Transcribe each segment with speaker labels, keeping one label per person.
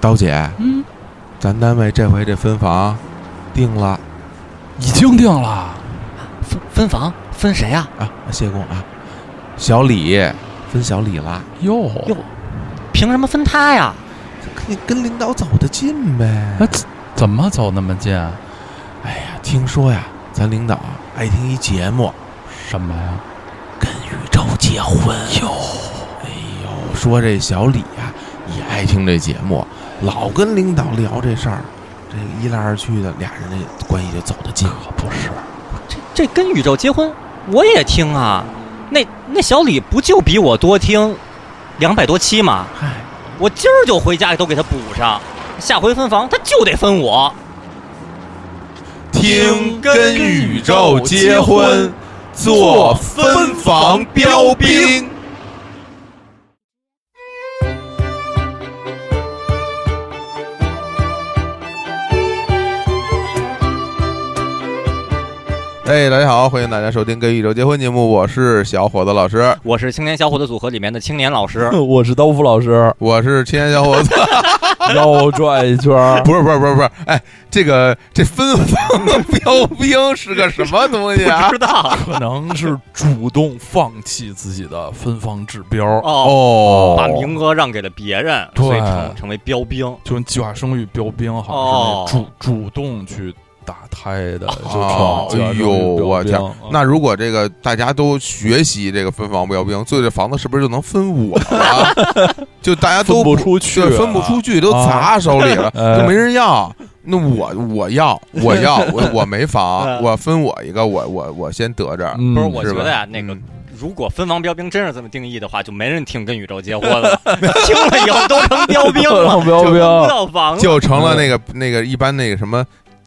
Speaker 1: 刀姐，
Speaker 2: 嗯，
Speaker 1: 咱单位这回这分房定了
Speaker 2: 已经定了。
Speaker 3: 分分房分谁呀、
Speaker 1: 啊，谢工啊，小李分小李了，
Speaker 2: 哟
Speaker 3: 哟，凭什么分他呀？
Speaker 1: 你跟领导走得近呗
Speaker 2: 那怎怎么走那么近？啊
Speaker 1: 哎呀，听说呀，咱领导啊爱听一节目
Speaker 2: 什么呀？
Speaker 1: 《跟宇宙结婚》。哟，哎呦，说这小李呀、也爱听这节目，老跟领导聊这事儿，这一来二去的，俩人这关系就走得近。
Speaker 2: 可不是，，
Speaker 3: 这这跟宇宙结婚我也听啊，那那小李不就比我多听两百多期吗？
Speaker 1: 嗨，
Speaker 3: 我今儿就回家都给他补上，下回分房他就得分我。
Speaker 1: 听跟宇宙结婚，做分房标兵。哎，大家好，欢迎大家收听《跟宇宙结婚》节目，我是小伙子老师，
Speaker 3: 我是青年小伙子组合里面的青年老师
Speaker 2: 我是刀夫老师，
Speaker 1: 我是青年小伙 子，
Speaker 2: 又转一圈儿。
Speaker 1: 不是不是不是不是，哎，这个这分房标兵是个什么东西啊
Speaker 3: 不？知道
Speaker 2: 可能是主动放弃自己的分房指标，
Speaker 3: 哦，
Speaker 1: 哦，
Speaker 3: 把名额让给了别人，
Speaker 2: 对
Speaker 3: 所以成成为标兵。
Speaker 2: 就跟计划生育标兵好像是那
Speaker 3: 哦
Speaker 2: 主主动去打胎的，就
Speaker 1: 哦
Speaker 2: 成计划
Speaker 1: 哎
Speaker 2: 生育
Speaker 1: 呦
Speaker 2: 标
Speaker 1: 我
Speaker 2: 兵
Speaker 1: 天
Speaker 2: 啊
Speaker 1: 那如果这个大家都学习这个分房标兵，最后这房子是不是就能分我了？就大家都
Speaker 2: 分不出去啊
Speaker 1: 对，分不出去，都砸手里了，
Speaker 2: 哎
Speaker 1: 就没人要。那我我要我要我我没 房，
Speaker 3: 嗯
Speaker 1: 我分我一个，我我我先得这儿，
Speaker 2: 嗯
Speaker 3: 不是我
Speaker 1: 是
Speaker 3: 觉
Speaker 1: 吧
Speaker 3: 得呀，那个
Speaker 1: 嗯
Speaker 3: 如果分房标兵真是这么定义的话，就没人听跟宇宙结婚了，听了以后都成标兵了，
Speaker 2: 标
Speaker 1: 就
Speaker 2: 兵啊
Speaker 3: 分不到房了。
Speaker 1: 就成了那个那个一般那个什么，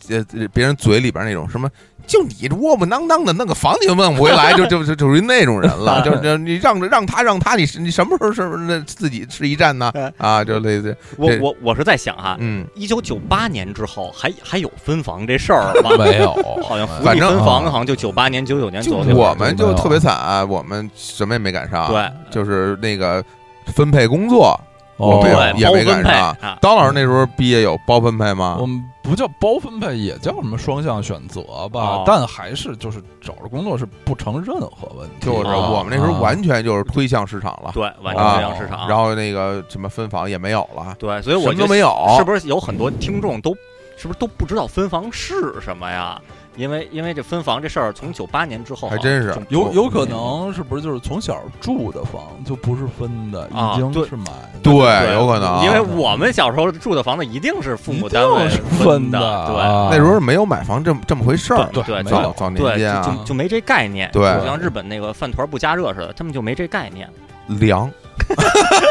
Speaker 1: 呃，别人嘴里边那种什么。就你窝窝囊囊的弄个房你就问不回来，就就就就属于那种人了。就就你让让他让他，你是你什么时候是那自己是一站呢？啊，就类似
Speaker 3: 我
Speaker 1: 这
Speaker 3: 我我是在想啊，
Speaker 1: 嗯，
Speaker 3: 一九九八年之后还还有分房这事儿吗？
Speaker 2: 没有，
Speaker 3: 好像福
Speaker 1: 反
Speaker 3: 利
Speaker 1: 正
Speaker 3: 分房
Speaker 2: 啊
Speaker 3: 好像就九八年、九九年
Speaker 1: 就
Speaker 3: 左右。
Speaker 1: 我啊们就特别惨、啊我们什么也没赶上，，
Speaker 3: 对
Speaker 1: 就是那个分配工作
Speaker 2: 哦
Speaker 1: 我没有
Speaker 3: 对，
Speaker 1: 也
Speaker 3: 包
Speaker 1: 没
Speaker 3: 分
Speaker 1: 赶
Speaker 3: 配
Speaker 1: 上
Speaker 3: 啊，
Speaker 1: 当老师那时候毕业有包分配吗
Speaker 2: 我？们不叫包分配，也叫什么双向选择吧，
Speaker 1: 啊
Speaker 3: 哦
Speaker 2: 但还是就是找着工作是不成任何问题的。
Speaker 1: 就是
Speaker 3: 哦
Speaker 1: 我们那时候
Speaker 2: 啊
Speaker 1: 完全就是推向市场了，
Speaker 3: 对，啊完成这样
Speaker 2: 哦
Speaker 3: 市场。
Speaker 1: 啊然后那个什么分房也没有了，
Speaker 3: 对，所以
Speaker 1: 什
Speaker 3: 我
Speaker 1: 么
Speaker 3: 觉
Speaker 1: 都
Speaker 3: 得
Speaker 1: 没有，
Speaker 3: 是不是有很多听众都是不是都不知道分房是什么呀？因为因为这分房这事儿，从九八年之后啊
Speaker 1: 还真是
Speaker 3: 就
Speaker 2: 有有可能是不是就是从小住的房就不是分的，
Speaker 3: 啊
Speaker 2: 已经
Speaker 3: 对
Speaker 2: 是买的。
Speaker 1: 对
Speaker 3: 对
Speaker 1: 有可能，
Speaker 3: 因为我们小时候住的房子一定是父母单位
Speaker 1: 嗯
Speaker 2: 一定是
Speaker 3: 分
Speaker 2: 的，
Speaker 3: 对
Speaker 2: 啊
Speaker 1: 那时候没有买房这么这么回事儿，
Speaker 2: 对
Speaker 3: 对
Speaker 2: 没
Speaker 1: 早
Speaker 2: 有
Speaker 1: 早年
Speaker 3: 对，
Speaker 1: 间
Speaker 3: 就
Speaker 1: 啊，
Speaker 3: 就就没这概念。
Speaker 1: 对
Speaker 3: 就像日本那个饭团不加热似的，他们就没这概念。
Speaker 1: 凉，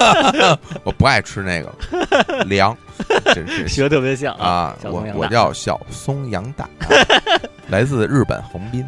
Speaker 1: 我不爱吃那个凉，真是
Speaker 3: 学得特别像
Speaker 1: 啊，
Speaker 3: 小
Speaker 1: 我
Speaker 3: 东阳
Speaker 1: 我
Speaker 3: 大
Speaker 1: 叫小松阳大， 来自日本横滨，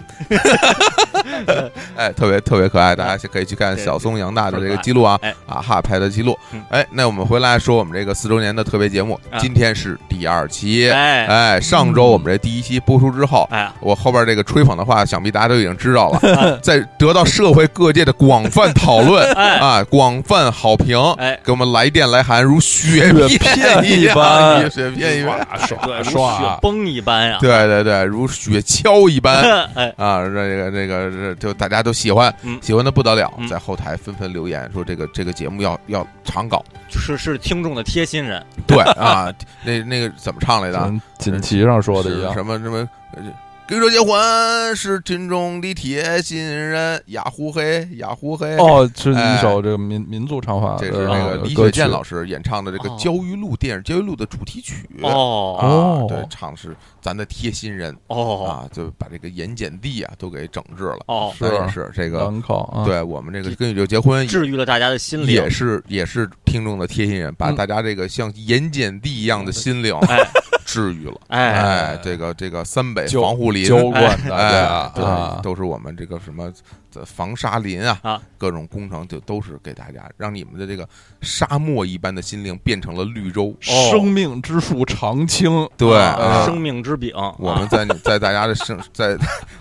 Speaker 1: 哎，特别特别可爱，大家可以去看
Speaker 3: 对
Speaker 1: 小松阳大的
Speaker 3: 对
Speaker 1: 这个记录啊
Speaker 3: 哎，
Speaker 1: 啊哈拍的记录
Speaker 3: 嗯。
Speaker 1: 哎，那我们回来说我们这个四周年的特别节目，
Speaker 3: 啊
Speaker 1: 今天是第二期，
Speaker 3: 哎
Speaker 1: 哎，上周我们这第一期播出之后。
Speaker 3: 哎呀，
Speaker 1: 我后边这个吹捧的话，想必大家都已经知道 了，在得到社会各界的广泛讨论
Speaker 3: 哎
Speaker 1: 啊，广泛好评，
Speaker 3: 哎，
Speaker 1: 给我们来电来函如雪
Speaker 2: 雪
Speaker 1: 片
Speaker 2: 片
Speaker 1: 一
Speaker 2: 一
Speaker 1: 般，
Speaker 2: 般
Speaker 1: 一雪片一般。
Speaker 2: 刷刷
Speaker 3: 对，如雪
Speaker 1: 啊
Speaker 2: 刷，
Speaker 3: 崩一般呀。
Speaker 1: 对对对，如雪橇一般
Speaker 3: 哎，
Speaker 1: 啊！这个这个这就大家都喜欢，
Speaker 3: 嗯
Speaker 1: 喜欢的不得了，
Speaker 3: 嗯
Speaker 1: 在后台纷纷留言说这个这个节目要要长搞，
Speaker 3: 是是听众的贴心人，
Speaker 1: 对啊，那那个怎么唱 来的？
Speaker 2: 跟锦旗上说的一
Speaker 1: 是
Speaker 2: 样。
Speaker 1: 什么什么？呃跟宇宙结婚是群众的铁心人，雅虎黑雅虎黑。
Speaker 2: 哦，是
Speaker 1: 哎
Speaker 2: 一首这个民民族唱法
Speaker 1: 这
Speaker 2: 的
Speaker 1: 是
Speaker 2: 啊歌曲，
Speaker 1: 那个李雪健老师演唱的这个
Speaker 3: 哦
Speaker 1: 《焦裕禄》电影《焦裕禄》的主题曲。
Speaker 3: 哦
Speaker 1: 啊
Speaker 2: 哦，
Speaker 1: 对，唱的是咱的贴心人
Speaker 3: 哦
Speaker 1: 啊，就把这个盐碱地啊都给整治了。
Speaker 3: 哦，
Speaker 1: 那也
Speaker 2: 是啊
Speaker 1: 是这个，
Speaker 2: 港口啊，
Speaker 1: 对我们这个跟宇宙结婚
Speaker 3: 治愈了大家的心灵，
Speaker 1: 也是也是听众的贴心人，把
Speaker 2: 嗯
Speaker 1: 大家这个像盐碱地一样的心灵
Speaker 3: 哎
Speaker 1: 治愈了。
Speaker 3: 哎
Speaker 1: 哎，这个这个三北
Speaker 2: 浇
Speaker 1: 防护林，
Speaker 2: 浇灌的，
Speaker 1: 哎，
Speaker 2: 对啊
Speaker 1: 对，，都是我们这个什么这防沙林啊
Speaker 3: 啊，
Speaker 1: 各种工程就都是给大家，让你们的这个沙漠一般的心灵变成了绿洲。
Speaker 3: 哦
Speaker 2: 生命之树常青，
Speaker 1: 对
Speaker 2: 啊
Speaker 3: 呃生命之饼，
Speaker 1: 我们在你在大家的生在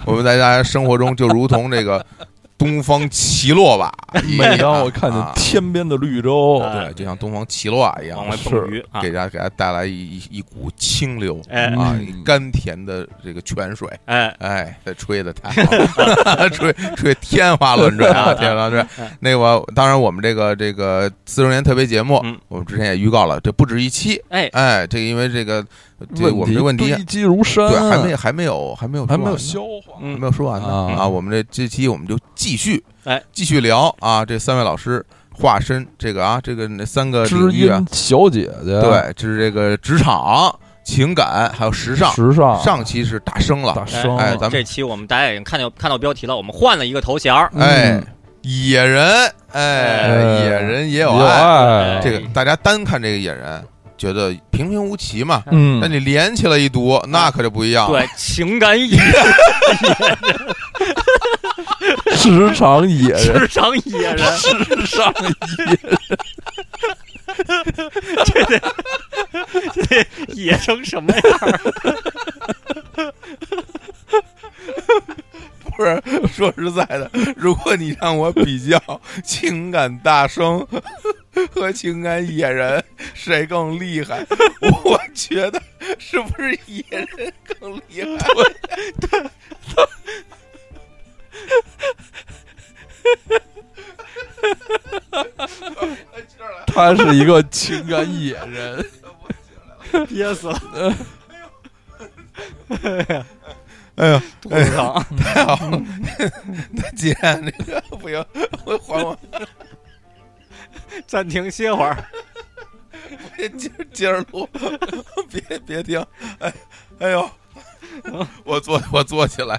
Speaker 1: 我们在大家生活中就如同这个东方奇洛瓦一样，
Speaker 2: 每当我看见哎
Speaker 1: 啊
Speaker 2: 天边的绿洲，
Speaker 3: 啊
Speaker 1: 对，就像东方奇洛瓦一样
Speaker 3: 往，外
Speaker 2: 是
Speaker 3: 蹦鱼啊
Speaker 1: 给，大家给它带来一一一股清流
Speaker 3: 哎
Speaker 1: 啊
Speaker 2: 嗯，
Speaker 1: 甘甜的这个泉水，
Speaker 3: 哎，
Speaker 1: 哎，这吹的太好 了，吹吹天花乱坠啊，天花乱坠。那个，当然我们这个这个四周年特别节目
Speaker 3: 嗯，
Speaker 1: 我们之前也预告了，这不止一期。
Speaker 3: 哎
Speaker 1: 哎，这个因为这个这我们这问题
Speaker 2: 堆积如山，
Speaker 1: 对还没还没有还没有
Speaker 2: 还没有
Speaker 1: 说
Speaker 2: 消
Speaker 1: 完呢
Speaker 2: 化。
Speaker 1: 还
Speaker 3: 嗯
Speaker 1: 没，有说完呢
Speaker 2: 啊
Speaker 1: 啊！我们这这期我们就继续
Speaker 3: 哎
Speaker 1: 继续聊啊，这三位老师化身这个啊这个那三个
Speaker 2: 知
Speaker 1: 领域啊
Speaker 2: 音，小姐姐，
Speaker 1: 对，这是这个职场、情感还有时尚。
Speaker 2: 时尚，
Speaker 1: 上期是大生了
Speaker 2: 大，声，
Speaker 1: 哎咱们
Speaker 3: 这期我们大家已经看到看到标题了，我们换了一个头衔儿，
Speaker 1: 哎
Speaker 2: 嗯，
Speaker 1: 野人，哎，
Speaker 2: 哎
Speaker 1: 野人也
Speaker 2: 也
Speaker 1: 有啊爱。哎
Speaker 2: 爱，
Speaker 1: 这个大家单看这个野人，觉得平平无奇嘛。
Speaker 2: 嗯
Speaker 1: 那，你连起来一读，那可就不一样了。
Speaker 3: 对，情感野
Speaker 2: 职场野人，
Speaker 3: 智商 野人，
Speaker 2: 职场
Speaker 3: 野成什么样儿？
Speaker 1: 不是，说实在的，如果你让我比较情感大生 和情感野人，谁更厉 害？我觉得是不是野人更厉害？
Speaker 2: 他是一个情感野人，
Speaker 3: 憋死了，
Speaker 1: 哎呀，
Speaker 3: 肚子疼。
Speaker 1: 太好了， 那姐，那个不行，我还我
Speaker 3: 暂停歇会儿。
Speaker 1: 别接着接着录，别别停，哎哎呦， 我坐我坐起来，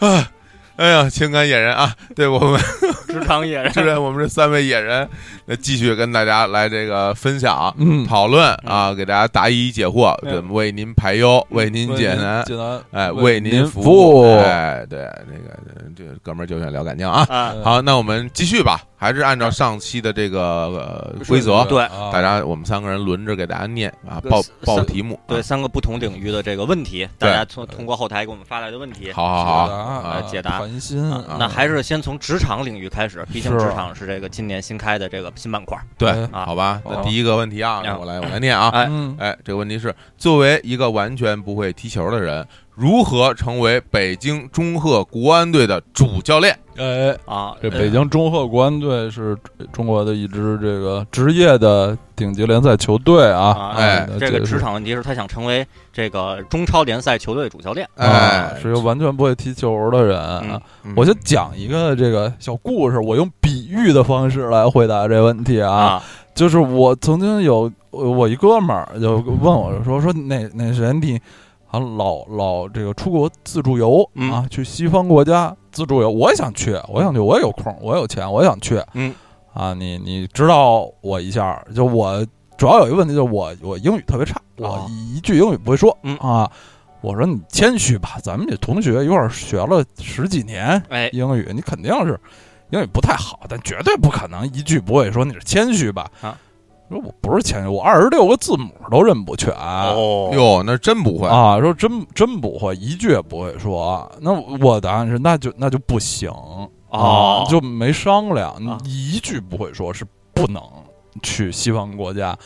Speaker 1: 啊，哎呀，情感野人啊，对我们
Speaker 3: 职场野 人，
Speaker 1: 就是我们这三位野人，那继续跟大家来这个分享。
Speaker 2: 嗯，
Speaker 1: 讨论啊，给大家答疑解惑，
Speaker 3: 嗯
Speaker 1: 对，为您排忧，为您解难，
Speaker 2: 解难，
Speaker 1: 哎，
Speaker 2: 为
Speaker 1: 为您
Speaker 2: 服
Speaker 1: 务，哎，对，那个这哥们儿就想聊感情啊。
Speaker 3: 啊，
Speaker 2: 嗯
Speaker 1: 好，那我们继续吧，还是按照上期的这个呃规则，
Speaker 3: 对
Speaker 2: 啊
Speaker 1: 大家我们三个人轮着给大家念啊，
Speaker 3: 对
Speaker 1: 报
Speaker 3: 是
Speaker 1: 报
Speaker 3: 是
Speaker 1: 题目，
Speaker 3: 对
Speaker 1: 啊，
Speaker 3: 三个不同领域的这个问题，大家通通过后台给我们发来的问题。
Speaker 1: 啊好好
Speaker 2: 解
Speaker 1: 好，
Speaker 2: 答
Speaker 3: 啊解答
Speaker 2: 烦心
Speaker 3: 啊
Speaker 2: 啊
Speaker 3: 那还是先从职场领域开始，毕竟
Speaker 2: 是
Speaker 3: 职场是这个今年新开的这个新板块。
Speaker 1: 对
Speaker 2: 哎，
Speaker 3: 啊
Speaker 1: 好吧，那
Speaker 2: 好
Speaker 1: 第一个问题啊，
Speaker 3: 啊
Speaker 1: 我来我来念啊，
Speaker 3: 哎
Speaker 2: 嗯
Speaker 1: 哎，这个问题是，作为一个完全不会踢球的人，如何成为北京中赫国安队的主教练？
Speaker 2: 哎，
Speaker 3: 啊，
Speaker 2: 这
Speaker 3: 呃
Speaker 2: 北京中赫国安队是中国的一支这个职业的顶级联赛球队啊
Speaker 3: 啊，
Speaker 1: 哎
Speaker 2: 那
Speaker 3: 这个职
Speaker 2: 是
Speaker 3: 场问题是他想成为这个中超联赛球队主教练。
Speaker 2: 啊
Speaker 1: 哎，
Speaker 2: 是一个完全不会踢球的人啊。
Speaker 1: 嗯
Speaker 2: 我就讲一个这个小故事，我用比喻的方式来回答这个问题啊。
Speaker 3: 啊
Speaker 2: 就是我曾经有我我一哥们儿就问我说说那那谁你啊老老这个出国自助游、
Speaker 3: 嗯
Speaker 2: 啊，去西方国家自助游，我也想去，我想去，我也有空，我有钱，我也想去。
Speaker 3: 嗯
Speaker 2: 啊，你你指导我一下儿，就我主要有一个问题就是我我英语特别差，我
Speaker 3: 哦
Speaker 2: 一句英语不会说、
Speaker 3: 嗯
Speaker 2: 啊。我说你谦虚吧，咱们这同学一块儿学了十几年，
Speaker 3: 哎，
Speaker 2: 英语，你肯定是英语不太好，但绝对不可能一句不会说你是谦虚吧？
Speaker 3: 啊，
Speaker 2: 说我不是谦虚，我二十六个字母都认不全。
Speaker 3: 哦，
Speaker 1: 哟，那真不会，
Speaker 2: 啊，说真真不会，一句也不会说。那我答案是，那就那就不行
Speaker 3: 哦
Speaker 2: 啊，就没商量。你
Speaker 3: 啊
Speaker 2: 一句不会说是不能去西方国家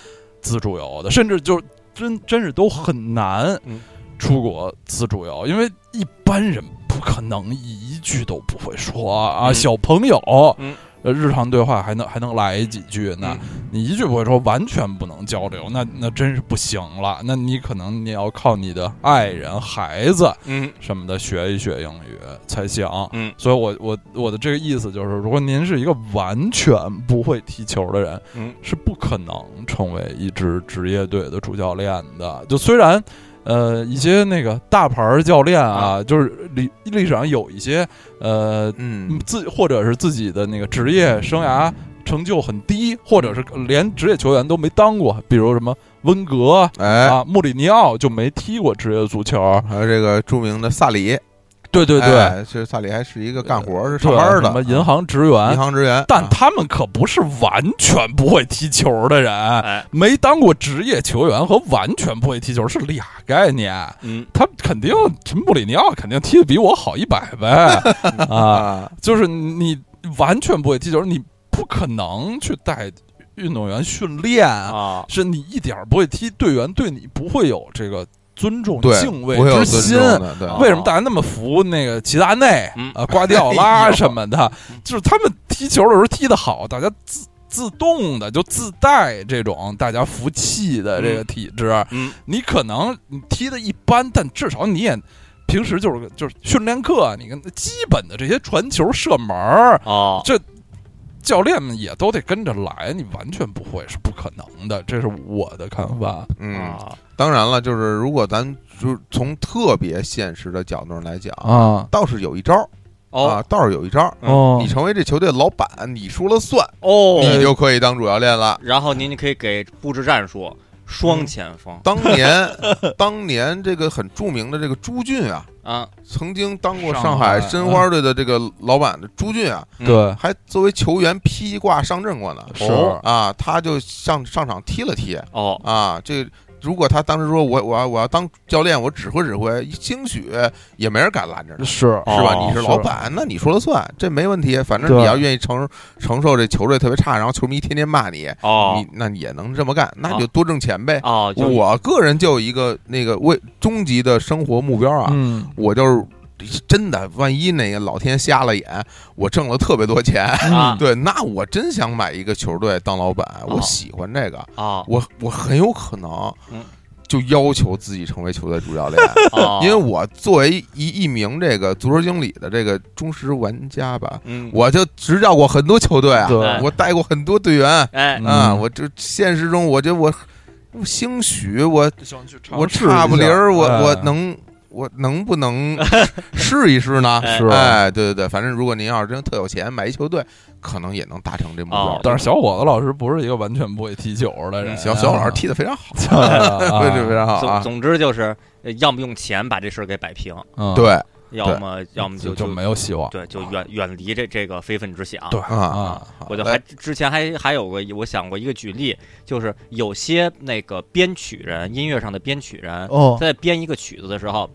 Speaker 2: 自助游的，甚至就真真是都很难
Speaker 3: 嗯
Speaker 2: 出国自助游，因为一般人不可能一句都不会说啊。
Speaker 3: 嗯
Speaker 2: 小朋友，
Speaker 3: 嗯
Speaker 2: 呃，日常对话还能还能来几句呢。你一句不会说，完全不能交流，那那真是不行了。那你可能你要靠你的爱人、孩子
Speaker 3: 嗯
Speaker 2: 什么的学一学英语才行。
Speaker 3: 嗯，
Speaker 2: 所以我我我的这个意思就是，如果您是一个完全不会踢球的人，
Speaker 3: 嗯，
Speaker 2: 是不可能成为一支职业队的主教练的。就虽然。呃，一些那个大牌儿教练啊，就是历历史上有一些呃
Speaker 1: 嗯
Speaker 2: 嗯，自或者是自己的那个职业生涯成就很低，或者是连职业球员都没当过，比如什么温格
Speaker 1: 哎，
Speaker 2: 啊、穆里尼奥就没踢过职业足球。
Speaker 1: 还有这个著名的萨里，
Speaker 2: 对对对，
Speaker 1: 哎其实萨里还是一个干活儿是上
Speaker 2: 对
Speaker 1: 班儿的
Speaker 2: 什么银行职
Speaker 1: 银
Speaker 2: 员，
Speaker 1: 行职员，
Speaker 2: 但
Speaker 1: 啊
Speaker 2: 他们可不是完全不会踢球的人，
Speaker 3: 哎，
Speaker 2: 没当过职业球员和完全不会踢球是俩概念。
Speaker 3: 嗯，
Speaker 2: 他肯定陈布里尼奥哦肯定踢的比我好一百 倍啊！
Speaker 1: 啊
Speaker 2: 就是你完全不会踢球，你不可能去带运动员训练，
Speaker 3: 啊，
Speaker 2: 是你一点儿不会踢，队员对你不会有这个尊重、
Speaker 1: 对
Speaker 2: 敬畏
Speaker 1: 不会有
Speaker 2: 之
Speaker 1: 尊
Speaker 2: 心。哦
Speaker 1: 重的，对
Speaker 3: 啊
Speaker 2: 为什么大家那么服那个齐达内、
Speaker 3: 嗯
Speaker 2: 啊、瓜迪奥拉
Speaker 1: 哎呦
Speaker 2: 什么的？就是他们踢球的时候踢得好，大家自自动的就自带这种大家服气的这个体质。
Speaker 3: 嗯，
Speaker 2: 你可能你踢的一般，但至少你也平时就是个就是训练课，你跟基本的这些传球、射门儿，
Speaker 3: 哦，
Speaker 2: 教练们也都得跟着来，你完全不会是不可能的，这是我的看法。
Speaker 1: 嗯，
Speaker 3: 啊
Speaker 1: 当然了，就是如果咱就是从特别现实的角度上来讲，
Speaker 2: 啊
Speaker 1: 倒是有一招儿啊，
Speaker 3: 哦嗯
Speaker 1: 倒是有一招儿，
Speaker 2: 哦
Speaker 1: 你成为这球队老板，你说了算，
Speaker 3: 哦，
Speaker 1: 你就可以当主教练了。
Speaker 3: 然后您就可以给布置战术，双前锋
Speaker 1: 当年， 当年这个很著名的这个朱俊啊，
Speaker 3: 啊，
Speaker 1: 曾经当过
Speaker 2: 上
Speaker 1: 上
Speaker 2: 海
Speaker 1: 海申花队的这个老板的朱俊啊，
Speaker 3: 嗯
Speaker 2: 对，
Speaker 1: 还作为球员披挂上阵过呢。
Speaker 2: 是
Speaker 1: 啊，他就上上场踢了踢
Speaker 3: 哦，
Speaker 1: 啊，这。如果他当时说我我要我要当教练，我指挥指挥，兴许也没人敢拦着他，
Speaker 2: 是
Speaker 3: 哦
Speaker 1: 是吧？你是老
Speaker 2: 是
Speaker 1: 板，那你说了算，这没问题。反正
Speaker 2: 对
Speaker 1: 你要愿意承承受这球队特别差，然后球迷天天骂你，
Speaker 3: 哦
Speaker 1: 你，那你也能这么干，那你就多挣钱呗。
Speaker 3: 哦，就
Speaker 1: 我个人就有一个那个为终极的生活目标啊，
Speaker 2: 嗯
Speaker 1: 我就是真的，万一那个老天瞎了眼，我挣了特别多钱，
Speaker 3: 啊
Speaker 1: 对，那我真想买一个球队当老板，
Speaker 3: 哦
Speaker 1: 我喜欢这个，
Speaker 3: 哦
Speaker 1: 我我很有可能
Speaker 3: 嗯，
Speaker 1: 就要求自己成为球队主教练，
Speaker 3: 哦，
Speaker 1: 因为我作为一一名这个足球经理的这个忠实玩家吧，
Speaker 3: 嗯，
Speaker 1: 我就执教过很多球队啊，
Speaker 2: 对
Speaker 3: 哎
Speaker 1: 我带过很多队员，
Speaker 3: 哎
Speaker 2: 嗯
Speaker 1: 啊，我这现实中，我觉得我兴许我我
Speaker 2: 试一
Speaker 1: 差不离儿，
Speaker 2: 下
Speaker 1: 我
Speaker 2: 哎
Speaker 1: 我能我能不能试一试呢？
Speaker 3: 哎
Speaker 2: 是
Speaker 1: 哎，对对对，反正如果您要是真特有钱，买一球队，可能也能达成这目标
Speaker 3: 哦。
Speaker 2: 但是小伙子老师不是一个完全不会踢球的人，
Speaker 3: 嗯
Speaker 1: 小小老师踢得非常好，
Speaker 2: 啊， 啊
Speaker 1: 对对非常好
Speaker 3: 总
Speaker 1: 啊，
Speaker 3: 总之就是，呃要么用钱把这事儿给摆平，
Speaker 2: 嗯，
Speaker 1: 对
Speaker 3: 要么要么
Speaker 2: 就
Speaker 3: 就
Speaker 2: 没有希望，
Speaker 3: 对，就远远离这这个非分之想。
Speaker 2: 对
Speaker 1: 啊，
Speaker 2: 啊，
Speaker 3: 我就
Speaker 1: 来
Speaker 3: 还之前还还有过一，我想过一个举例，就是有些那个编曲人，音乐上的编曲人，
Speaker 4: 哦
Speaker 3: 在编一个曲子的时候，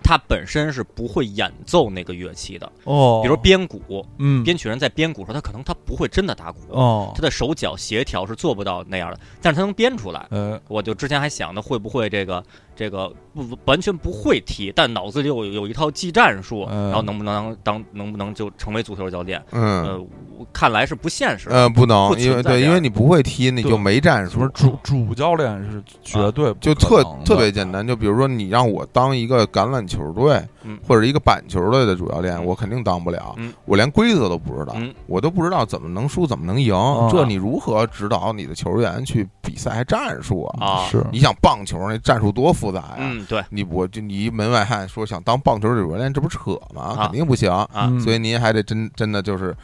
Speaker 3: 他本身是不会演奏那个乐器的，
Speaker 4: 哦，
Speaker 3: 比如编鼓，
Speaker 4: 嗯
Speaker 3: 编曲人在编鼓的时候，他可能他不会真的打鼓，
Speaker 4: 哦
Speaker 3: 他的手脚协调是做不到那样的，但是他能编出来。
Speaker 2: 呃，
Speaker 3: 我就之前还想呢，会不会这个这个不不完全不会踢，但脑子里有有一套技战术，
Speaker 2: 嗯
Speaker 3: 然后能不能当能不能就成为足球教练？
Speaker 1: 嗯
Speaker 3: 呃，我看来是不现
Speaker 2: 嗯
Speaker 3: 实的。
Speaker 1: 呃，不能
Speaker 3: 不，存
Speaker 1: 因为
Speaker 3: 在这
Speaker 1: 对，
Speaker 3: 样
Speaker 1: 因为你不会踢，你就没战
Speaker 2: 什
Speaker 1: 术
Speaker 2: 么。主主教练是
Speaker 3: 啊
Speaker 2: 绝对不
Speaker 1: 就
Speaker 2: 可
Speaker 1: 特
Speaker 2: 能的
Speaker 1: 特别简，单，就比如说你让我当一个橄榄球队
Speaker 3: 嗯
Speaker 1: 或者一个板球队的主教练，
Speaker 3: 嗯
Speaker 1: 我肯定当不了
Speaker 3: 嗯，
Speaker 1: 我连规则都不知道
Speaker 3: 嗯，哦
Speaker 1: 我都不知道怎么能输怎么能赢，这你如何指导你的球员去比赛还战术啊？
Speaker 3: 啊，
Speaker 2: 是
Speaker 1: 你想棒球那战术多复杂呀？
Speaker 3: 嗯，对
Speaker 1: 你我就你一门外汉说想当棒球主教练，这不是扯吗？
Speaker 3: 啊
Speaker 1: 肯定不行，
Speaker 3: 啊
Speaker 2: 嗯
Speaker 1: 所以您还得真真的就是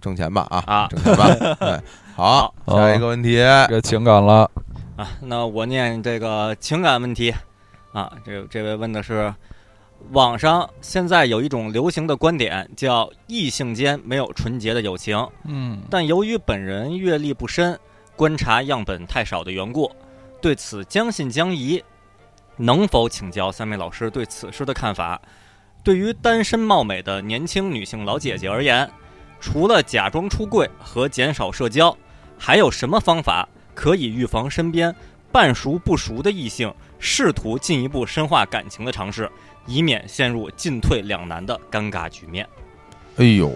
Speaker 1: 挣钱吧啊
Speaker 3: 啊，
Speaker 1: 挣钱吧。 对，好，
Speaker 2: 好
Speaker 1: 下一个问题，
Speaker 2: 这情感了，
Speaker 3: 啊，那我念这个情感问题啊，这这位问的是，网上现在有一种流行的观点叫异性间没有纯洁的友情，
Speaker 2: 嗯，
Speaker 3: 但由于本人阅历不深，观察样本太少的缘故，对此将信将疑。能否请教三位老师对此事的看法？对于单身貌美的年轻女性老姐姐而言，除了假装出柜和减少社交，还有什么方法可以预防身边半熟不熟的异性试图进一步深化感情的尝试，以免陷入进退两难的尴尬局面？
Speaker 1: 哎呦，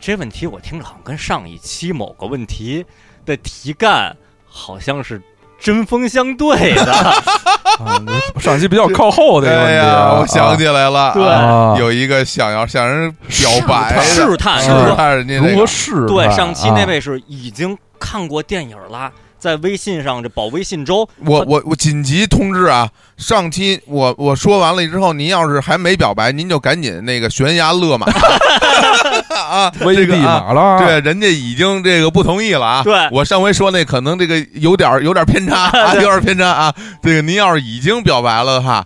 Speaker 3: 这问题我听着好像跟上一期某个问题的题干好像是针锋相对的。
Speaker 2: 啊上期比较靠后的一个问
Speaker 1: 哎
Speaker 2: 题
Speaker 1: 呀
Speaker 2: 啊，，
Speaker 1: 我想起来了，
Speaker 3: 对
Speaker 2: 啊
Speaker 1: 有一个想要向人表白的啊嗯
Speaker 3: 试探
Speaker 1: 试
Speaker 3: 是吧
Speaker 1: 探人家那个
Speaker 2: 如何试探？
Speaker 3: 对，上期那
Speaker 2: 啊
Speaker 3: 位是已经看过电影了，在微信上这保微信周，
Speaker 1: 我我我紧急通知啊！上期我我说完了之后，您要是还没表白，您就赶紧那个悬崖勒马啊！
Speaker 2: 危
Speaker 1: 这
Speaker 2: 地
Speaker 1: 个啊，
Speaker 2: 马拉，
Speaker 1: 对，人家已经这个不同意了啊！
Speaker 3: 对
Speaker 1: 我上回说那可能这个有点有点偏差啊，有点偏差啊。这个您要是已经表白了的话，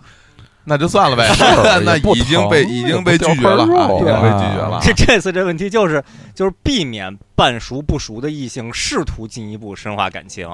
Speaker 1: 那就算了呗
Speaker 2: 是啊 也，
Speaker 1: 那
Speaker 2: 不
Speaker 1: 已经被
Speaker 2: 疼
Speaker 1: 已
Speaker 2: 也
Speaker 1: 经
Speaker 2: 不
Speaker 1: 被拒
Speaker 2: 掉
Speaker 1: 绝
Speaker 2: 块
Speaker 1: 了啊，
Speaker 2: 肉
Speaker 1: 已经
Speaker 2: 啊
Speaker 1: 被拒绝了啊。
Speaker 3: 这 这次这问题就是就是避免半熟不熟的异性试图进一步深化感情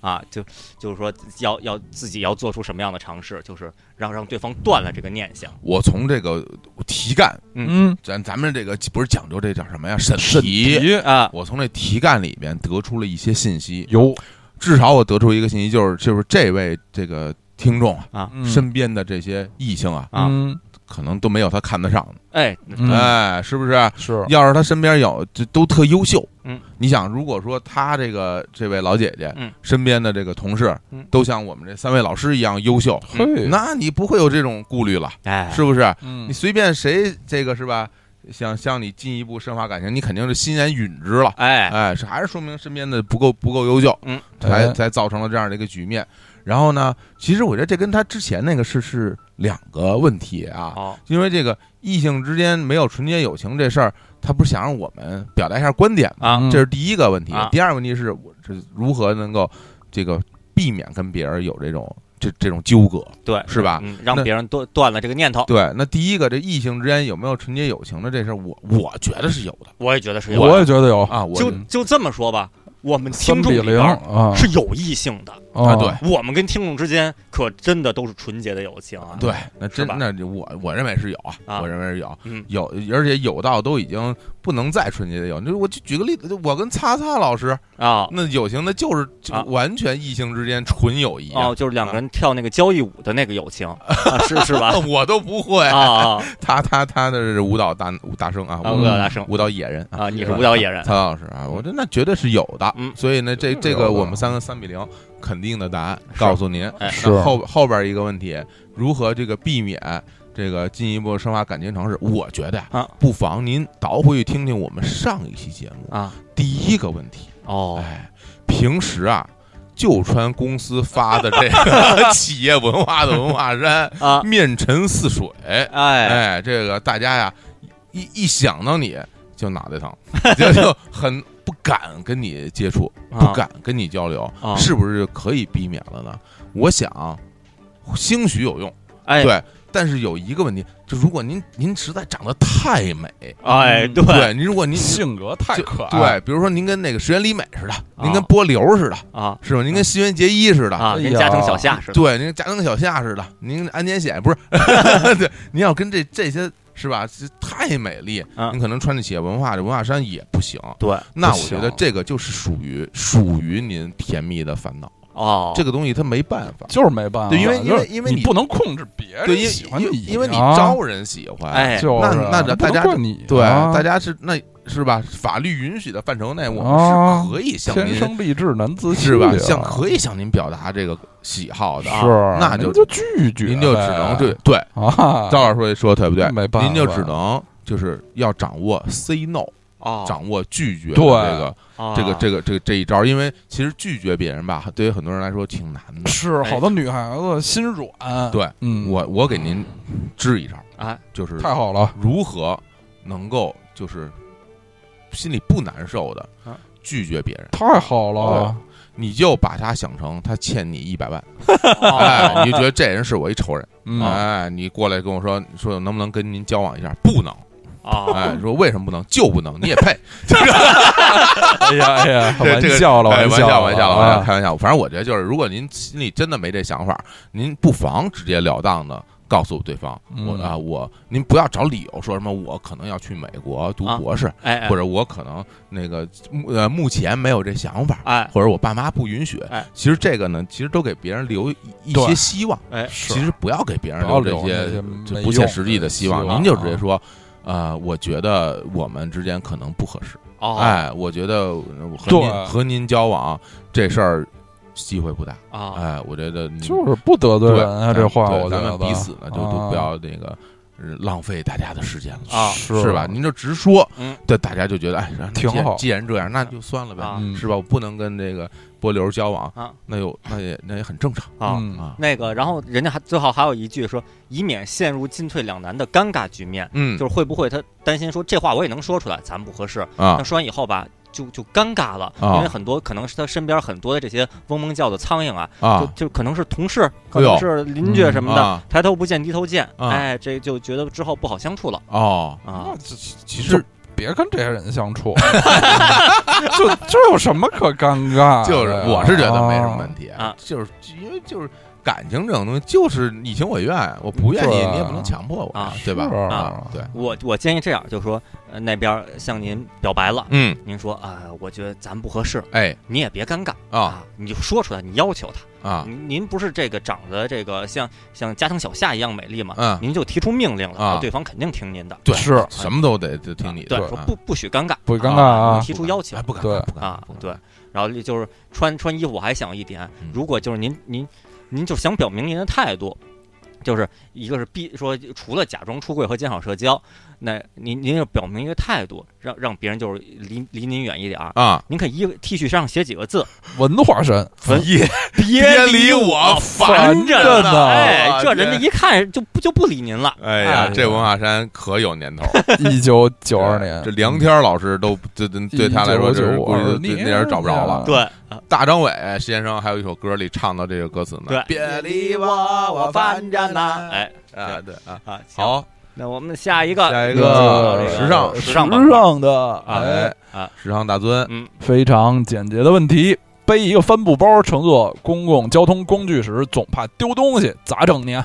Speaker 3: 啊，就就是说要要自己要做出什么样的尝试，就是让让对方断了这个念想。
Speaker 1: 我从这个题干，
Speaker 2: 嗯，
Speaker 1: 咱咱们这个不是讲究这叫什么呀？审
Speaker 2: 审题
Speaker 3: 啊，
Speaker 1: 我从这题干里边得出了一些信息，
Speaker 2: 有
Speaker 1: 至少我得出一个信息，就是就是这位这个听众啊，身边的这些异性啊，
Speaker 3: 啊
Speaker 2: 嗯
Speaker 1: 可能都没有他看得上的，
Speaker 3: 哎，
Speaker 2: 嗯
Speaker 1: 哎，是不是？
Speaker 2: 是
Speaker 1: 要是他身边有，这都特优秀。
Speaker 3: 嗯，
Speaker 1: 你想，如果说他这个这位老姐姐，
Speaker 3: 嗯，
Speaker 1: 身边的这个同事，
Speaker 3: 嗯
Speaker 1: 都像我们这三位老师一样优秀，
Speaker 2: 嘿，
Speaker 1: 那你不会有这种顾虑了，
Speaker 3: 哎，
Speaker 1: 是不是？
Speaker 2: 嗯
Speaker 1: 你随便谁这个是吧？想向你进一步深化感情，你肯定是心言允之了。
Speaker 3: 哎，
Speaker 1: 哎，是还是说明身边的不够不够优秀，
Speaker 3: 嗯，
Speaker 1: 才
Speaker 2: 哎
Speaker 1: 才造成了这样的一个局面。然后呢，其实我觉得这跟他之前那个是是两个问题啊，
Speaker 3: 哦，
Speaker 1: 因为这个异性之间没有纯洁友情这事儿，他不是想让我们表达一下观点吗？
Speaker 3: 啊
Speaker 2: 嗯
Speaker 1: 这是第一个问题
Speaker 3: 啊。
Speaker 1: 第二个问题是我这如何能够这个避免跟别人有这种这这种纠葛，
Speaker 3: 对，
Speaker 1: 是吧？
Speaker 3: 嗯，让
Speaker 1: 啊那
Speaker 3: 别人断断了这个念头，
Speaker 1: 对，那第一个这异性之间有没有纯洁友情的这事儿，我我觉得是有的
Speaker 3: 我也觉得是有
Speaker 2: 我
Speaker 3: 的。
Speaker 2: 也觉得有
Speaker 1: 啊，我
Speaker 3: 就就这么说吧，我们听
Speaker 2: 三
Speaker 3: 众
Speaker 2: 比
Speaker 3: 里
Speaker 2: 零
Speaker 3: 边儿
Speaker 2: 啊
Speaker 3: 是有异性的，
Speaker 1: 啊对
Speaker 3: 我们跟听众之间可真的都是纯洁的友情啊。
Speaker 1: 对，那真
Speaker 3: 吧
Speaker 1: 那我我认为是有
Speaker 3: 啊
Speaker 1: 我认为是有
Speaker 3: 嗯
Speaker 1: 有，而且有到都已经不能再纯洁的有。那我就举个例子，就我跟擦擦老师
Speaker 3: 啊，
Speaker 1: 那友情，那就是就
Speaker 3: 啊
Speaker 1: 完全异性之间纯友谊啊哦
Speaker 3: 哦，就是两个人跳那个交谊舞的那个 友情，啊、是是吧
Speaker 1: 那？ 我都不会
Speaker 3: 啊，啊
Speaker 1: 他他他的是舞蹈大大生啊，
Speaker 3: 啊！
Speaker 1: 舞
Speaker 3: 舞蹈大圣
Speaker 1: 舞蹈野人
Speaker 3: 啊，你是
Speaker 1: 嗯吧
Speaker 3: 舞蹈野人
Speaker 1: 曹老师啊，我觉得那绝对是有的。
Speaker 3: 嗯
Speaker 1: 所以呢，这
Speaker 2: 绝对
Speaker 1: 这
Speaker 2: 有
Speaker 1: 个
Speaker 2: 的
Speaker 1: 我们三个三比零肯定的答案告诉您。
Speaker 3: 哎
Speaker 2: 是
Speaker 1: 那后后边一个问题，如何这个避免这个进一步深化感情尝试？我觉得
Speaker 3: 啊，
Speaker 1: 不妨您倒回去听听我们上一期节目
Speaker 3: 啊！
Speaker 1: 第一个问题。
Speaker 3: 哦，
Speaker 1: 哎，平时啊。就穿公司发的这 个 企业文化的文化衫，
Speaker 3: 啊，
Speaker 1: 面沉似水。
Speaker 3: 哎，
Speaker 1: 哎，这个大家呀，一一想到你就脑 袋疼，就就很不敢跟你接触，
Speaker 3: 啊
Speaker 1: 不敢跟你交流，
Speaker 3: 啊
Speaker 1: 是不是可以避免了呢？我想，兴许有用，
Speaker 3: 哎，
Speaker 1: 对。但是有一个问题，就如果您您实在长得太美，
Speaker 3: 哎，
Speaker 2: 嗯
Speaker 3: 对，
Speaker 1: 对，您如果您
Speaker 2: 性格太
Speaker 1: 就
Speaker 2: 可爱
Speaker 1: 对，
Speaker 2: 了，
Speaker 1: 比如说您跟那个石原里美似的，您跟波流似的，
Speaker 3: 啊
Speaker 1: 是吧？您跟新垣结衣似的，
Speaker 3: 啊，
Speaker 2: 哎
Speaker 3: 跟
Speaker 2: 呀
Speaker 3: 家庭小夏似的，
Speaker 1: 对，您家庭小夏似的，您安检险 不是？对，您要跟这这些是吧？这太美丽，
Speaker 3: 嗯
Speaker 1: 您可能穿着企业文化这文化衫也不行。
Speaker 3: 对，
Speaker 1: 那
Speaker 2: 啊不
Speaker 1: 我觉得
Speaker 2: 行
Speaker 1: 这个就是属于属于您甜蜜的烦恼，
Speaker 3: 哦，
Speaker 1: 这个东西它没办法。
Speaker 2: 就是没办法，
Speaker 1: 对因为
Speaker 2: 就
Speaker 1: 因为
Speaker 2: 是
Speaker 1: 因为你
Speaker 2: 你不能控制别人
Speaker 1: 对，
Speaker 2: 喜欢
Speaker 1: 因因因为你
Speaker 2: 啊
Speaker 1: 招人喜欢，
Speaker 3: 哎
Speaker 2: 就是
Speaker 1: 那
Speaker 2: 啊
Speaker 1: 那这
Speaker 2: 不
Speaker 1: 大
Speaker 2: 能
Speaker 1: 家
Speaker 2: 怪你啊，
Speaker 1: 对，大家是那是吧？法律允许的范畴内，我们
Speaker 2: 啊
Speaker 1: 是可以向
Speaker 2: 天
Speaker 1: 您
Speaker 2: 生丽质难自弃
Speaker 1: 是吧？
Speaker 2: 啊
Speaker 1: 向可以向您表达这个喜好的，
Speaker 2: 是，
Speaker 1: 那就
Speaker 2: 您就拒绝呗，
Speaker 1: 您就只能对对
Speaker 2: 啊，
Speaker 1: 赵老师说的对不对？
Speaker 2: 没办法
Speaker 1: 您就只能就是要掌握 say no，
Speaker 3: 哦，
Speaker 1: 掌握拒绝的
Speaker 2: 对
Speaker 1: 这个
Speaker 3: 啊
Speaker 1: 这个这个这个这一招，因为其实拒绝别人吧，对于很多人来说挺难的。
Speaker 2: 是
Speaker 3: 哎
Speaker 2: 好多女孩子心软，
Speaker 1: 对，
Speaker 2: 嗯，
Speaker 1: 我我给您支一招，
Speaker 3: 啊，
Speaker 1: 就是
Speaker 2: 太好了，
Speaker 1: 如何能够就是心里不难受的
Speaker 3: 啊
Speaker 1: 拒绝别人，
Speaker 2: 太好了，啊
Speaker 1: 你就把他想成他欠你一百万，
Speaker 3: 哦
Speaker 1: 哎，你就觉得这人是我一仇人，
Speaker 2: 嗯，
Speaker 1: 哎，你过来跟我说说能不能跟您交往一下？不能，
Speaker 3: 哦，
Speaker 1: 哎，说为什么不能？就不能，你也配。
Speaker 2: 哎呀哎呀，
Speaker 1: 这
Speaker 2: 玩
Speaker 1: 这个
Speaker 2: 笑了，
Speaker 1: 哎玩笑
Speaker 2: 笑了，
Speaker 1: 玩笑了，玩笑，
Speaker 2: 啊
Speaker 1: 开玩笑。反正我觉得就是，如果您心里真的没这想法，您不妨直截了当的告诉对方，我
Speaker 2: 嗯
Speaker 1: 啊我，您不要找理由说什么我可能要去美国读
Speaker 2: 啊
Speaker 1: 博士，
Speaker 3: 哎，哎
Speaker 1: 或者我可能那个目呃目前没有这想法，
Speaker 3: 哎，
Speaker 1: 或者我爸妈不允许
Speaker 3: 哎。
Speaker 1: 其实这个呢，其实都给别人留一一
Speaker 2: 对
Speaker 1: 些希望。
Speaker 3: 哎，
Speaker 2: 啊是
Speaker 1: 其实不要给别人
Speaker 2: 不要
Speaker 1: 留这
Speaker 2: 留那
Speaker 1: 些
Speaker 2: 些
Speaker 1: 就
Speaker 2: 没
Speaker 1: 不切
Speaker 2: 用
Speaker 1: 实际的
Speaker 2: 的
Speaker 1: 希
Speaker 2: 希
Speaker 1: 望，
Speaker 2: 望
Speaker 1: 您就直接
Speaker 2: 啊
Speaker 1: 说。呃，我觉得我们之间可能不合适，
Speaker 3: 哦，
Speaker 1: 哎，我觉得呃和
Speaker 2: 对
Speaker 1: 您和您交往这事儿机会不大。
Speaker 3: 啊，
Speaker 1: 哎，我觉得你
Speaker 2: 就是不得罪
Speaker 1: 对
Speaker 2: 人啊，这话
Speaker 1: 咱
Speaker 2: 我觉
Speaker 1: 咱
Speaker 2: 得
Speaker 1: 们彼此呢就都
Speaker 2: 啊
Speaker 1: 不要那个呃浪费大家的时间了，
Speaker 3: 啊
Speaker 2: 是
Speaker 1: 是吧？您就直说
Speaker 3: 嗯，
Speaker 1: 对大家就觉得哎，那
Speaker 2: 挺
Speaker 1: 既然
Speaker 2: 好
Speaker 1: 既然这样，那就算了呗，
Speaker 3: 啊
Speaker 2: 嗯
Speaker 1: 是吧？我不能跟这个波流交往
Speaker 3: 啊，
Speaker 1: 那有那也那也很正常
Speaker 3: 啊。
Speaker 2: 嗯
Speaker 1: 啊。
Speaker 3: 那个，然后人家还最后还有一句说，以免陷入进退两难的尴尬局面，
Speaker 1: 嗯，
Speaker 3: 就是会不会他担心说这话我也能说出来，咱们不合适，
Speaker 1: 啊
Speaker 3: 那，说完以后吧，就就尴尬了，
Speaker 1: 啊
Speaker 3: 因为很多可能是他身边很多的这些嗡嗡叫的苍蝇啊，
Speaker 1: 啊
Speaker 3: 就就可能是同事，可
Speaker 1: 哎呦
Speaker 3: 能是邻居什么的，
Speaker 1: 啊
Speaker 3: 抬头不见低头见，
Speaker 1: 啊
Speaker 3: 哎，这就觉得之后不好相处了
Speaker 1: 哦，
Speaker 3: 啊。
Speaker 2: 这其实别跟这些人 相处， 就这有什么可尴尬的呀？
Speaker 1: 就是我是觉得没什么问
Speaker 2: 题。
Speaker 1: 题
Speaker 3: 啊，
Speaker 1: 就是因为就是感情这种东西，就是你情我愿，我不愿
Speaker 2: 对
Speaker 1: 意
Speaker 2: 啊
Speaker 1: 你也不能强迫我
Speaker 3: 啊，
Speaker 1: 对吧
Speaker 2: 是？
Speaker 1: 啊，对，
Speaker 3: 我我建议这样，就说呃那边向您表白了，
Speaker 1: 嗯，
Speaker 3: 您说啊、我觉得咱不合适，
Speaker 1: 哎
Speaker 3: 你也别尴尬
Speaker 1: 啊，
Speaker 3: 你就说出来，你要求他。
Speaker 1: 啊
Speaker 3: 您您不是这个长得这个像像家庭小夏一样美丽吗？
Speaker 1: 嗯
Speaker 3: 您就提出命令了，
Speaker 1: 啊
Speaker 3: 对方肯定听您的。
Speaker 1: 对，
Speaker 2: 是
Speaker 1: 什么都得得听你的，
Speaker 3: 对，说
Speaker 1: 啊
Speaker 3: 不不许尴尬，
Speaker 2: 不许尴尬啊
Speaker 3: 你提出要求
Speaker 1: 哎不敢，
Speaker 2: 对
Speaker 1: 不敢
Speaker 3: 啊
Speaker 1: 不，敢
Speaker 3: 对。然后就是穿穿衣服，我还想一点
Speaker 1: 嗯，
Speaker 3: 如果就是您您您就想表明您的态度，就是一个是必说除了假装出柜和减少社交，那您您要表明一个态度，让让别人就是离离您远一点儿。
Speaker 1: 啊，
Speaker 3: 您可以衣 T 恤上写几个字，
Speaker 2: 文 化神，
Speaker 3: 文
Speaker 1: 别
Speaker 3: 别
Speaker 1: 离我
Speaker 3: 烦
Speaker 2: 着
Speaker 3: 着
Speaker 2: 呢
Speaker 3: 哎，这
Speaker 1: 我
Speaker 3: 人家
Speaker 1: 天
Speaker 3: 一看就不就不理您了。
Speaker 1: 哎呀
Speaker 2: 哎，
Speaker 1: 这文化衫可有年头了。
Speaker 2: 一九九二年，
Speaker 1: 这梁天老师都对对对他来说，就是估计就那人找不着了。
Speaker 2: 啊
Speaker 3: 对，啊
Speaker 1: 大张伟先生还有一首歌里唱到这个歌词呢，
Speaker 3: 对
Speaker 1: 别理我，我烦着呢。
Speaker 3: 哎
Speaker 1: 啊，对啊，
Speaker 3: 啊，行，
Speaker 1: 好，
Speaker 3: 那我们下一个，嗯啊
Speaker 1: 下一
Speaker 2: 个
Speaker 1: 个时尚
Speaker 3: 时
Speaker 2: 时
Speaker 3: 尚板块
Speaker 2: 尚的，哎
Speaker 1: 哎，时尚大尊，
Speaker 3: 嗯，
Speaker 2: 非常简洁的问题。背一个帆布包乘坐公共交通工具时，总怕丢东西，咋整你？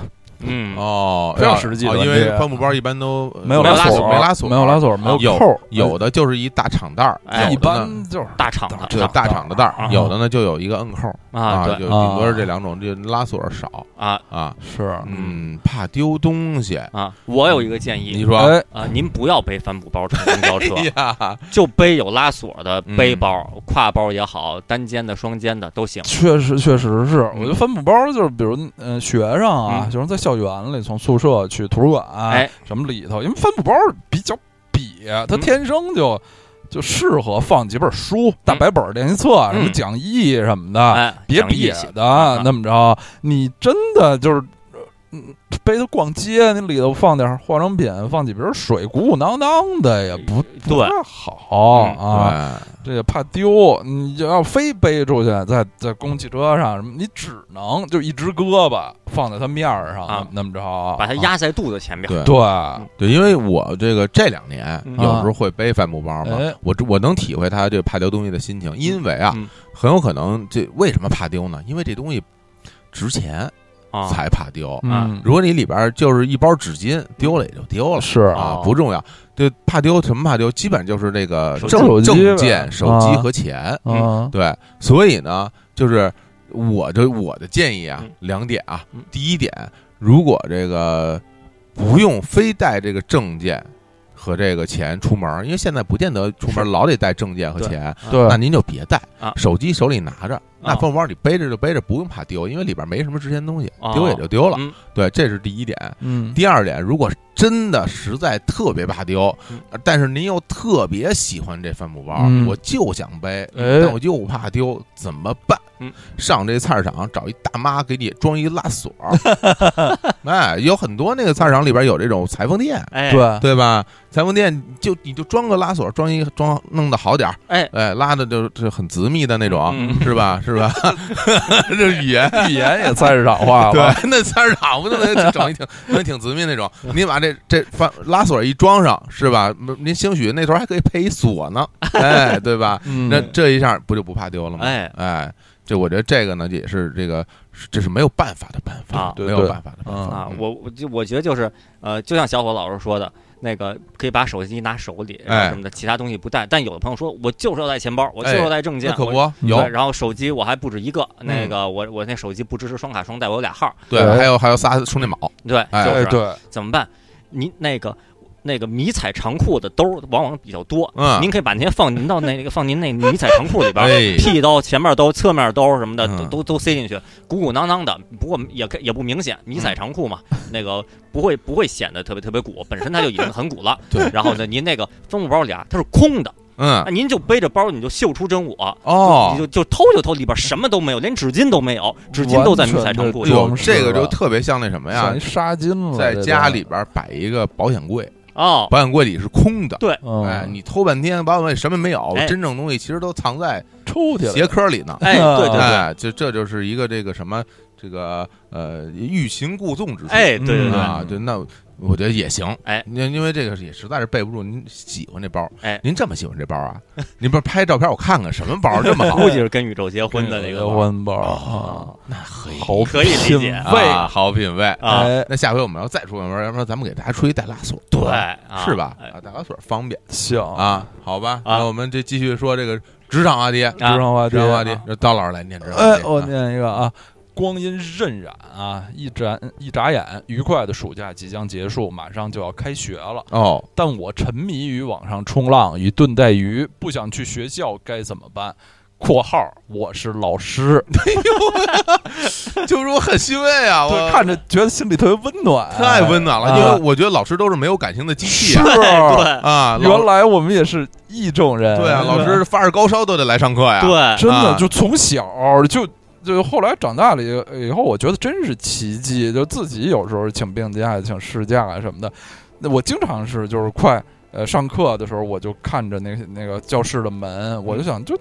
Speaker 3: 嗯，
Speaker 1: 哦，
Speaker 2: 非常实际的
Speaker 1: 哦
Speaker 2: 问
Speaker 1: 因
Speaker 2: 题
Speaker 1: 为帆布包一般都呃
Speaker 2: 有
Speaker 3: 没有
Speaker 2: 拉
Speaker 3: 拉
Speaker 2: 锁，
Speaker 3: 锁
Speaker 1: 没拉锁，
Speaker 2: 没有拉锁，没
Speaker 1: 有
Speaker 2: 扣儿，
Speaker 1: 有的就是一大厂袋儿，
Speaker 3: 哎
Speaker 2: 一
Speaker 1: 有的呢
Speaker 2: 般就是
Speaker 3: 大厂的
Speaker 1: 这大厂的袋儿，
Speaker 3: 啊
Speaker 1: 有的呢就有一个摁扣儿
Speaker 3: 啊，
Speaker 1: 就
Speaker 3: 对
Speaker 1: 顶多是这两种，就拉锁少
Speaker 3: 啊
Speaker 1: 啊，
Speaker 2: 是，
Speaker 1: 嗯，怕丢东西，
Speaker 3: 啊，我有一个建
Speaker 1: 你
Speaker 3: 议
Speaker 1: 说
Speaker 2: 哎，
Speaker 3: 啊，您不要背帆布包 乘公交车
Speaker 1: 哎，呀，嗯
Speaker 3: 就背有拉锁的背包，挎包也好，单肩的、双肩的都行。
Speaker 2: 确实，确实是。我觉得帆布包就是，比如，嗯、学生啊，
Speaker 3: 嗯
Speaker 2: 就是在校园里从宿舍去图书馆、啊
Speaker 3: 哎，嗯
Speaker 2: 什么里头，因为帆布包比较瘪，它天生就、就适合放几本书、大白本练习册、什么
Speaker 3: 嗯
Speaker 2: 讲义什么
Speaker 1: 啊
Speaker 2: 的，
Speaker 3: 哎，
Speaker 2: 别
Speaker 3: 讲义啊
Speaker 2: 瘪
Speaker 3: 气
Speaker 2: 的、那么着。你真的就是，嗯，背它逛街，那里头放点化妆品，放几瓶水，鼓鼓囊囊的也不不
Speaker 3: 对
Speaker 2: 太好、
Speaker 3: 嗯
Speaker 2: 啊。
Speaker 1: 对
Speaker 2: 这也怕丢，你就要非背出去，在在公汽车上什么，你只能就一只胳膊放在他面儿上，
Speaker 3: 啊
Speaker 2: 那么着，
Speaker 3: 把它
Speaker 2: 啊。
Speaker 3: 压在肚子前边。
Speaker 1: 对
Speaker 2: 对，
Speaker 1: 对，因为我这个这两年
Speaker 3: 嗯
Speaker 1: 有时候会背帆布包嘛
Speaker 3: 啊
Speaker 2: 哎，
Speaker 1: 我我能体会他这怕丢东西的心情，因为啊
Speaker 3: 嗯，
Speaker 1: 很有可能这为什么怕丢呢？因为这东西值钱
Speaker 3: 啊，
Speaker 1: 才怕丢。
Speaker 2: 嗯，
Speaker 1: 如果你里边就是一包纸巾，丢了也就丢了
Speaker 2: 是
Speaker 1: 啊
Speaker 3: 哦，
Speaker 1: 不重要。对，怕丢什么怕丢，基本就是那个
Speaker 3: 手机
Speaker 1: 证
Speaker 2: 手机呗
Speaker 1: 证件、手机
Speaker 2: 啊
Speaker 1: 和钱。
Speaker 3: 啊
Speaker 2: 嗯，
Speaker 1: 对，所以呢，就是我的我的建议啊
Speaker 3: 嗯，
Speaker 1: 两点啊
Speaker 3: 嗯。
Speaker 1: 第一点，如果这个不用非带这个证件和这个钱出门儿，因为现在不见得出门儿老得带证件和
Speaker 3: 对
Speaker 1: 钱，
Speaker 2: 对
Speaker 1: 那，您就别带
Speaker 3: 啊，
Speaker 1: 手机手里拿着，那
Speaker 3: 啊
Speaker 1: 放包里背着就背着，不用怕丢，因为里边没什么值钱东西
Speaker 3: 哦，
Speaker 1: 丢也就丢了
Speaker 3: 嗯。
Speaker 1: 对，这是第一点。
Speaker 2: 嗯，
Speaker 1: 第二点，如果真的实在特别怕丢
Speaker 3: 嗯，
Speaker 1: 呃但是您又特别喜欢这帆布包，
Speaker 2: 嗯
Speaker 1: 我就想背，
Speaker 2: 哎
Speaker 1: 但我就怕丢，怎么办？
Speaker 3: 嗯
Speaker 1: 上这菜市场找一大妈给你装一拉 锁，哎，有很多那个菜市场里边有这种裁缝店，
Speaker 3: 哎，
Speaker 2: 对，
Speaker 1: 对吧？裁缝店就你就装个拉锁，装一装弄得好点儿，
Speaker 3: 哎
Speaker 1: 哎，拉的就就很紧密的那种，
Speaker 3: 嗯
Speaker 1: 是吧？是吧？ 这语言
Speaker 2: 预言也菜市场 化
Speaker 1: 对
Speaker 2: 了，，
Speaker 1: 那菜市场不就能整一挺能挺直面那种？你把这这反拉锁一装上，是吧？您兴许那头还可以配一锁 呢，哎，对吧？
Speaker 2: 嗯，
Speaker 1: 那这一下不就不怕丢了吗？
Speaker 3: 哎
Speaker 1: 哎，这我觉得这个呢也是这个是这是没有办法的办
Speaker 3: 啊
Speaker 1: 法，
Speaker 2: 对
Speaker 1: 没有
Speaker 2: 对
Speaker 1: 办法的办
Speaker 2: 嗯
Speaker 1: 法
Speaker 3: 啊，我我就我觉得就是呃，就像小伙老师说的，那个可以把手机拿手里，然后
Speaker 1: 哎
Speaker 3: 什么的，其他东西不带。但有的朋友说，我就是要带钱包，我就是要带证件
Speaker 1: 那，可
Speaker 3: 我
Speaker 1: 不
Speaker 2: 嗯
Speaker 1: 有嗯
Speaker 3: 对，然后手机我还不止一个，那个我我那手机不支持双卡双待，我有俩号，
Speaker 1: 对，
Speaker 2: 哎
Speaker 1: 还有还有仨充电宝，
Speaker 3: 对，
Speaker 1: 哎
Speaker 3: 就
Speaker 2: 哎
Speaker 3: 是
Speaker 2: 对，
Speaker 3: 怎么办？您那个那个迷彩长裤的兜儿往往比较多，
Speaker 1: 嗯
Speaker 3: 您可以把那些放您到那个放您那迷彩长裤里边儿。
Speaker 1: 哎，
Speaker 3: 屁兜、前面兜、侧面兜什么的，都
Speaker 1: 嗯
Speaker 3: 都都塞进去，鼓鼓囊囊的。不过也可也不明显，迷
Speaker 1: 嗯
Speaker 3: 彩长裤嘛，那个不会不会显得特别特别鼓，本身它就已经很鼓了。
Speaker 1: 对
Speaker 3: 然后呢，您那个帆布包里啊，它是空的，
Speaker 1: 嗯
Speaker 3: 啊，您就背着包，你就秀出真我，
Speaker 1: 哦
Speaker 3: 你。就就偷就偷，里边什么都没有，连纸巾都没有，纸巾都在迷彩长裤
Speaker 1: 哎
Speaker 3: 里。
Speaker 2: 完全的
Speaker 1: 呦，这个就特别像那什么呀
Speaker 2: 像一？纱巾了，
Speaker 1: 在
Speaker 2: 这
Speaker 1: 家
Speaker 2: 都
Speaker 1: 里边摆一个保险柜，
Speaker 3: 哦，
Speaker 1: 保险柜里是空的。
Speaker 2: 嗯
Speaker 1: 哎，你偷半天，保险柜里什么没有
Speaker 3: 哎，
Speaker 1: 真正东西其实都藏在
Speaker 2: 抽起来
Speaker 1: 鞋壳里呢。
Speaker 3: 哎，对对 对，
Speaker 1: 哎，就这就是一个这个什么这个呃欲擒故纵之处。
Speaker 3: 哎，对对
Speaker 2: 嗯
Speaker 3: 对，
Speaker 1: 啊，对，那我觉得也行。
Speaker 3: 哎
Speaker 1: 因因为这个也实在是备不住您喜欢这包。
Speaker 3: 哎
Speaker 1: 您这么喜欢这包啊？您不是拍照片我看看什么包这么好？
Speaker 3: 估计是跟宇宙结婚的那
Speaker 2: 结
Speaker 3: 个
Speaker 2: 婚包
Speaker 1: 哦
Speaker 2: 啊，
Speaker 1: 那可以
Speaker 2: 好
Speaker 3: 可以理
Speaker 2: 品
Speaker 3: 解
Speaker 2: 味
Speaker 1: 啊，好品味。
Speaker 3: 啊，
Speaker 2: 哎，
Speaker 1: 那下回我们要再出门玩，要不然咱们给大家出一带拉锁，
Speaker 3: 对，啊
Speaker 1: 是吧？
Speaker 3: 哎哦
Speaker 1: 啊，带拉锁方便
Speaker 2: 行，
Speaker 1: 啊，好吧。
Speaker 3: 啊
Speaker 1: 那我们这继续说这个职场话题，
Speaker 2: 职场话
Speaker 1: 职
Speaker 2: 题
Speaker 1: 场话题
Speaker 2: 啊，
Speaker 1: 让刀老师来念职场话
Speaker 2: 哎，
Speaker 1: 题。
Speaker 3: 哦
Speaker 2: 我
Speaker 1: 啊
Speaker 2: 念一个啊，光阴荏苒啊，一眨一眨眼，愉快的暑假即将结束，马上就要开学了。
Speaker 1: 哦，
Speaker 2: 但我沉迷于网上冲浪与炖带鱼，不想去学校，该怎么办？（括号我是老师，
Speaker 1: 就是我很欣慰啊，
Speaker 2: 对，
Speaker 1: 我
Speaker 2: 看着觉得心里特别温暖，
Speaker 1: 太温暖了，
Speaker 2: 哎
Speaker 1: 因为我觉得老师都是没有感情的机器
Speaker 2: 是
Speaker 1: 啊。
Speaker 3: 对
Speaker 1: 啊，老
Speaker 2: 原来我们也是意中人，
Speaker 1: 对啊，
Speaker 2: 是吧
Speaker 1: 老 师发着高烧都得来上课呀。
Speaker 3: 对，
Speaker 2: 真的
Speaker 1: 啊
Speaker 2: 就从小就就后来长大了以以后，我觉得真是奇迹，就自己有时候请病假、请事假啊什么的，那我经常是就是快呃上课的时候，我就看着那那个教室的门，我就想就。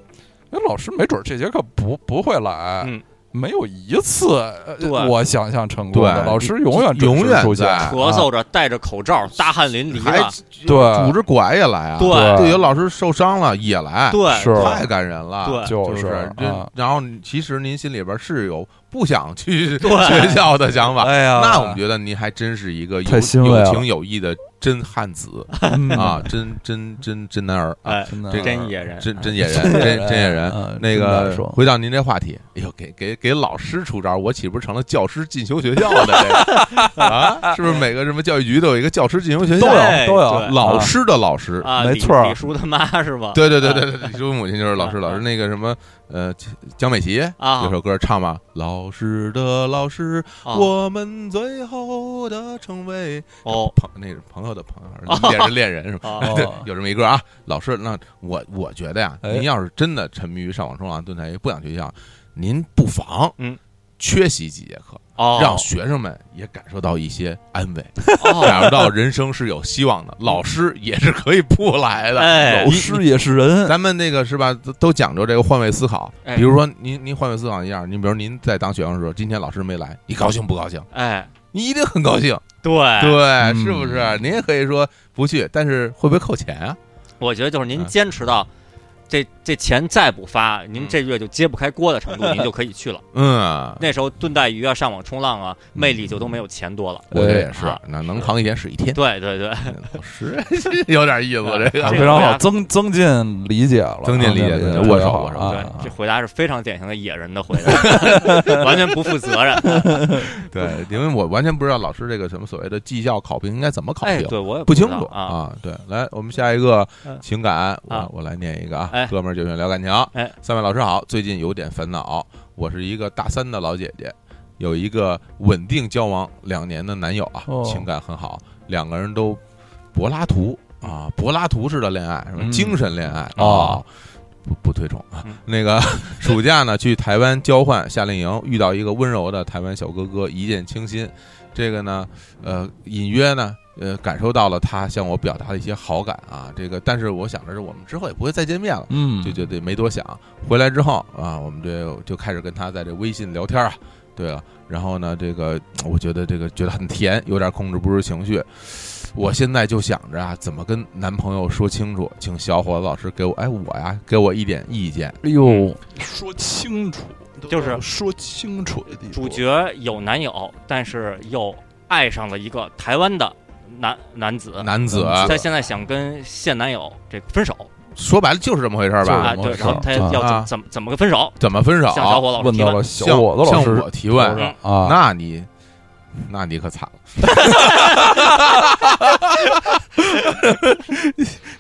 Speaker 2: 哎，老师没准这节课不不会来，
Speaker 3: 嗯
Speaker 2: 没有一次呃
Speaker 3: 对
Speaker 2: 我想象成功的。
Speaker 1: 对
Speaker 2: 老师永远准
Speaker 1: 永
Speaker 2: 时
Speaker 1: 远
Speaker 2: 出现
Speaker 1: 在
Speaker 3: 咳嗽着，戴着口罩，大汗淋漓
Speaker 1: 还
Speaker 3: 了，
Speaker 2: 对
Speaker 1: 拄着拐也来啊。
Speaker 3: 对
Speaker 1: 对，有老师受伤了也来，啊
Speaker 3: 对，
Speaker 2: 是
Speaker 3: 对
Speaker 1: 太感人了。
Speaker 3: 对
Speaker 2: 就
Speaker 1: 就是是
Speaker 2: 啊
Speaker 1: 这，然后其实您心里边是有不想去
Speaker 3: 对
Speaker 1: 学校的想法。
Speaker 2: 哎呀，
Speaker 1: 那我们觉得您还真是一个有
Speaker 2: 太欣慰了
Speaker 1: 有情有义的真汉子
Speaker 2: 觉
Speaker 3: 嗯
Speaker 2: 得
Speaker 1: 啊，，真真真真男儿啊，
Speaker 3: 哎，
Speaker 2: 嗯真的
Speaker 1: 这个
Speaker 3: 真野人，啊
Speaker 1: 真真野人，真真野人。
Speaker 2: 嗯
Speaker 1: 那
Speaker 2: 真的
Speaker 1: 个
Speaker 2: 说
Speaker 1: 回到您这话题，哎呦，给给给老师出招，我岂不是成了教师进修学校的这个 啊？是不是每个什么教育局都有一个教师进修学
Speaker 2: 都
Speaker 1: 校？
Speaker 2: 有
Speaker 3: 对
Speaker 2: 都
Speaker 3: 对
Speaker 2: 有
Speaker 1: 老
Speaker 2: 师。
Speaker 1: 师的老师，
Speaker 3: 啊，
Speaker 2: 没
Speaker 3: 李
Speaker 2: 错儿
Speaker 3: 李叔他妈是吗？
Speaker 1: 对对对对对，李叔母亲就是老师，
Speaker 3: 啊
Speaker 1: 老师那个什么呃，江美琪
Speaker 3: 啊
Speaker 1: 有首歌唱嘛，老师的老师，
Speaker 3: 啊
Speaker 1: 我们最后的称谓
Speaker 3: 哦
Speaker 1: 朋那是朋友的朋友， 还是恋人恋人是吧？
Speaker 3: 啊
Speaker 1: 对， 有这么一个啊，老师，那我我觉得呀，
Speaker 2: 哎
Speaker 1: 您要是真的沉迷于上网冲浪、蹲台，不想学校，您不妨
Speaker 3: 嗯
Speaker 1: 缺席几节课，
Speaker 3: 哦，
Speaker 1: 让学生们也感受到一些安 慰，
Speaker 3: 哦
Speaker 1: 感受到人生是有希望的，老师也是可以不来的。
Speaker 3: 哎
Speaker 2: 老师也是人，
Speaker 1: 咱们那个是吧，都都讲究这个换位思考。
Speaker 3: 哎
Speaker 1: 比如说，您您换位思考一下，您比如您在当学生的时候，今天老师没来，你高兴不高兴？
Speaker 3: 哎，
Speaker 1: 你一定很高兴，
Speaker 3: 对，
Speaker 1: 对，是
Speaker 3: 嗯
Speaker 1: 不是？您也可以说不去，但是会不会扣钱啊？
Speaker 3: 我觉得就是您
Speaker 1: 嗯
Speaker 3: 坚持到这这钱再不发，您
Speaker 1: 嗯
Speaker 3: 这月就揭不开锅的程度， 您就可以去了。
Speaker 1: 嗯，
Speaker 3: 那时候炖带鱼啊、上网冲浪啊，魅力就都没有钱多了。
Speaker 1: 我啊这也是
Speaker 3: 啊，
Speaker 1: 那能扛一天是一天。
Speaker 3: 对对对，
Speaker 1: 老 师有点意思，这个
Speaker 2: 啊
Speaker 3: 这
Speaker 2: 非
Speaker 3: 个
Speaker 2: 常
Speaker 3: 回
Speaker 2: 好，
Speaker 3: 答
Speaker 2: 增增进理解了，
Speaker 1: 增进理解
Speaker 2: 啊
Speaker 1: 增进握手
Speaker 2: 好
Speaker 1: 握手
Speaker 2: 啊
Speaker 3: 对
Speaker 2: 啊，
Speaker 3: 这回答是非常典型的野人的回 答，完全不负责任。
Speaker 1: 对，因为我完全不知道老师这个什么所谓的绩效考评应该怎么考
Speaker 3: 哎，
Speaker 1: 评，
Speaker 3: 对我也
Speaker 1: 不
Speaker 3: 知
Speaker 1: 清
Speaker 3: 道
Speaker 1: 楚
Speaker 3: 啊。
Speaker 1: 啊。对，来，我们下一个
Speaker 3: 嗯
Speaker 1: 情感，
Speaker 3: 啊
Speaker 1: 我我来念一个啊
Speaker 3: 哎，
Speaker 1: 哥们儿就想聊感情啊。
Speaker 3: 哎
Speaker 1: 三位老师好，最近有点烦恼，我是一个大三的老姐姐，有一个稳定交往两年的男友啊
Speaker 2: 哦，
Speaker 1: 情感很好，两个人都柏拉图啊，柏拉图式的恋爱，什么
Speaker 2: 嗯
Speaker 1: 精神恋爱啊。
Speaker 2: 哦
Speaker 1: 不不推崇啊
Speaker 3: 嗯！
Speaker 1: 那 个暑假呢，去台湾交换夏令营，遇到一个温柔的台湾小哥哥，一见倾心。这个呢，呃，隐约呢，呃，感受到了他向我表达的一些好感啊。这个，但是我想着是我们之后也不会再见面了，
Speaker 2: 嗯，
Speaker 1: 就觉得没多想。回来之后啊，我们这就开始跟他在这微信聊天啊。对了，然后呢，这个我觉得这个觉得很甜，有点控制不住情绪。我现在就想着啊，怎么跟男朋友说清楚，请小伙子老师给我，哎，我呀，给我一点意见。
Speaker 2: 哎呦，说清楚，
Speaker 3: 就是
Speaker 2: 说清楚的地方
Speaker 3: 主角有男友，但是又爱上了一个台湾的男男子，
Speaker 2: 嗯
Speaker 1: 男子啊
Speaker 2: 男
Speaker 3: 她现在想跟现男友这分手
Speaker 1: 说白了就是这么回事儿
Speaker 2: 就
Speaker 1: 吧
Speaker 2: 是
Speaker 3: 啊，
Speaker 2: 怎？么
Speaker 3: 对，
Speaker 2: 回事
Speaker 3: 然后她要怎
Speaker 1: 啊
Speaker 3: 么怎么怎么个分手？
Speaker 1: 怎么分手？
Speaker 3: 向小伙老师
Speaker 2: 问
Speaker 3: 提
Speaker 2: 到了
Speaker 3: 问，
Speaker 2: 小伙子老
Speaker 1: 向
Speaker 2: 师
Speaker 1: 我提问，
Speaker 3: 嗯
Speaker 2: 啊，
Speaker 1: 那你，那你可惨了。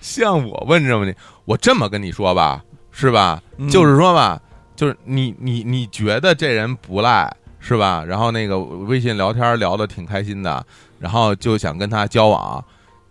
Speaker 1: 像我问这么你，我这么跟你说吧，是吧？
Speaker 2: 嗯
Speaker 1: 就是说吧，就是你你你觉得这人不赖是吧？然后那个微信聊天聊的挺开心的，然后就想跟他交往，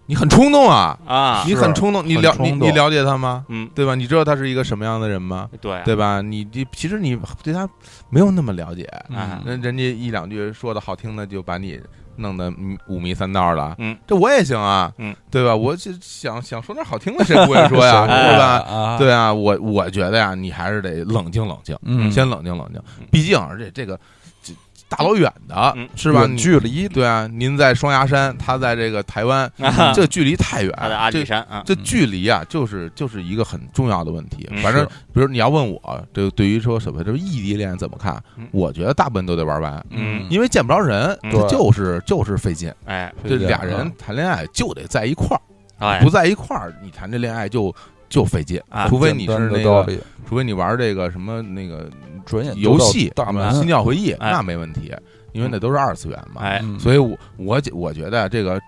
Speaker 1: 你很冲动啊，
Speaker 3: 啊，
Speaker 1: 你很冲动，你
Speaker 2: 很
Speaker 1: 了
Speaker 2: 冲
Speaker 1: 你
Speaker 2: 动
Speaker 1: 你了解他吗？
Speaker 3: 嗯，
Speaker 1: 对吧？你知道他是一个什么样的人吗？
Speaker 3: 对啊，
Speaker 1: 对吧？你你其实你对他没有那么了解，
Speaker 2: 嗯
Speaker 3: 啊
Speaker 1: 那人家一两句说的好听的就把你弄得五迷三道的，
Speaker 3: 嗯，
Speaker 1: 这我也行啊，
Speaker 3: 嗯，
Speaker 1: 对吧？我就想想说点好听的，谁不会说呀，
Speaker 3: 哎
Speaker 1: 是吧？
Speaker 2: 啊，
Speaker 1: 对啊，我我觉得呀，你还是得冷静冷静，
Speaker 2: 嗯
Speaker 1: 先冷静冷静
Speaker 3: 嗯，
Speaker 1: 毕竟而且这个这大老远的
Speaker 3: 嗯，
Speaker 1: 是吧？
Speaker 2: 远
Speaker 1: 你
Speaker 2: 距离
Speaker 1: 对啊，您在双崖山，他在这个台湾，
Speaker 3: 啊
Speaker 1: 这距离太远
Speaker 3: 他的阿，
Speaker 1: 这
Speaker 3: 里山啊，
Speaker 1: 这
Speaker 2: 嗯
Speaker 1: 距离啊，就是就是一个很重要的问题
Speaker 3: 嗯。
Speaker 1: 反正
Speaker 2: 是
Speaker 1: 比如你要问我，这个对于说什么这个异地恋怎么看
Speaker 3: 嗯，
Speaker 1: 我觉得大部分都得玩完，
Speaker 3: 嗯
Speaker 1: 因为见不着人，
Speaker 3: 嗯
Speaker 1: 他
Speaker 2: 对
Speaker 1: 就是就是费劲。
Speaker 3: 哎
Speaker 1: 这俩人谈恋爱就得在一块儿，
Speaker 3: 哎，
Speaker 1: 不在一块儿，你谈这恋爱就就费劲
Speaker 3: 啊。
Speaker 1: 除非你是那
Speaker 2: 简单的道
Speaker 1: 个，
Speaker 2: 理
Speaker 1: 除非你玩这个什么那个
Speaker 2: 转眼
Speaker 1: 游戏
Speaker 2: 大
Speaker 1: 什么心
Speaker 2: 门，
Speaker 1: 跳回忆，
Speaker 3: 哎嗯
Speaker 1: 那没问题，因为那都是二次元嘛。
Speaker 3: 哎，
Speaker 2: 嗯
Speaker 1: 所以我，我觉我觉得这个，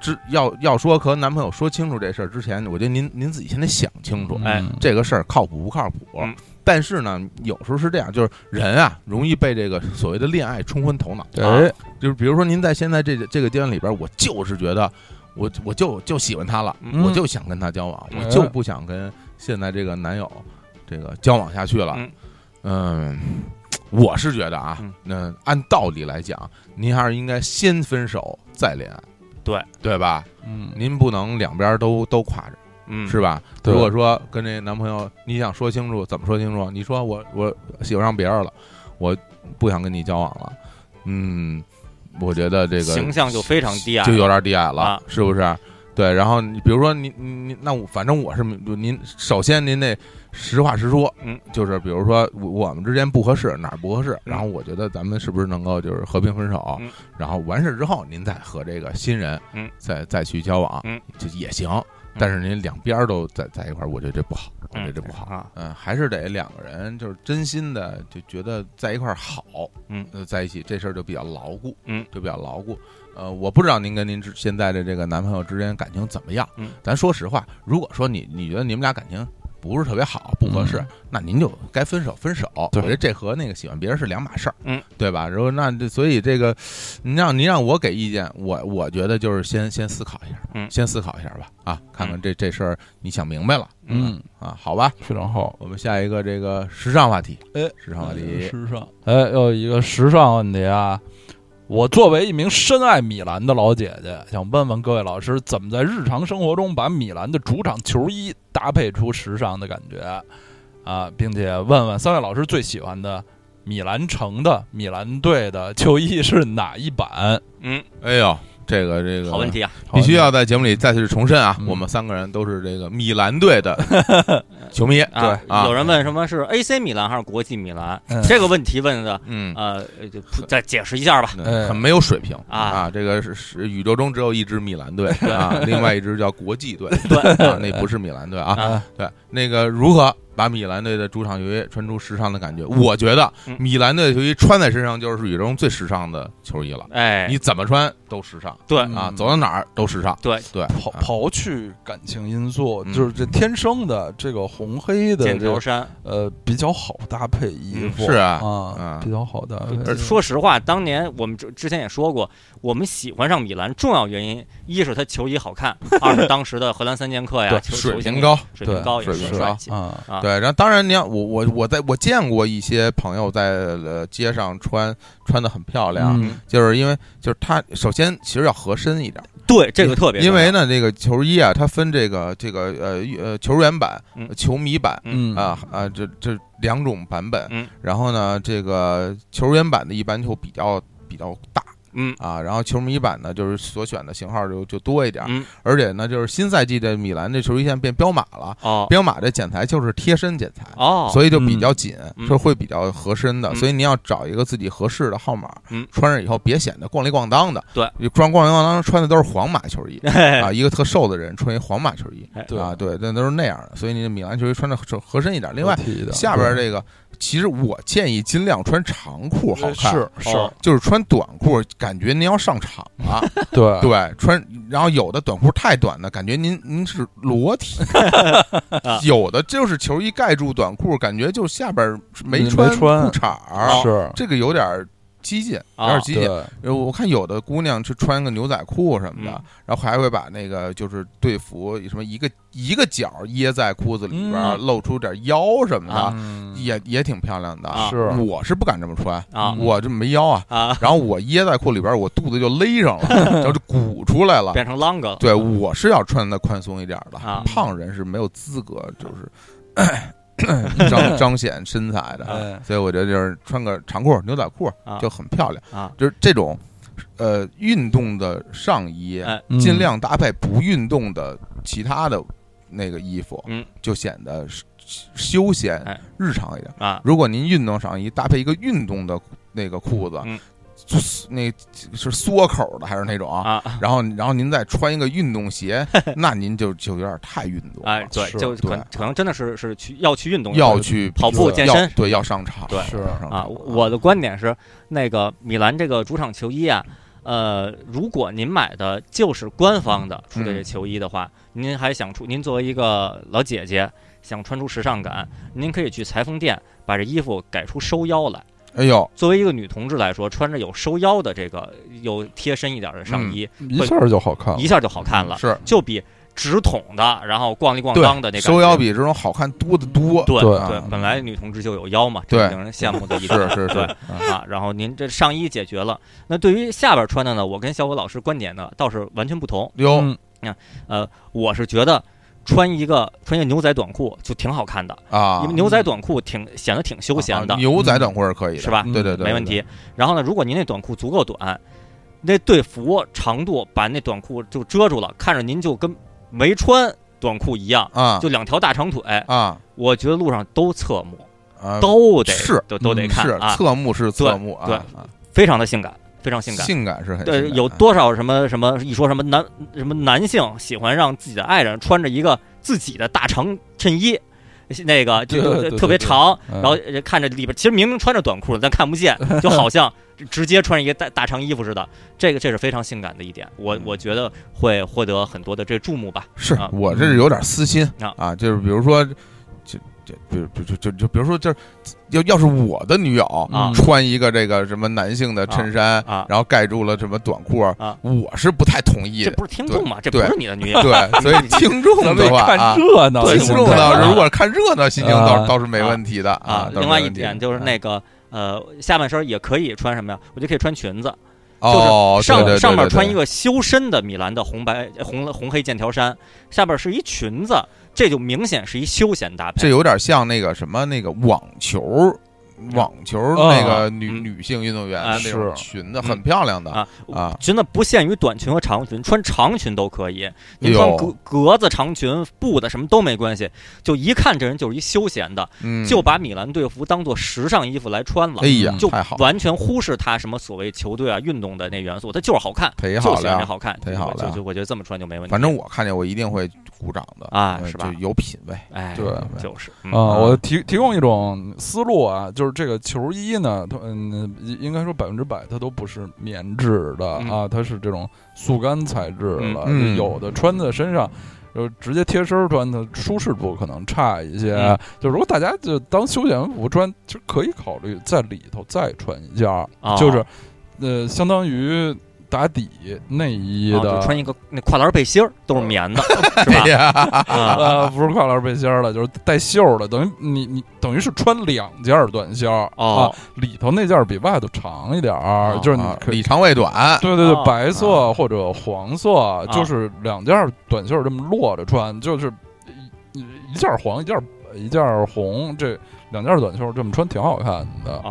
Speaker 1: 之要要说和男朋友说清楚这事儿之前，我觉得您您自己先得想清楚、
Speaker 3: 哎
Speaker 2: 嗯
Speaker 1: 这个事儿靠谱不靠谱。
Speaker 3: 嗯
Speaker 1: 但是呢，有时候是这样，就是人啊，容易被这个所谓的恋爱冲昏头脑。
Speaker 2: 哎，
Speaker 1: 就是比如说，您在现在这个这个阶段里边，我就是觉得我我就就喜欢他了，
Speaker 2: 嗯
Speaker 1: 我就想跟他交往，
Speaker 3: 嗯
Speaker 1: 我就不想跟现在这个男友这个交往下去了。
Speaker 3: 嗯
Speaker 1: 嗯。我是觉得啊
Speaker 3: 嗯，
Speaker 1: 那按道理来讲，您还是应该先分手再恋爱，
Speaker 3: 对
Speaker 1: 对吧？
Speaker 2: 嗯，
Speaker 1: 您不能两边都都挎着，
Speaker 3: 嗯，
Speaker 1: 是吧？
Speaker 2: 对
Speaker 1: 如果说跟这男朋友你想说清楚，怎么说清楚？你说我我喜欢上别人了，我不想跟你交往了，嗯，我觉得这个
Speaker 3: 形象就非常低矮，
Speaker 1: 就有点低矮了，
Speaker 3: 啊
Speaker 1: 是不是？对，然后你比如说你你你那我反正我是您，首先您得实话实说，
Speaker 3: 嗯，
Speaker 1: 就是比如说我我们之间不合适哪儿不合适，
Speaker 3: 嗯
Speaker 1: 然后我觉得咱们是不是能够就是和平分手，
Speaker 3: 嗯
Speaker 1: 然后完事之后您再和这个新人，
Speaker 3: 嗯，
Speaker 1: 再再去交往，
Speaker 3: 嗯，
Speaker 1: 就也行，但是您两边儿都在在一块儿，我觉得这不好，我觉得这不好。
Speaker 3: 啊，
Speaker 1: 嗯，还是得两个人就是真心的就觉得在一块儿好，
Speaker 3: 嗯
Speaker 1: 呃，在一起这事儿就比较牢固，
Speaker 3: 嗯，
Speaker 1: 就比较牢固。呃，我不知道您跟您之现在的这个男朋友之间感情怎么样，
Speaker 3: 嗯，
Speaker 1: 咱说实话，如果说你你觉得你们俩感情不是特别好，不合适，
Speaker 2: 嗯
Speaker 1: 那您就该分手分手。我
Speaker 2: 对
Speaker 1: 觉得这和那个喜欢别人是两码事儿，
Speaker 3: 嗯，
Speaker 1: 对吧？然后那这所以这个，您让您让我给意见，我我觉得就是先先思考一下，
Speaker 3: 嗯
Speaker 1: 先思考一下吧，啊，看看这这事儿你想明白了，
Speaker 2: 嗯，
Speaker 1: 啊，好吧。
Speaker 2: 非常好。
Speaker 1: 我们下一个这个时尚话题，
Speaker 2: 哎，
Speaker 1: 时尚话题，
Speaker 2: 时尚，哎，又一个时尚问题啊！我作为一名深爱米兰的老姐姐，想问问各位老师，怎么在日常生活中把米兰的主场球衣搭配出时尚的感觉啊？并且问问三位老师最喜欢的米兰城的米兰队的球衣是哪一版？
Speaker 3: 嗯，
Speaker 1: 哎呦，这个这个
Speaker 3: 好问，题啊，
Speaker 1: 必须要在节目里再次重申啊！
Speaker 2: 嗯
Speaker 1: 我们三个人都是这个米兰队的 球迷，
Speaker 3: 啊
Speaker 1: 对啊
Speaker 3: 有人问什么是 AC 米兰还是国际米兰
Speaker 2: 嗯？
Speaker 3: 这个问题问的，
Speaker 1: 嗯，
Speaker 3: 呃，就不再解释一下吧。
Speaker 2: 哎
Speaker 1: 很没有水平
Speaker 3: 啊
Speaker 1: 啊！这个是是宇宙中只有一支米 兰队啊，另外一支叫国际队
Speaker 3: 对
Speaker 1: 啊，那不是米兰队啊。
Speaker 2: 啊，
Speaker 1: 对，那个如何把米兰队的主场球衣穿出时尚的感觉？我觉得
Speaker 3: 嗯
Speaker 1: 米兰队的球衣穿在身上就是宇宙中最时尚的球衣了，
Speaker 3: 哎，
Speaker 1: 你怎么穿都时尚
Speaker 3: 对
Speaker 1: 啊，
Speaker 2: 嗯
Speaker 1: 走到哪儿都时尚。
Speaker 3: 对
Speaker 1: 对，
Speaker 2: 刨
Speaker 1: 啊
Speaker 2: 刨去感情因素，
Speaker 1: 嗯
Speaker 2: 就是这天生的这个红黑的
Speaker 3: 剑
Speaker 2: 这
Speaker 3: 条
Speaker 2: 个
Speaker 3: 衫。
Speaker 2: 呃比较好搭配衣服，
Speaker 1: 嗯是啊
Speaker 2: 啊
Speaker 1: 嗯
Speaker 2: 比较好搭配。
Speaker 3: 而说实话，当年我们之之前也说过，我们喜欢上米兰，重要原因一是他球衣好看，二是当时的荷兰三剑 客呀，
Speaker 2: 对
Speaker 3: 啊球
Speaker 1: 水
Speaker 3: 球星
Speaker 1: 平
Speaker 3: 也
Speaker 1: 高，
Speaker 3: 水平
Speaker 2: 对
Speaker 3: 高也
Speaker 1: 水平
Speaker 3: 是
Speaker 1: 高
Speaker 3: 帅气。
Speaker 2: 啊，
Speaker 3: 啊
Speaker 1: 对，然后当然你要我我我在我见过一些朋友在呃街上穿穿的很漂亮，
Speaker 2: 嗯
Speaker 1: 就是因为就是他首先其实要合身一点，
Speaker 3: 对，这个特别
Speaker 1: 因为
Speaker 3: 重要
Speaker 1: 呢这个球衣啊它分这个这个呃呃球员版、
Speaker 3: 嗯
Speaker 1: 球迷版
Speaker 2: 嗯
Speaker 1: 啊啊这这两种版本，
Speaker 3: 嗯
Speaker 1: 然后呢这个球员版的一般就比较比较大
Speaker 3: 嗯
Speaker 1: 啊，然后球迷版呢就是所选的型号就就多一点，
Speaker 3: 嗯
Speaker 1: 而且呢就是新赛季的米兰这球衣现在变彪马了，
Speaker 3: 哦
Speaker 1: 彪马这剪裁就是贴身剪裁。
Speaker 3: 哦，
Speaker 1: 所以就比较紧，
Speaker 3: 嗯
Speaker 1: 是会比较合身的。
Speaker 3: 嗯
Speaker 1: 所以你要找一个自己合适的号码，
Speaker 3: 嗯
Speaker 1: 穿上以后别显得咣里咣当的。
Speaker 3: 对，
Speaker 1: 穿咣里咣当穿的都是皇马球 衣
Speaker 3: 哎
Speaker 1: 啊，一个特瘦的人穿一皇马球衣
Speaker 3: 哎
Speaker 2: 对
Speaker 1: 啊，对，那都是那样的。所以你米兰球衣穿着合合身一点。另外，下边这个其实我建议尽量穿长裤好看，
Speaker 2: 是是，
Speaker 3: 哦
Speaker 1: 就是穿短裤感觉您要上场了、
Speaker 2: 对
Speaker 1: 对，穿然后有的短裤太短的，感觉您您是裸体； 有的就是球衣盖住短裤，感觉就下边儿没
Speaker 2: 没
Speaker 1: 穿
Speaker 2: 穿
Speaker 3: 哦
Speaker 1: 裤衩儿，啊
Speaker 2: 是
Speaker 1: 这个有点儿激进，有
Speaker 3: 啊
Speaker 1: 点激进。
Speaker 2: 对
Speaker 1: 呃我看有的姑娘是穿个牛仔裤什么的，
Speaker 3: 嗯
Speaker 1: 然后还会把那个就是队服什么一个一个角掖在裤子里边儿，
Speaker 2: 嗯
Speaker 1: 露出点腰什么的，
Speaker 2: 嗯
Speaker 1: 啊也也挺漂亮的。
Speaker 3: 啊
Speaker 2: 是
Speaker 1: 我是不敢这么穿，
Speaker 3: 啊
Speaker 2: 嗯
Speaker 1: 我这没腰啊。
Speaker 3: 啊，
Speaker 1: 然后我掖在裤里边儿，我肚子就勒 上了，然后就鼓出来了。
Speaker 3: 变成啷个了
Speaker 1: 对，我是要穿的宽松一点儿的，
Speaker 3: 啊
Speaker 1: 胖人是没有资格就是咳咳 彰彰显身材的。
Speaker 2: 哎
Speaker 1: 所以我觉得就是穿个长裤、牛仔裤
Speaker 3: 啊
Speaker 1: 就很漂亮
Speaker 3: 啊
Speaker 1: 就是这种，呃，运动的上衣
Speaker 3: 哎
Speaker 2: 嗯
Speaker 1: 尽量搭配不运动的其他的那个衣服，
Speaker 3: 嗯，
Speaker 1: 就显得休休闲
Speaker 3: 哎、
Speaker 1: 日常一点。
Speaker 3: 啊
Speaker 1: 如果您运动上衣搭配一个运动的那个裤子
Speaker 3: 嗯，
Speaker 1: 就是那是缩口的还是那种啊？
Speaker 3: 啊
Speaker 1: 然后，然后您再穿一个运动 鞋，那您就就有点太运动
Speaker 3: 哎
Speaker 1: 了，，
Speaker 3: 对，
Speaker 2: 是
Speaker 3: 就可
Speaker 1: 对
Speaker 3: 可能真的是是去要去运动一下
Speaker 1: 要去
Speaker 3: 跑步
Speaker 1: 对
Speaker 3: 健
Speaker 1: 要
Speaker 3: 身
Speaker 1: 对，要上场，
Speaker 3: 对
Speaker 2: 是
Speaker 1: 要上场
Speaker 3: 啊，我我的观点是，那个米兰这个主场球衣啊，呃，如果您买的就是官方
Speaker 1: 嗯
Speaker 3: 的出的这球衣的话，您还想出，您作为一个老姐姐想穿出时尚感，您可以去裁缝店把这衣服改出收腰来。
Speaker 1: 哎呦，
Speaker 3: 作为一个女同志来说，穿着有收腰的这个有贴身一点的上衣，
Speaker 2: 嗯一下就好
Speaker 1: 嗯
Speaker 2: 看了
Speaker 3: 一下就好看了，
Speaker 1: 是
Speaker 3: 就比直筒的，然后咣里咣当的
Speaker 1: 对，
Speaker 3: 那个
Speaker 1: 收腰比这种好看多得多，
Speaker 3: 对
Speaker 2: 对
Speaker 1: 啊
Speaker 3: 本来女同志就有腰嘛，这
Speaker 1: 对
Speaker 3: 是令人羡慕的一点。
Speaker 1: 是是是
Speaker 3: 对
Speaker 1: 啊
Speaker 3: 啊，然后您这上衣解决了，那对于下边穿的呢，我跟小伙老师观点呢倒是完全不同。
Speaker 1: 哟，
Speaker 2: 嗯
Speaker 3: 呃，我是觉得穿一个穿一个牛仔短裤就挺好看的，
Speaker 1: 啊
Speaker 3: 因为，牛仔短裤挺显得挺休闲的
Speaker 1: 啊，牛仔短裤是可以的，
Speaker 3: 是吧
Speaker 1: 对对对，
Speaker 3: 没问题。然后呢，如果您那短裤足够短，那队服长度把那短裤就遮住了，看着您就跟没穿短裤一样，
Speaker 1: 啊
Speaker 3: 就两条大长腿，
Speaker 1: 啊
Speaker 3: 我觉得路上都侧目，
Speaker 1: 啊，
Speaker 3: 都得
Speaker 1: 是
Speaker 3: 都都得
Speaker 2: 嗯
Speaker 3: 看
Speaker 1: 是
Speaker 3: 啊，
Speaker 1: 侧目是侧目啊，
Speaker 3: 对
Speaker 1: 啊
Speaker 3: 非常的性感，非常性感。
Speaker 1: 性感是很性
Speaker 3: 对，
Speaker 1: 感的啊
Speaker 3: 有多少什么什么一说什么男什么男性喜欢让自己的爱人穿着一个自己的大长衬衣，那个就
Speaker 2: 对对
Speaker 3: 就
Speaker 2: 对
Speaker 3: 特别
Speaker 2: 对
Speaker 3: 长，
Speaker 2: 嗯
Speaker 3: 然后呃看着里边其实明明穿着短裤，但看 不见，就好像直接穿着一个大大长衣服似的。这个这是非常性感的一点，我
Speaker 1: 嗯
Speaker 3: 我觉得会获得很多的这注目吧。
Speaker 1: 是
Speaker 3: 啊
Speaker 1: 我这是有点私心
Speaker 3: 啊
Speaker 1: 啊，就是比如说，就就就就就就就比如说，就是要要是我的女友
Speaker 3: 啊
Speaker 1: 穿一个这个什么男性的衬衫
Speaker 3: 啊啊，
Speaker 1: 然后盖住了什么短裤
Speaker 3: 啊，
Speaker 1: 我是不太同意
Speaker 3: 这
Speaker 1: 的。
Speaker 3: 不是听众嘛？这不
Speaker 1: 对啊
Speaker 3: 是你的女友。
Speaker 1: 对，所以听众的
Speaker 2: 咱们
Speaker 1: 话啊
Speaker 2: 看，热闹，
Speaker 1: 听
Speaker 2: 现
Speaker 1: 众
Speaker 2: 在
Speaker 1: 倒
Speaker 3: 呢
Speaker 1: 是 如果看热闹，心情倒
Speaker 2: 啊
Speaker 1: 倒是没问题的啊
Speaker 3: 啊。，
Speaker 1: 倒是
Speaker 3: 另外
Speaker 1: 没
Speaker 3: 一
Speaker 1: 问题
Speaker 3: 点就是
Speaker 1: 啊
Speaker 3: 那个呃，下半身也可以穿什么呀？我就可以穿裙子，
Speaker 1: 哦，
Speaker 3: 上
Speaker 1: 对对对
Speaker 3: 上面
Speaker 1: 对
Speaker 3: 穿一
Speaker 1: 对
Speaker 3: 个修身的米兰的红白呃红红黑剑条衫，下边是一裙子，这就明显是一休闲搭
Speaker 1: 这
Speaker 3: 配。
Speaker 1: 有点像那个什么那个网球。网球那个女
Speaker 3: 嗯
Speaker 1: 女性运动员
Speaker 3: 啊
Speaker 1: 那种
Speaker 2: 是
Speaker 1: 裙子很漂亮的
Speaker 3: 啊
Speaker 1: 啊，
Speaker 3: 裙子不限于短裙和长裙，穿长裙都可以。你穿
Speaker 1: 哟
Speaker 3: 格格子长裙、布的什么都没关系，就一看这人就是一休闲的，
Speaker 1: 嗯，
Speaker 3: 就把米兰队服当做时尚衣服来穿了
Speaker 1: 哎，呀，
Speaker 3: 就
Speaker 1: 太好了，
Speaker 3: 完全忽视他什么所谓球队啊、运动的那元素，他就是好看，
Speaker 1: 忒
Speaker 3: 就
Speaker 1: 好
Speaker 3: 喜
Speaker 1: 了
Speaker 3: 欢这
Speaker 1: 呀，
Speaker 3: 好看，
Speaker 1: 忒好了
Speaker 3: 就就我觉得这么穿就没问题。
Speaker 1: 反正我看见我一定会鼓掌的
Speaker 3: 啊
Speaker 1: 嗯
Speaker 3: 是吧
Speaker 1: 就有品位，
Speaker 3: 哎，
Speaker 2: 对
Speaker 3: 就是嗯
Speaker 2: 啊，
Speaker 1: 嗯
Speaker 2: 我提提供一种思路啊，就是这个球衣呢，它嗯，应该说百分之百它都不是棉质的
Speaker 3: 嗯
Speaker 2: 啊，它是这种速干材质的，
Speaker 1: 嗯嗯
Speaker 2: 有的穿在身上。就直接贴身儿穿的舒适度可能差一些，
Speaker 3: 嗯
Speaker 2: 就如果大家就当休闲服穿，其实可以考虑在里头再穿一件儿，
Speaker 3: 啊
Speaker 2: 就是呃，相当于打底内衣
Speaker 3: 啊
Speaker 2: 的，
Speaker 3: 就穿一个那跨栏背心儿，都是棉的，是吧
Speaker 1: 哎？呀，
Speaker 3: 啊
Speaker 2: 呃，不是跨栏背心儿了，就是带袖儿的，等于你你等于是穿两件儿短袖儿、啊，
Speaker 3: 哦
Speaker 2: 里头那件儿比外头长一点儿，
Speaker 3: 哦
Speaker 2: 就是你
Speaker 1: 啊
Speaker 2: 可以。
Speaker 1: 里长啊胃短，
Speaker 2: 对对
Speaker 3: 哦
Speaker 2: 对，白色或者黄色，
Speaker 1: 啊
Speaker 2: 就是两件儿短袖儿这么落着穿，就是一一件儿黄，一件儿一件儿红，这两件儿短袖儿这么穿挺好看的
Speaker 3: 哦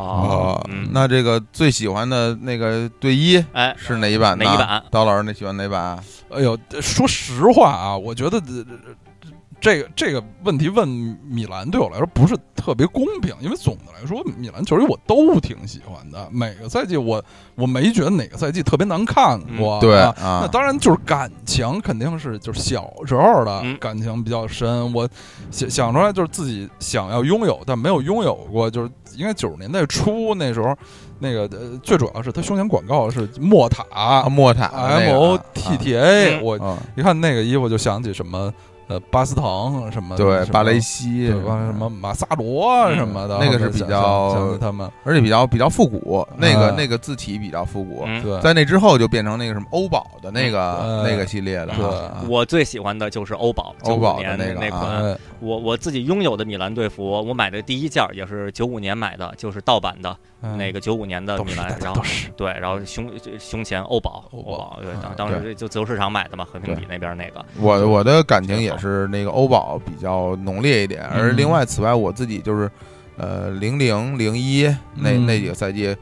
Speaker 1: 哦
Speaker 3: 嗯，
Speaker 1: 那这个最喜欢的那个队医
Speaker 3: 哎，
Speaker 1: 是哪一版呢？
Speaker 3: 哪一版
Speaker 1: 刀老师，你喜欢哪版？啊
Speaker 2: 哎呦，说实话啊，我觉得这这个这个问题问米兰对我来说不是特别公平，因为总的来说，米兰球衣我都挺喜欢的，每个赛季我我没觉得哪个赛季特别难看过、
Speaker 1: 对
Speaker 2: 啊
Speaker 1: 啊
Speaker 2: 那，当然就是感情，肯定是就是小时候的
Speaker 3: 嗯
Speaker 2: 感情比较深。我想想出来就是自己想要拥有，但没有拥有过，就是应该九十年代初那时候，那个呃最主要是他胸前广告是莫塔
Speaker 1: 啊莫塔
Speaker 2: M O T T
Speaker 1: 啊
Speaker 2: A，
Speaker 3: 嗯
Speaker 2: 我
Speaker 1: 啊
Speaker 2: 一看那个衣服就想起什么。呃巴斯滕什么
Speaker 1: 对，
Speaker 2: 什么
Speaker 1: 巴雷西嗯
Speaker 2: 对吧？什么马萨罗什么的，
Speaker 1: 嗯那个是比
Speaker 2: 想
Speaker 1: 较
Speaker 2: 想想起他们
Speaker 1: 而且比较比较复古，那
Speaker 2: 啊
Speaker 1: 个那个字体比较复古。
Speaker 3: 嗯，
Speaker 2: 对
Speaker 1: 在那之后就变成那个什么欧宝的那个
Speaker 2: 嗯
Speaker 1: 那个系列的
Speaker 2: 对
Speaker 1: 啊，
Speaker 3: 我最喜欢的就是欧宝，
Speaker 1: 欧宝的
Speaker 3: 95
Speaker 1: 那
Speaker 3: 年
Speaker 1: 个
Speaker 3: 那
Speaker 1: 啊
Speaker 3: 款。
Speaker 2: 哎
Speaker 3: 我我自己拥有的米兰队服，我买的第一件儿也是九五年买的，就是盗版的
Speaker 2: 哎
Speaker 3: 那个九五年的
Speaker 2: 都
Speaker 3: 米
Speaker 2: 是
Speaker 3: 兰
Speaker 2: 大，家
Speaker 3: 然
Speaker 2: 都
Speaker 3: 后
Speaker 2: 是
Speaker 3: 对，然后胸胸前欧宝，
Speaker 2: 欧
Speaker 3: 欧
Speaker 2: 宝
Speaker 3: 宝，对
Speaker 2: 嗯，
Speaker 3: 当当时就自由市场买的嘛，和平里那边那个，
Speaker 1: 我我的感情也是那个欧宝比较浓烈一点，而另外此外我自己就是，呃，零零零一那
Speaker 2: 嗯
Speaker 1: 那几个赛季，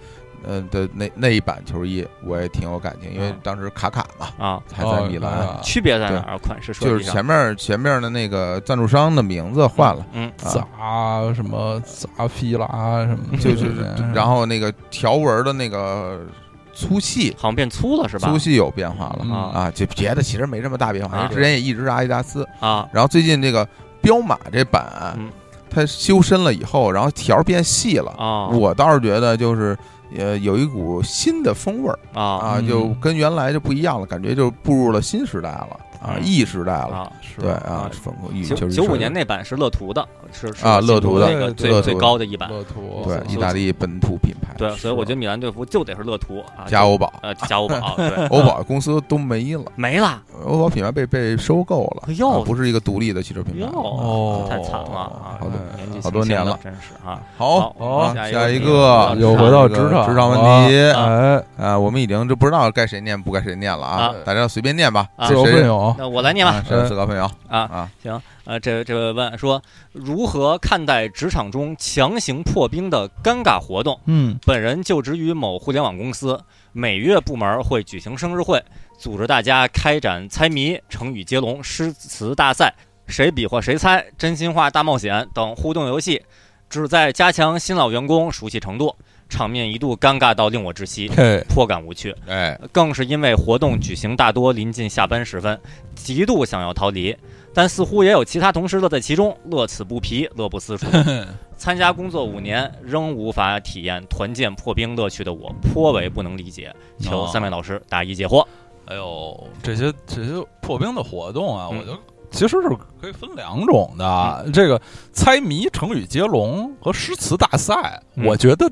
Speaker 1: 呃的那那一版球衣我也挺有感情，因为
Speaker 3: 嗯
Speaker 1: 当时卡卡嘛
Speaker 3: 啊，
Speaker 1: 还在米兰，
Speaker 2: 哦
Speaker 3: 区别在哪儿？款式设
Speaker 1: 就
Speaker 3: 计
Speaker 1: 是
Speaker 3: 上
Speaker 1: 前面前面的那个赞助商的名字换了，，
Speaker 3: 嗯，
Speaker 1: 啊
Speaker 2: 扎什么扎菲拉什么的，
Speaker 1: 就就是
Speaker 2: 对对
Speaker 1: 然后那个条纹的那个粗细
Speaker 3: 好像变粗了是吧？
Speaker 1: 粗细有变化了
Speaker 2: 嗯
Speaker 3: 啊
Speaker 1: 啊，就别的其实没什么大变化，因
Speaker 3: 啊
Speaker 1: 为之前也一直是阿迪达斯，
Speaker 3: 啊，
Speaker 1: 然后最近这个彪马这版
Speaker 3: 嗯，
Speaker 1: 它修身了以后，然后条儿变细了。
Speaker 3: 啊
Speaker 1: 我倒是觉得就是，呃，有一股新的风味儿
Speaker 3: 啊
Speaker 1: 啊，
Speaker 2: 嗯
Speaker 1: 就跟原来就不一样了，感觉就步入了新时代了啊，
Speaker 3: 嗯
Speaker 1: 异时代了。
Speaker 3: 啊！
Speaker 2: 是
Speaker 1: 对啊，风格异
Speaker 3: 九
Speaker 1: 就是
Speaker 3: 九五年
Speaker 1: 那
Speaker 3: 那版是乐途的，是是
Speaker 1: 啊
Speaker 3: 我记
Speaker 1: 乐途
Speaker 2: 的
Speaker 3: 得那个
Speaker 1: 乐
Speaker 3: 最
Speaker 1: 途的
Speaker 3: 最高的一版，
Speaker 2: 乐途
Speaker 1: 对
Speaker 3: 所以
Speaker 1: 意大利本土品牌
Speaker 3: 对，所以我觉
Speaker 2: 得
Speaker 3: 得米兰队服就得是乐途啊，
Speaker 1: 加欧宝，
Speaker 3: 呃加欧宝，对，
Speaker 1: 欧宝公司都没了，
Speaker 3: 没了，
Speaker 1: 欧宝品牌被被收购了
Speaker 3: 哎，呦哎
Speaker 1: 啊不是一个独立的汽车品牌
Speaker 3: 哟，
Speaker 1: 了。
Speaker 2: 哦
Speaker 3: 太惨了啊！
Speaker 1: 好的
Speaker 3: 年纪
Speaker 1: 好多
Speaker 3: 轻
Speaker 1: 年
Speaker 3: 轻的
Speaker 1: 了
Speaker 3: 真是啊。
Speaker 1: 好，
Speaker 2: 好
Speaker 1: 啊
Speaker 3: 下
Speaker 1: 下
Speaker 3: 一
Speaker 1: 一
Speaker 3: 个
Speaker 1: 个
Speaker 2: 又回到职场
Speaker 1: 职场问题
Speaker 2: 哎，
Speaker 1: 啊，我们已经就不知道该谁念不该谁念了
Speaker 3: 啊
Speaker 1: 啊，大家随便念吧，
Speaker 3: 啊
Speaker 2: 自由
Speaker 1: 谁
Speaker 2: 奔涌，
Speaker 3: 那我来念吧
Speaker 1: 啊，谁是高朋友
Speaker 3: 啊
Speaker 1: 啊，
Speaker 3: 行，呃，这这位问说，如何看待职场中强行破冰的尴尬活动？
Speaker 2: 嗯
Speaker 3: 本人就职于某互联网公司，每月部门会举行生日会，组织大家开展猜谜、成语接龙、诗词大赛、谁比划谁猜、真心话大冒险等互动游戏，旨在加强新老员工熟悉程度。场面一度尴尬到令我窒息，
Speaker 2: 嘿，
Speaker 3: 颇感无趣。
Speaker 1: 哎，
Speaker 3: 更是因为活动举行大多临近下班时分，极度想要逃离，但似乎也有其他同事乐在其中，乐此不疲，乐不思 蜀。参加工作五年，仍无法体验团建破冰乐趣的我，颇为不能理解。求
Speaker 2: 哦
Speaker 3: 三位老师答疑解惑。
Speaker 2: 哎呦，这些这些破冰的活动啊，
Speaker 3: 嗯
Speaker 2: 我就其实是可以分两种的。这个猜谜、成语接龙和诗词大赛，
Speaker 3: 嗯
Speaker 2: 我觉得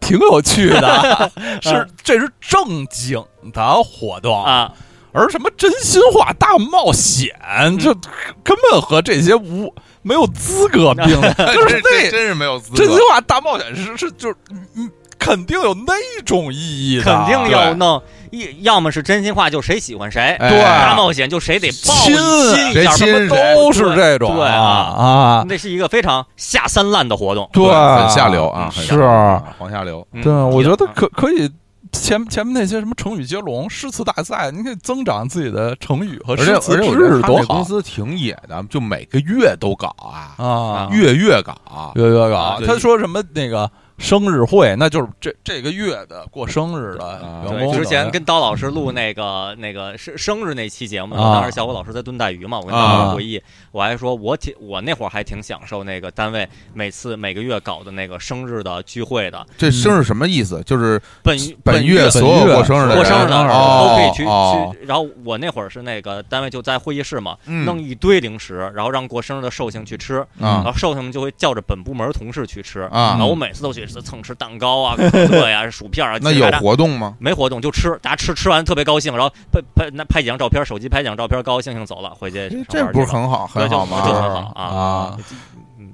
Speaker 2: 挺有趣 的，是这是正经的活动。
Speaker 3: 啊，
Speaker 2: 而什么真心话大冒险，
Speaker 3: 嗯
Speaker 2: 这根本和这些无没有资格并 列，就
Speaker 1: 真
Speaker 2: 是
Speaker 1: 是
Speaker 2: 那
Speaker 1: 真真是没有资
Speaker 2: 真心
Speaker 1: 格。
Speaker 2: 话大冒险是是就是嗯嗯，肯定有那种意义的，
Speaker 3: 肯定
Speaker 1: 有
Speaker 3: 要弄一，要么是真心话，就谁喜欢谁；
Speaker 1: 哎
Speaker 3: 大冒险就谁得抱
Speaker 2: 亲
Speaker 3: 亲一
Speaker 1: 谁
Speaker 3: 下
Speaker 1: 亲
Speaker 3: 什么都。
Speaker 2: 都是这种
Speaker 3: 对
Speaker 2: 啊啊，
Speaker 3: 那是一个非常下三滥的活动。
Speaker 2: 对，
Speaker 1: 很下流啊，很下流
Speaker 2: 是，
Speaker 1: 往下流。
Speaker 3: 嗯
Speaker 2: 对，我觉得
Speaker 3: 啊
Speaker 2: 可可以。前前面那些什么成语接龙、诗词大赛，你可以增长自己的成语和
Speaker 1: 而且
Speaker 2: 诗词
Speaker 1: 而且，
Speaker 2: 知
Speaker 1: 我觉
Speaker 2: 识，
Speaker 1: 得他
Speaker 2: 多
Speaker 1: 们公
Speaker 2: 好
Speaker 1: 司挺野的，就每个月都搞啊，
Speaker 2: 啊！嗯
Speaker 1: 月月搞啊。
Speaker 2: 月月
Speaker 1: 啊
Speaker 2: 稿，
Speaker 1: 对
Speaker 2: 他说什么那个生日会，那就是这这个月的过生日的
Speaker 1: 啊
Speaker 2: 员
Speaker 3: 对，
Speaker 2: 工
Speaker 3: 之前
Speaker 2: 等于
Speaker 3: 跟刀老师录那个那个生生日那期节目，
Speaker 2: 啊
Speaker 3: 当时小虎老师在炖带鱼嘛，我跟
Speaker 1: 啊
Speaker 3: 大家回忆，我还说我挺我那会儿还挺享受那个单位每次每个月搞的那个生日的聚会的，
Speaker 1: 这生日什么意思？就是
Speaker 3: 本
Speaker 1: 本
Speaker 3: 月
Speaker 1: 月所有
Speaker 2: 本月
Speaker 1: 过生日的人
Speaker 3: 过生日的
Speaker 2: 人
Speaker 3: 都可以
Speaker 1: 哦
Speaker 3: 去
Speaker 1: 哦，
Speaker 3: 去，然后我那会儿是那个单位就在会议室嘛，
Speaker 1: 嗯
Speaker 3: 弄一堆零食，然后让过生日的寿星去吃，然
Speaker 1: 啊
Speaker 3: 后寿星们就会叫着本部门同事去吃。然
Speaker 1: 啊
Speaker 3: 后，我每次都去蹭吃蛋糕啊、 可乐呀、薯片啊，
Speaker 1: 那
Speaker 3: 叽里
Speaker 1: 有
Speaker 3: 呱啦
Speaker 1: 活动吗？
Speaker 3: 没活动就吃，大家吃吃完特别高兴，然后拍拍那拍几张照片，手机拍几张照片，高高兴兴走了，回
Speaker 1: 这
Speaker 3: 去上
Speaker 1: 哎这
Speaker 3: 班
Speaker 1: 不是
Speaker 3: 去了
Speaker 1: 很好
Speaker 3: 对
Speaker 1: 很好吗？
Speaker 3: 就就很好啊嗯
Speaker 2: 啊，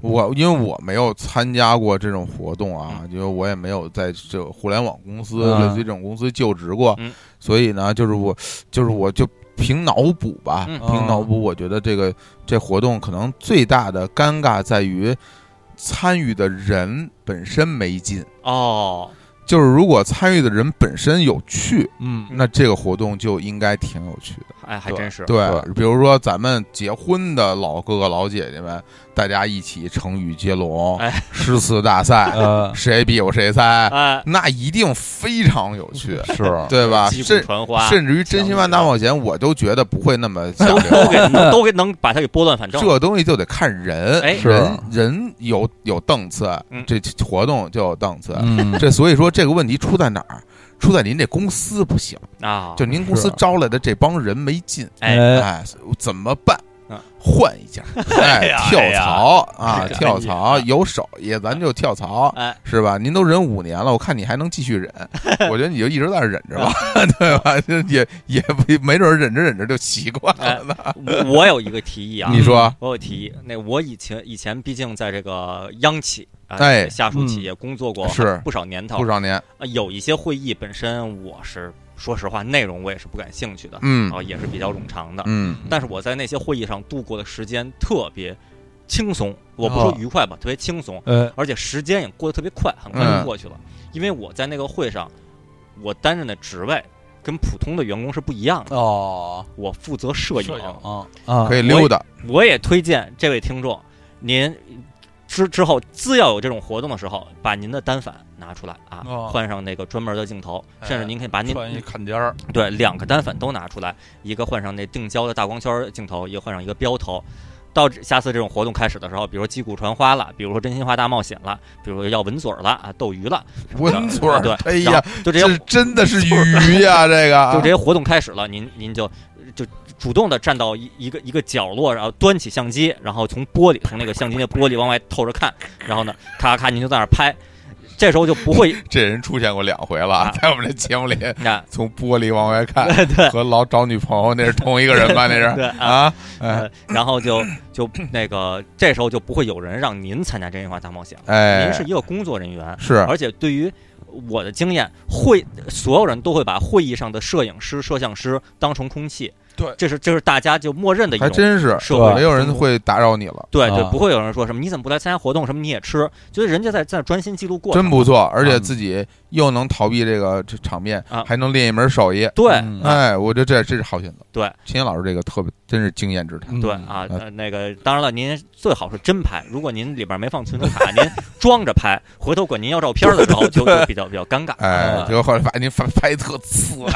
Speaker 1: 我因为我没有参加过这种活动啊，因为我也没有在这互联网公司、
Speaker 2: 嗯
Speaker 1: 类似于这种公司就职过，
Speaker 3: 嗯
Speaker 1: 所以呢，就是我就是我就凭脑补吧，
Speaker 3: 嗯
Speaker 1: 凭脑补，我觉得这个这活动可能最大的尴尬在于参与的人本身没劲。
Speaker 3: 哦，
Speaker 1: 就是如果参与的人本身有趣，
Speaker 2: 嗯
Speaker 1: 那这个活动就应该挺有趣的。
Speaker 3: 哎，还真是
Speaker 1: 对，
Speaker 2: 对
Speaker 1: 比如说咱们结婚的老哥哥老姐姐们，大家一起成语接龙、
Speaker 3: 哎
Speaker 1: 诗词大 赛，
Speaker 2: 呃，
Speaker 1: 谁比我谁猜，
Speaker 3: 哎，
Speaker 1: 那一定非常有趣
Speaker 2: 是
Speaker 1: 对吧？
Speaker 3: 击鼓
Speaker 1: 啊甚
Speaker 3: 传花，
Speaker 1: 甚至于真心话大冒险，我都觉得不会那么 下
Speaker 3: 都
Speaker 1: 流。
Speaker 3: 给能都给能把它给拨乱反 正，
Speaker 1: 这东西就得看人，
Speaker 3: 哎
Speaker 1: 人人有有档次
Speaker 3: 嗯，
Speaker 1: 这活动就有档次。
Speaker 2: 嗯
Speaker 1: 这所以说这个问题出在哪儿？出在您这公司不行，
Speaker 3: 啊，
Speaker 1: 就您公司
Speaker 2: 是
Speaker 1: 招来的这帮人没劲，
Speaker 3: 哎
Speaker 1: 哎，怎么办？
Speaker 3: 啊
Speaker 1: 换一家，
Speaker 3: 哎
Speaker 1: 哎
Speaker 3: 呀，
Speaker 1: 跳
Speaker 3: 哎呀
Speaker 1: 槽啊，
Speaker 3: 哎呀
Speaker 1: 跳槽有手艺，咱就跳槽，
Speaker 3: 哎，
Speaker 1: 是吧？您都忍五年了，我看你还能继续 忍，我觉得你就一直在那忍着吧， 对吧？这也也不没准忍着忍着就习惯
Speaker 3: 哎
Speaker 1: 了。
Speaker 3: 我我有一个提议啊，
Speaker 1: 啊你说
Speaker 3: 我有提议。那我以前以前毕竟在这个央企啊，
Speaker 1: 哎
Speaker 3: 下属企业工作过
Speaker 1: 是
Speaker 3: 不少年头，
Speaker 1: 不少年，
Speaker 3: 啊有一些会议本身我是说实话内容我也是不感兴趣的，
Speaker 1: 嗯
Speaker 3: 然后也是比较冗长的。
Speaker 1: 嗯，
Speaker 3: 但是我在那些会议上度过的时间特别轻松，我不说
Speaker 2: 哦
Speaker 3: 愉快吧，特别轻松，
Speaker 2: 呃，
Speaker 3: 而且时间也过得特别快，很快
Speaker 1: 嗯
Speaker 3: 就过去了。因为我在那个会上，我担任的职位跟普通的员工是不一样的，
Speaker 2: 哦，
Speaker 3: 我负责摄
Speaker 2: 摄
Speaker 3: 影。
Speaker 2: 影啊啊，
Speaker 1: 可以溜达，
Speaker 3: 我也推荐这位听众，您之之后自要有这种活动的时候，把您的单反拿出来啊，
Speaker 2: 哦
Speaker 3: 换上那个专门的镜头，
Speaker 2: 哎
Speaker 3: 甚至您可以把您
Speaker 2: 穿一坎肩儿，
Speaker 3: 对两个单反都拿出来，一个换上那定焦的大光圈镜头，一个换上一个标头。到这下次这种活动开始的时候，比如说击鼓传花了，比如说真心话大冒险了，比如说要吻嘴儿了啊，斗鱼了，
Speaker 1: 温嘴儿
Speaker 3: 对，
Speaker 1: 哎
Speaker 3: 然
Speaker 1: 呀
Speaker 3: 后，就这
Speaker 1: 这
Speaker 3: 些
Speaker 1: 真的是鱼 呀，这个啊
Speaker 3: 就这些活动开始了，您您就就主动的站到一一个一个角落，然后端起相机，然后从玻璃从那个相机那玻璃往外透着看，然后呢，咔咔您就在那儿拍，这时候就不会
Speaker 1: 这人出现过两回了啊，
Speaker 3: 啊
Speaker 1: 在我们这节目 里，
Speaker 3: 啊，
Speaker 1: 从玻璃往外看，
Speaker 3: 对对
Speaker 1: 和老找女朋友那是同一个人吧？那是
Speaker 3: 对啊。
Speaker 1: 啊，哎
Speaker 3: 呃， 然后就就那个，这时候就不会有人让您参加真心话大冒险了。呃您
Speaker 1: 哎，
Speaker 3: 是一个工作人员，
Speaker 1: 是
Speaker 3: 而且对于我的经验，会所有人都会把会议上的摄影师、摄像师当成空气，
Speaker 2: 对
Speaker 3: 这是这是大家就默认的一
Speaker 1: 还
Speaker 3: 种
Speaker 1: 真是
Speaker 3: 社会
Speaker 1: 没有人
Speaker 3: 分工
Speaker 1: 会打扰你了，
Speaker 3: 对对
Speaker 2: 啊，
Speaker 3: 不会有人说什么你怎么不来参加活动，什么你也吃，就是人家在在专心记录过程。
Speaker 1: 真不错，而且自己又能逃避这个这场面
Speaker 3: 嗯啊，
Speaker 1: 还能练一门手艺，
Speaker 3: 对、
Speaker 2: 嗯
Speaker 1: 哎，我觉得这这是好选择。
Speaker 3: 对，
Speaker 1: 秦岩老师这个特别真是经验之谈，
Speaker 2: 嗯
Speaker 3: 对啊，
Speaker 1: 哎
Speaker 3: 呃那个当然了，您最好是真拍，如果您里边没放存储卡，您装着拍，回头管您要照片的时候就就比较比较尴尬。
Speaker 1: 哎
Speaker 3: 啊，
Speaker 1: 结果后来发现您拍拍特次，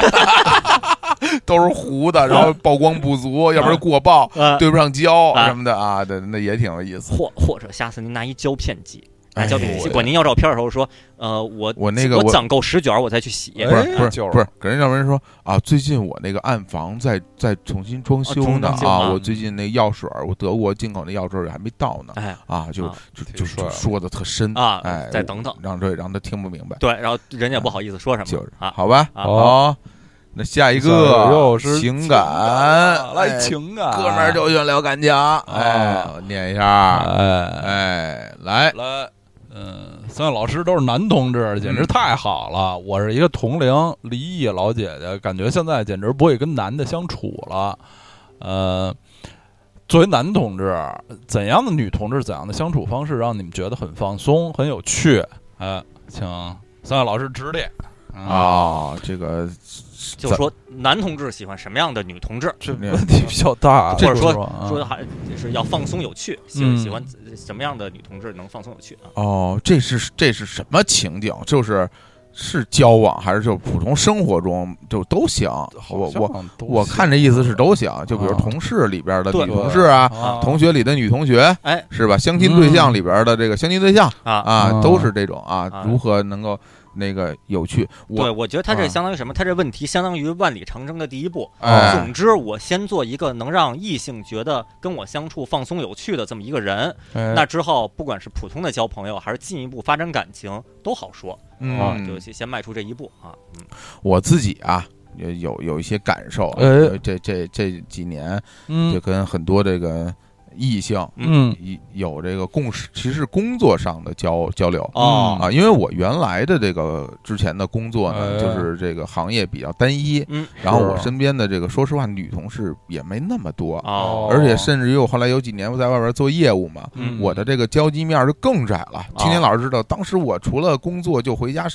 Speaker 1: 都是糊的，然后曝光不足，要不然过曝，
Speaker 3: 呃，
Speaker 1: 对不上焦
Speaker 3: 啊
Speaker 1: 什么的啊，对，那也挺有意思。
Speaker 3: 或或者下次您拿一胶片机。拿
Speaker 1: 哎
Speaker 3: 胶片
Speaker 1: 呦
Speaker 3: 机
Speaker 1: 喂
Speaker 3: 管您要照片的时候说，呃，我
Speaker 1: 我那个
Speaker 3: 我
Speaker 1: 我
Speaker 3: 攒够十卷我再去洗，
Speaker 2: 哎
Speaker 1: 不是不是
Speaker 2: 就是
Speaker 1: 不是，给人让人说啊，最近我那个暗房在在重新装修
Speaker 3: 重
Speaker 1: 呢
Speaker 3: 装修
Speaker 1: 啊，
Speaker 3: 吗
Speaker 1: 我最近那药水儿，我德国进口那药水儿还没到呢
Speaker 3: 哎
Speaker 1: 啊，就
Speaker 3: 啊
Speaker 1: 就
Speaker 2: 挺
Speaker 1: 就
Speaker 2: 帅
Speaker 1: 就
Speaker 2: 了
Speaker 1: 说的特深
Speaker 3: 啊
Speaker 1: 哎，
Speaker 3: 再等等，
Speaker 1: 让这让他听不明白，
Speaker 3: 对，然后人家也不好意思说什
Speaker 1: 就
Speaker 3: 么
Speaker 1: 是
Speaker 3: 啊
Speaker 1: 好吧，
Speaker 3: 啊
Speaker 2: 好
Speaker 1: 好，那下一
Speaker 2: 下一
Speaker 1: 个
Speaker 2: 个又是
Speaker 1: 情感，
Speaker 2: 来
Speaker 1: 哎，
Speaker 2: 情感，啊
Speaker 1: 哥们儿就想聊感情，哎，我念一下，
Speaker 2: 哎
Speaker 1: 哎，来，
Speaker 2: 来，嗯，三位老师都是男同志，简
Speaker 1: 嗯
Speaker 2: 直太好了。我是一个同龄离异老姐姐，感觉现在简直不会跟男的相处了。呃，作为男同志，怎样的女同志，怎样的相处方式让你们觉得很放松、很有趣？呃，请三位老师指点。啊，
Speaker 1: 啊，这个
Speaker 3: 就
Speaker 1: 咱
Speaker 3: 说男同志喜欢什么样的女同志，
Speaker 2: 这问题比较大，
Speaker 3: 或者
Speaker 2: 说啊
Speaker 3: 说
Speaker 1: 嗯
Speaker 3: 说还就是要放松有趣，喜
Speaker 2: 嗯
Speaker 3: 喜欢什么样的女同志能放松有趣啊？
Speaker 1: 哦，这是这是什么情景？就是是交往还是就普通生活中就都行？我我我看这意思是都行，就比如
Speaker 2: 啊
Speaker 1: 同事里边的
Speaker 3: 对
Speaker 1: 女同事啊，
Speaker 3: 啊
Speaker 1: 同学里的女同学，
Speaker 3: 哎嗯
Speaker 1: 是吧？相亲对象里边的这个相亲对象
Speaker 3: 啊，
Speaker 1: 啊，
Speaker 2: 啊
Speaker 1: 都是这种啊
Speaker 3: 啊，
Speaker 1: 如何能够那个有趣？
Speaker 3: 对，哦
Speaker 1: 我
Speaker 3: 我觉得他
Speaker 1: 啊
Speaker 3: 这相当于什么？他这问题相当于万里长征的第一步。
Speaker 1: 哎
Speaker 3: 总之，我先做一个能让异性觉得跟我相处放松有趣的这么一个人。
Speaker 2: 哎
Speaker 1: 嗯
Speaker 3: 那之后，不管是普通的交朋友，还是进一步发展感情，都好说啊。就
Speaker 1: 嗯，
Speaker 3: 先先迈出这一步啊。嗯，
Speaker 1: 我自己啊。有有有一些感受啊，
Speaker 2: 哎
Speaker 1: 这这这几年就
Speaker 2: 嗯
Speaker 1: 跟很多这个异性
Speaker 2: 嗯
Speaker 1: 一有这个共识，其实是工作上的交交流
Speaker 3: 哦
Speaker 1: 啊，因为我原来的这个之前的工作呢，
Speaker 2: 哎
Speaker 1: 就是这个行业比较单一，
Speaker 3: 嗯
Speaker 1: 然后我
Speaker 2: 是
Speaker 1: 身边的这个说实话女同事也没那么多，
Speaker 3: 哦
Speaker 1: 而且甚至于我后来有几年我在外边做业务嘛。
Speaker 3: 嗯
Speaker 1: 我的这个交际面儿就更窄了。青年老师知道，当时我除了工作就回家，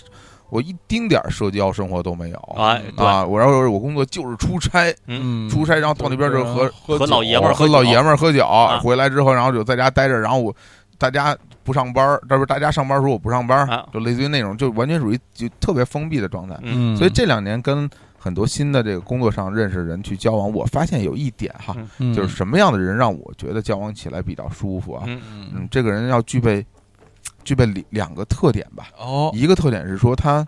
Speaker 1: 我一丁点儿社交生活都没有
Speaker 3: 啊对
Speaker 1: 啊！我然后我工作就是出差，
Speaker 2: 嗯，
Speaker 1: 出差然后到那边就和
Speaker 2: 和
Speaker 3: 嗯和老爷们儿
Speaker 1: 我
Speaker 3: 喝
Speaker 1: 和老
Speaker 3: 酒
Speaker 1: 爷们儿喝酒，
Speaker 3: 啊
Speaker 1: 回来之后，然后就在家待着，然后我大家不上班儿，这不是大家上班儿说我不上班儿，
Speaker 3: 啊
Speaker 1: 就类似于那种，就完全属于就特别封闭的状态。
Speaker 3: 嗯
Speaker 1: 所以这两年跟很多新的这个工作上认识的人去交往，我发现有一点哈，
Speaker 3: 嗯
Speaker 2: 嗯
Speaker 1: 就是什么样的人让我觉得交往起来比较舒服啊？
Speaker 3: 嗯
Speaker 1: 嗯，这个人要具备具备两两个特点吧，
Speaker 2: 哦，
Speaker 1: 一个特点是说他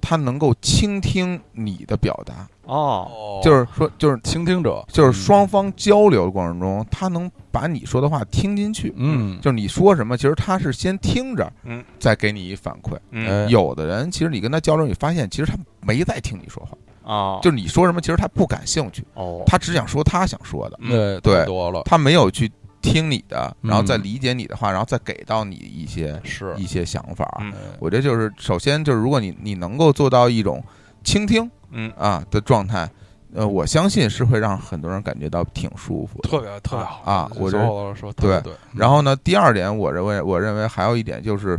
Speaker 1: 他能够倾听你的表达，
Speaker 3: 哦，
Speaker 2: 哦嗯
Speaker 1: 就是说，就是
Speaker 2: 倾听者，
Speaker 3: 嗯
Speaker 1: 就是双方交流的过程中，他能把你说的话听进去。
Speaker 2: 嗯，
Speaker 1: 就是你说什么，其实他是先听着，
Speaker 3: 嗯，
Speaker 1: 再给你一反馈。
Speaker 3: 嗯，
Speaker 2: 哎
Speaker 1: 有的人其实你跟他交流，你发现其实他没在听你说话，
Speaker 3: 哦，
Speaker 1: 就是你说什么，其实他不感兴趣，
Speaker 3: 哦，嗯
Speaker 1: 他只想说他想说的，
Speaker 2: 那
Speaker 1: 嗯对
Speaker 2: 太嗯多了，
Speaker 1: 他没有去听你的，然后再
Speaker 2: 嗯
Speaker 1: 理解你的话，然后再给到你一些
Speaker 2: 是，
Speaker 1: 一些想法。
Speaker 3: 嗯
Speaker 2: 哎
Speaker 1: 我觉得就是，首先就是，如果你你能够做到一种倾听
Speaker 3: 嗯
Speaker 1: 啊的状态，呃，我相信是会让很多人感觉到挺舒服的。
Speaker 2: 特别特别好嗯
Speaker 1: 啊我
Speaker 2: 小
Speaker 1: 这
Speaker 2: 伙子说得特别对，
Speaker 1: 然后呢，第二点，我认为我认为还有一点就是，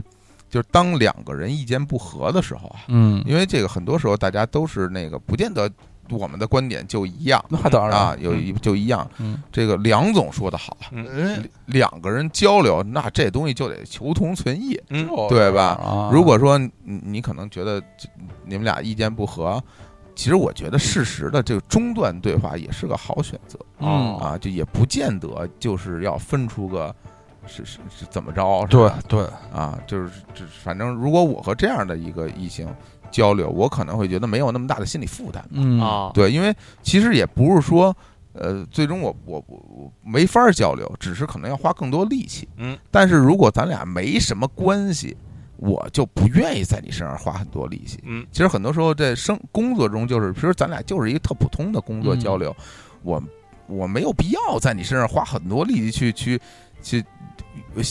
Speaker 1: 就是当两个人意见不合的时候啊，
Speaker 2: 嗯，
Speaker 1: 因为这个很多时候大家都是那个，不见得我们的观点就一样
Speaker 2: 那当然了
Speaker 1: 啊，有一就一样。
Speaker 2: 嗯
Speaker 1: 这个梁总说的好啊，
Speaker 2: 嗯，
Speaker 1: 两个人交流，那这东西就得求同存异。
Speaker 3: 嗯
Speaker 1: 对吧
Speaker 2: 吧
Speaker 1: 如果说你你可能觉得这你们俩意见不合，其实我觉得适时的这个中断对话也是个好选择
Speaker 2: 嗯
Speaker 1: 啊，就也不见得就是要分出个是是是怎么着，是
Speaker 2: 对
Speaker 1: 吧
Speaker 2: 对，
Speaker 1: 啊，就是这反正如果我和这样的一个异性交流，我可能会觉得没有那么大的心理负担，
Speaker 2: 嗯，
Speaker 3: 哦，
Speaker 1: 对，因为其实也不是说。呃，最终我我我我没法儿交流，只是可能要花更多力气。
Speaker 3: 嗯，
Speaker 1: 但是如果咱俩没什么关系，我就不愿意在你身上花很多力气。
Speaker 3: 嗯，
Speaker 1: 其实很多时候在生工作中，就是比如咱俩就是一个特普通的工作
Speaker 2: 嗯
Speaker 1: 交流，我我没有必要在你身上花很多力气去去去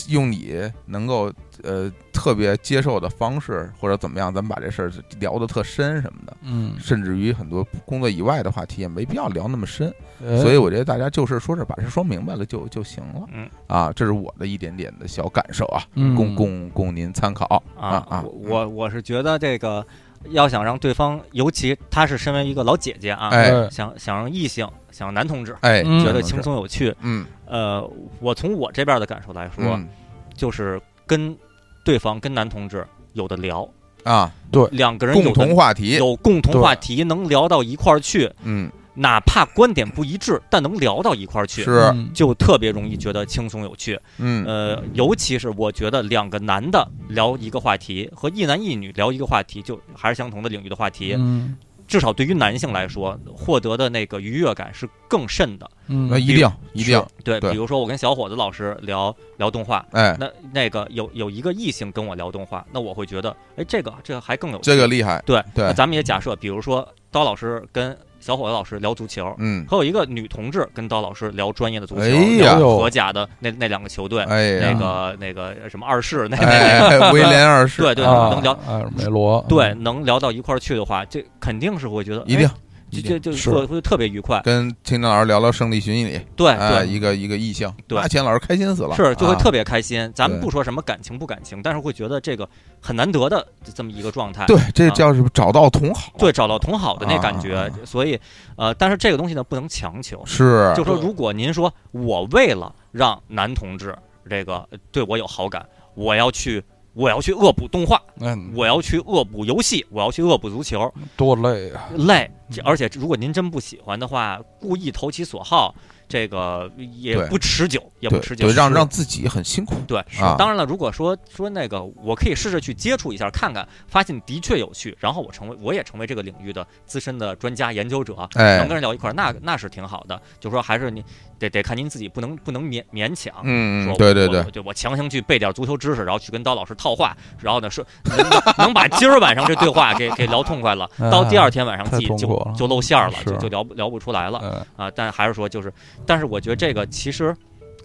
Speaker 1: 用你能够呃特别接受的方式或者怎么样，咱们把这事儿聊得特深什么的。
Speaker 2: 嗯，
Speaker 1: 甚至于很多工作以外的话题也没必要聊那么深，
Speaker 2: 哎
Speaker 1: 所以我觉得大家就是说是把事说明白了就就行了。
Speaker 3: 嗯
Speaker 1: 啊，这是我的一点点的小感受啊，
Speaker 2: 嗯
Speaker 1: 供供供您参考啊
Speaker 3: 啊
Speaker 1: 啊！
Speaker 3: 我我我是觉得这个要想让对方，尤其她是身为一个老姐姐啊，
Speaker 1: 哎
Speaker 2: 哎
Speaker 3: 想想让异性，想让男同志
Speaker 1: 哎，
Speaker 2: 嗯
Speaker 3: 觉得
Speaker 1: 是
Speaker 3: 轻，松有趣，
Speaker 1: 嗯，
Speaker 3: 呃，我从我这边的感受来说，
Speaker 1: 嗯
Speaker 3: 就是跟对方跟男同志有的聊，
Speaker 1: 啊，
Speaker 3: 两个人
Speaker 1: 共
Speaker 3: 有的
Speaker 1: 同话题，
Speaker 3: 有共同话题，能聊到一块儿去，
Speaker 1: 嗯，
Speaker 3: 哪怕观点不一致，但能聊到一块儿去，
Speaker 1: 是，
Speaker 2: 嗯
Speaker 3: 就特别容易觉得轻松有趣。
Speaker 1: 嗯
Speaker 3: 呃，尤其是我觉得两个男的聊一个话题，和一男一女聊一个话题，就还是相同的领域的话题，
Speaker 2: 嗯
Speaker 3: 至少对于男性来说，获得的那个愉悦感是更甚的。
Speaker 2: 嗯
Speaker 1: 那一定一定，
Speaker 3: 对，
Speaker 1: 对
Speaker 3: 比如说我跟小伙子老师聊聊动画，
Speaker 1: 哎，
Speaker 3: 那那个有有一个异性跟我聊动画，那我会觉得，哎，这个这个还更有
Speaker 1: 这个
Speaker 3: 趣
Speaker 1: 厉害，
Speaker 3: 对
Speaker 1: 对
Speaker 3: 那，咱们也假设，比如说刀老师跟小伙子老师聊足球，
Speaker 1: 嗯，
Speaker 3: 还有一个女同志跟刀老师聊专业的足球，
Speaker 1: 哎呀
Speaker 3: 聊荷甲的那那两个球队，
Speaker 1: 哎呀，
Speaker 3: 那个那个什么二世那那那个，
Speaker 1: 哎，威廉二世，
Speaker 3: 对对，
Speaker 2: 啊
Speaker 3: 能聊。
Speaker 1: 哎
Speaker 2: 埃尔梅罗，
Speaker 3: 对，
Speaker 1: 嗯
Speaker 3: 能聊到一块儿去的话，这肯定是会觉得
Speaker 1: 一定
Speaker 3: 哎
Speaker 1: 一
Speaker 3: 这
Speaker 1: 定
Speaker 3: 这
Speaker 2: 是
Speaker 3: 这会会特别愉快。
Speaker 1: 跟青年老师聊聊圣地巡礼，
Speaker 3: 对
Speaker 1: 哎，
Speaker 3: 对，
Speaker 1: 一个一个异性，
Speaker 3: 对
Speaker 1: 那钱老师开心死了，
Speaker 3: 是就会
Speaker 1: 啊
Speaker 3: 特别开心。咱们
Speaker 1: 对
Speaker 3: 不说什么感情不感情，但是会觉得这个很难得的这么一个状态。
Speaker 1: 对，这
Speaker 3: 啊
Speaker 1: 叫是找到同好，
Speaker 3: 对，找到同好的那感
Speaker 1: 啊
Speaker 3: 觉
Speaker 1: 啊。
Speaker 3: 所以，呃，但是这个东西呢，不能强求。
Speaker 1: 是，
Speaker 3: 就说
Speaker 2: 对
Speaker 3: 如果您说我为了让男同志这个对我有好感，我要去我要去恶补动画，
Speaker 2: 嗯，
Speaker 3: 我要去恶补游戏，我要去恶补足球，
Speaker 2: 多累啊，
Speaker 3: 累。这
Speaker 2: 嗯
Speaker 3: 而且如果您真不喜欢的话，故意投其所好，这个也
Speaker 1: 对
Speaker 3: 不持久，也不
Speaker 1: 对
Speaker 3: 持久。
Speaker 1: 对，让
Speaker 3: 是
Speaker 1: 让自己很辛苦，
Speaker 3: 对，
Speaker 1: 是啊
Speaker 3: 当然了，如果说说那个，我可以试着去接触一下，看看，发现的确有趣，然后我成为我也成为这个领域的资深的专家研究者，
Speaker 1: 哎
Speaker 3: 能跟人聊一块儿，那那是挺好的。就说还是你得得看您自己，不能不能勉勉强。
Speaker 1: 嗯
Speaker 3: 啊
Speaker 1: 嗯，
Speaker 3: 说我
Speaker 1: 对对对
Speaker 3: 我，就我强行去背点足球知识，然后去跟刀老师套话，然后呢说能能把今儿晚上这对话给给聊痛快了，到第二天晚上
Speaker 2: 嗯太
Speaker 3: 自己
Speaker 2: 痛苦
Speaker 3: 就
Speaker 2: 了
Speaker 3: 就露馅儿了，
Speaker 2: 是啊
Speaker 3: 就就聊不聊不出来了。
Speaker 2: 嗯
Speaker 3: 啊，但还是说就是，但是我觉得这个其实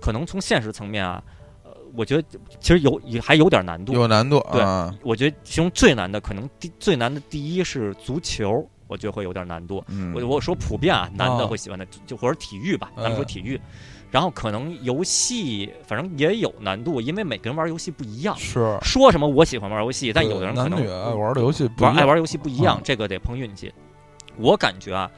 Speaker 3: 可能从现实层面啊，呃，我觉得其实有也还有点难度。
Speaker 1: 有难度
Speaker 3: 对
Speaker 1: 啊，
Speaker 3: 我觉得其中最难的可能第最难的第一是足球，我觉得会有点难度。
Speaker 1: 嗯，
Speaker 3: 我我说普遍啊，男的
Speaker 2: 哦
Speaker 3: 会喜欢的就或者体育吧，咱们说
Speaker 2: 嗯
Speaker 3: 体育，然后可能游戏反正也有难度，因为每个人玩游戏不一样。
Speaker 2: 是，
Speaker 3: 说什么我喜欢玩游戏，但有的
Speaker 2: 对
Speaker 3: 人可
Speaker 2: 男
Speaker 3: 能
Speaker 2: 女
Speaker 1: 啊
Speaker 2: 爱嗯玩的游戏不
Speaker 3: 玩
Speaker 2: 一
Speaker 3: 爱
Speaker 2: 样
Speaker 3: 玩游戏不一样
Speaker 2: 嗯，
Speaker 3: 这个得碰运气。我感觉啊，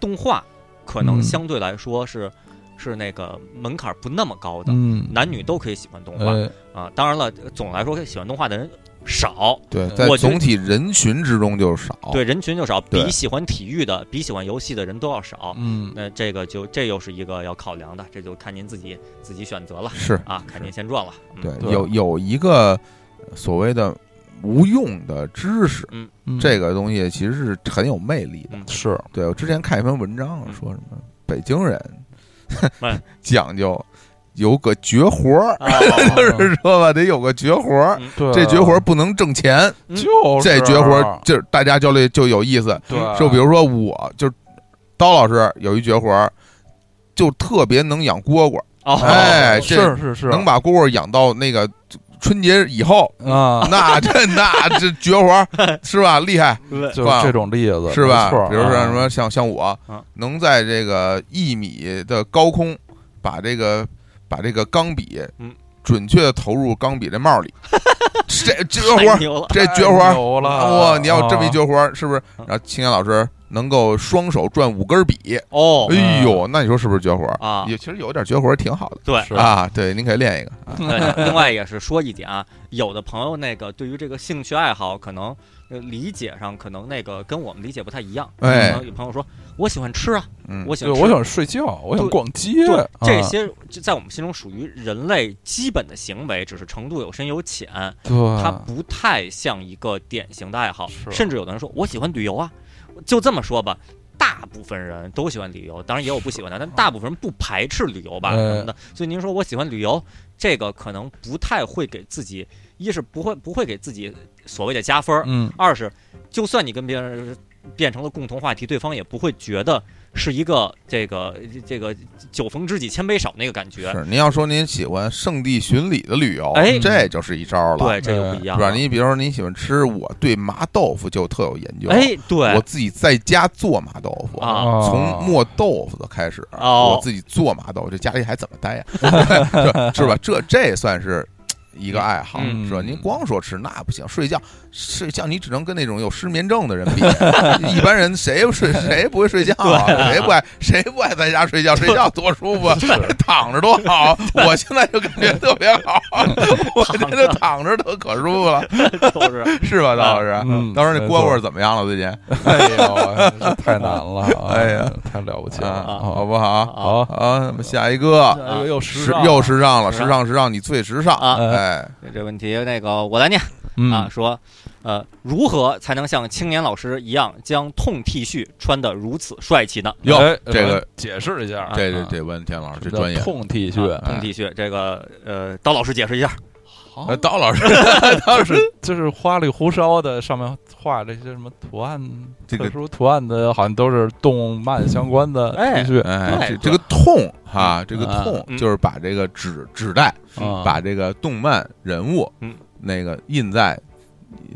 Speaker 3: 动画可能
Speaker 2: 嗯
Speaker 3: 相对来说是、是那个门槛不那么高的，
Speaker 2: 嗯，
Speaker 3: 男女都可以喜欢动画啊、
Speaker 2: 哎
Speaker 3: 当然了，总的来说喜欢动画的人少，
Speaker 1: 对，
Speaker 2: 嗯
Speaker 1: 在
Speaker 3: 我觉得
Speaker 1: 总体人群之中就少，
Speaker 3: 对人群就少，比
Speaker 1: 对
Speaker 3: 喜欢体育的、比喜欢游戏的人都要少。
Speaker 2: 嗯，
Speaker 3: 那这个就这又是一个要考量的，这就看您自己自己选择了
Speaker 1: 是，
Speaker 3: 啊，看您现状了。嗯
Speaker 1: 对，
Speaker 2: 对
Speaker 1: 有有一个所谓的无用的知识，
Speaker 2: 嗯
Speaker 1: 这个东西其实是很有魅力的。
Speaker 2: 是
Speaker 1: 对我之前看一篇文章，啊
Speaker 3: 嗯
Speaker 1: 说什么北京人
Speaker 3: 哎
Speaker 1: 讲究有个绝活儿，
Speaker 3: 啊，
Speaker 2: 嗯
Speaker 1: 就是说吧，得有个绝活儿。
Speaker 2: 对
Speaker 1: 嗯
Speaker 2: 啊
Speaker 1: 这绝活儿不能挣钱，
Speaker 2: 嗯就是啊
Speaker 1: 这绝活儿就是大家交流就有意思。
Speaker 2: 对，
Speaker 1: 就比如说我，就是刀老师有一绝活儿，就特别能养蝈蝈，
Speaker 3: 哦，
Speaker 1: 哎这
Speaker 2: 是是啊是
Speaker 1: 能把蝈蝈养到那个春节以后，
Speaker 2: 啊，
Speaker 1: 那这那这绝活 儿是吧？厉害
Speaker 3: 对
Speaker 2: 就是
Speaker 1: 吧
Speaker 2: 这种例子
Speaker 1: 是吧
Speaker 2: 没错？
Speaker 1: 比如说
Speaker 2: 啊
Speaker 1: 什么像像我
Speaker 3: 啊，
Speaker 1: 能在这个一米的高空把这个把这个钢笔
Speaker 3: 嗯，
Speaker 1: 准确的投入钢笔这帽 里，这绝
Speaker 3: 太
Speaker 1: 活儿
Speaker 3: 牛了，
Speaker 1: 这绝活
Speaker 2: 哎太
Speaker 1: 儿
Speaker 2: 牛了
Speaker 1: 哇！你要这么一
Speaker 2: 啊
Speaker 1: 绝活儿，是不是？然后青年老师能够双手转五根笔，
Speaker 3: 哦
Speaker 1: 哎呦，那你说是不是绝活儿？
Speaker 3: 啊，
Speaker 1: 也其实有点绝活儿挺好的
Speaker 3: 对。
Speaker 2: 是嗯
Speaker 1: 啊。对，您可以练一个啊。
Speaker 3: 对，另外也是说一点啊，有的朋友那个对于这个兴趣爱好，可能呃理解上可能那个跟我们理解不太一样。
Speaker 1: 哎
Speaker 3: 可能有朋友说，我喜欢吃啊，
Speaker 1: 嗯，
Speaker 3: 我喜
Speaker 2: 对，
Speaker 3: 欢吃，
Speaker 2: 我想睡觉，我想
Speaker 3: 对
Speaker 2: 逛街
Speaker 3: 对，，这
Speaker 2: 啊
Speaker 3: 些就在我们心中属于人类基本的行为，只是程度有深有浅，
Speaker 2: 对
Speaker 3: 它不太像一个典型的爱好
Speaker 2: 啊是。
Speaker 3: 甚至有的人说，我喜欢旅游啊，就这么说吧。大部分人都喜欢旅游，当然也有不喜欢的，但大部分人不排斥旅游吧
Speaker 2: 哎
Speaker 3: 什么的。所以您说我喜欢旅游，这个可能不太会给自己，一是不会不会给自己所谓的加分儿，
Speaker 2: 嗯，
Speaker 3: 二是就算你跟别人变成了共同话题，对方也不会觉得是一个这个这个酒逢知己千杯少那个感觉。
Speaker 1: 是您要说您喜欢圣地巡礼的旅游，
Speaker 3: 哎
Speaker 1: 这就是一招了，
Speaker 3: 对，这就不一样
Speaker 1: 是吧？哎
Speaker 3: 了。
Speaker 1: 您比如说您喜欢吃，我对麻豆腐就特有研究，
Speaker 3: 哎，对
Speaker 1: 我自己在家做麻豆腐
Speaker 3: 啊
Speaker 2: 哦
Speaker 1: 从磨豆腐的开始，
Speaker 3: 哦
Speaker 1: 我自己做麻豆腐，这家里还怎么待呀？ 是是吧？这这算是一个爱好，
Speaker 2: 嗯
Speaker 1: 是吧？您光说吃那不行，睡觉睡觉你只能跟那种有失眠症的人 比，一般人谁不睡谁不会睡觉啊？谁不爱谁不爱在家睡觉？睡觉多舒服啊，躺着多好！我现在就感觉特别 好，我觉得躺着都可舒服了，
Speaker 3: 都是
Speaker 1: 是吧，大老师？
Speaker 2: 嗯
Speaker 1: 当时那
Speaker 2: 没
Speaker 1: 蝈
Speaker 2: 错
Speaker 1: 蝈怎么样了？最近
Speaker 2: 哎呦， 这太难了，啊
Speaker 1: 哎呀，
Speaker 2: 太了不起了
Speaker 1: 啊，
Speaker 2: 啊！
Speaker 1: 好不好？
Speaker 3: 啊
Speaker 2: 好，
Speaker 1: 好，那么下一个
Speaker 3: 啊
Speaker 2: 又
Speaker 1: 时又时尚了，
Speaker 3: 时
Speaker 1: 时
Speaker 3: 尚
Speaker 1: 尚时尚，你最时尚
Speaker 3: 啊
Speaker 1: 哎，
Speaker 3: 这问题，那个我来念啊，
Speaker 2: 嗯，
Speaker 3: 说，呃，如何才能像青年老师一样将痛 T 恤穿得如此帅气呢？
Speaker 1: 哟
Speaker 2: 哎
Speaker 1: 这个
Speaker 2: 解释一下，
Speaker 1: 这这
Speaker 2: 啊
Speaker 1: 这问田老师
Speaker 2: 什
Speaker 1: 这
Speaker 2: 么叫
Speaker 1: 专业。
Speaker 2: 痛 T
Speaker 3: 啊
Speaker 2: 恤，
Speaker 1: 哎
Speaker 3: 痛 T 恤，这个呃，刀老师解释一下。
Speaker 2: 好
Speaker 1: 呃，刀老师，
Speaker 2: 就是就是花里胡哨的，上面画这些什么图案，
Speaker 1: 这个
Speaker 2: 特殊图案的，好像都是动漫相关的 T
Speaker 3: 哎
Speaker 2: 恤，
Speaker 1: 哎，
Speaker 3: 对
Speaker 1: 这这个痛哈，这个
Speaker 2: 啊
Speaker 1: 痛
Speaker 3: 嗯
Speaker 1: 就是把这个纸纸袋，
Speaker 2: 啊
Speaker 1: 把这个动漫人物
Speaker 3: 嗯，
Speaker 1: 那个印在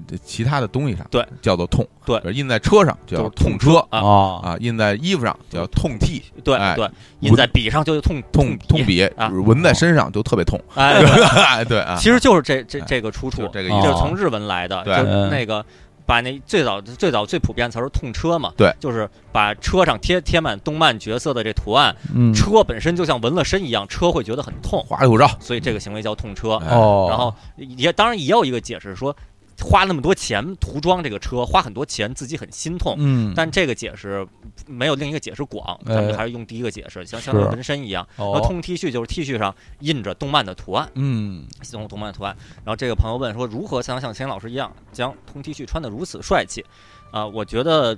Speaker 1: 这其他的东西上，
Speaker 3: 对，
Speaker 1: 叫做痛，
Speaker 3: 对，
Speaker 1: 印在车上就叫
Speaker 3: 就是痛
Speaker 1: 车
Speaker 3: 啊
Speaker 2: 啊
Speaker 1: 啊，印在衣服上叫痛剃，
Speaker 3: 对
Speaker 1: 哎
Speaker 3: 对，印在笔上就是痛
Speaker 1: 痛
Speaker 3: 痛
Speaker 1: 痛，笔
Speaker 3: 啊，
Speaker 1: 纹在身上就特别痛，
Speaker 3: 哎，对
Speaker 1: 哎，对啊，
Speaker 3: 其实就是这这
Speaker 1: 哎
Speaker 3: 这个出处
Speaker 1: 就，这个意
Speaker 2: 哦
Speaker 1: 思
Speaker 3: 就是从日文来的，就
Speaker 1: 对嗯
Speaker 3: 是那个把那最早最早最普遍的词儿是痛车嘛，
Speaker 1: 对，
Speaker 3: 就是把车上贴贴满动漫角色的这图案，
Speaker 2: 嗯
Speaker 3: 车本身就像纹了身一样，车会觉得很痛，
Speaker 1: 花里胡哨，
Speaker 3: 所以这个行为叫痛车。
Speaker 1: 哎
Speaker 2: 哦，
Speaker 3: 然后也当然也有一个解释说，花那么多钱涂装这个车，花很多钱自己很心痛。
Speaker 2: 嗯，
Speaker 3: 但这个解释没有另一个解释广，
Speaker 2: 哎
Speaker 3: 咱们还是用第一个解释，像像那
Speaker 2: 是
Speaker 3: 纹身一样。然后
Speaker 2: 哦，
Speaker 3: 通 T 恤就是 T 恤上印着动漫的啊图案，
Speaker 2: 嗯
Speaker 3: 系统动漫的图案。然后这个朋友问说，如何才能像钱老师一样将通 T 恤穿得如此帅气？啊、我觉得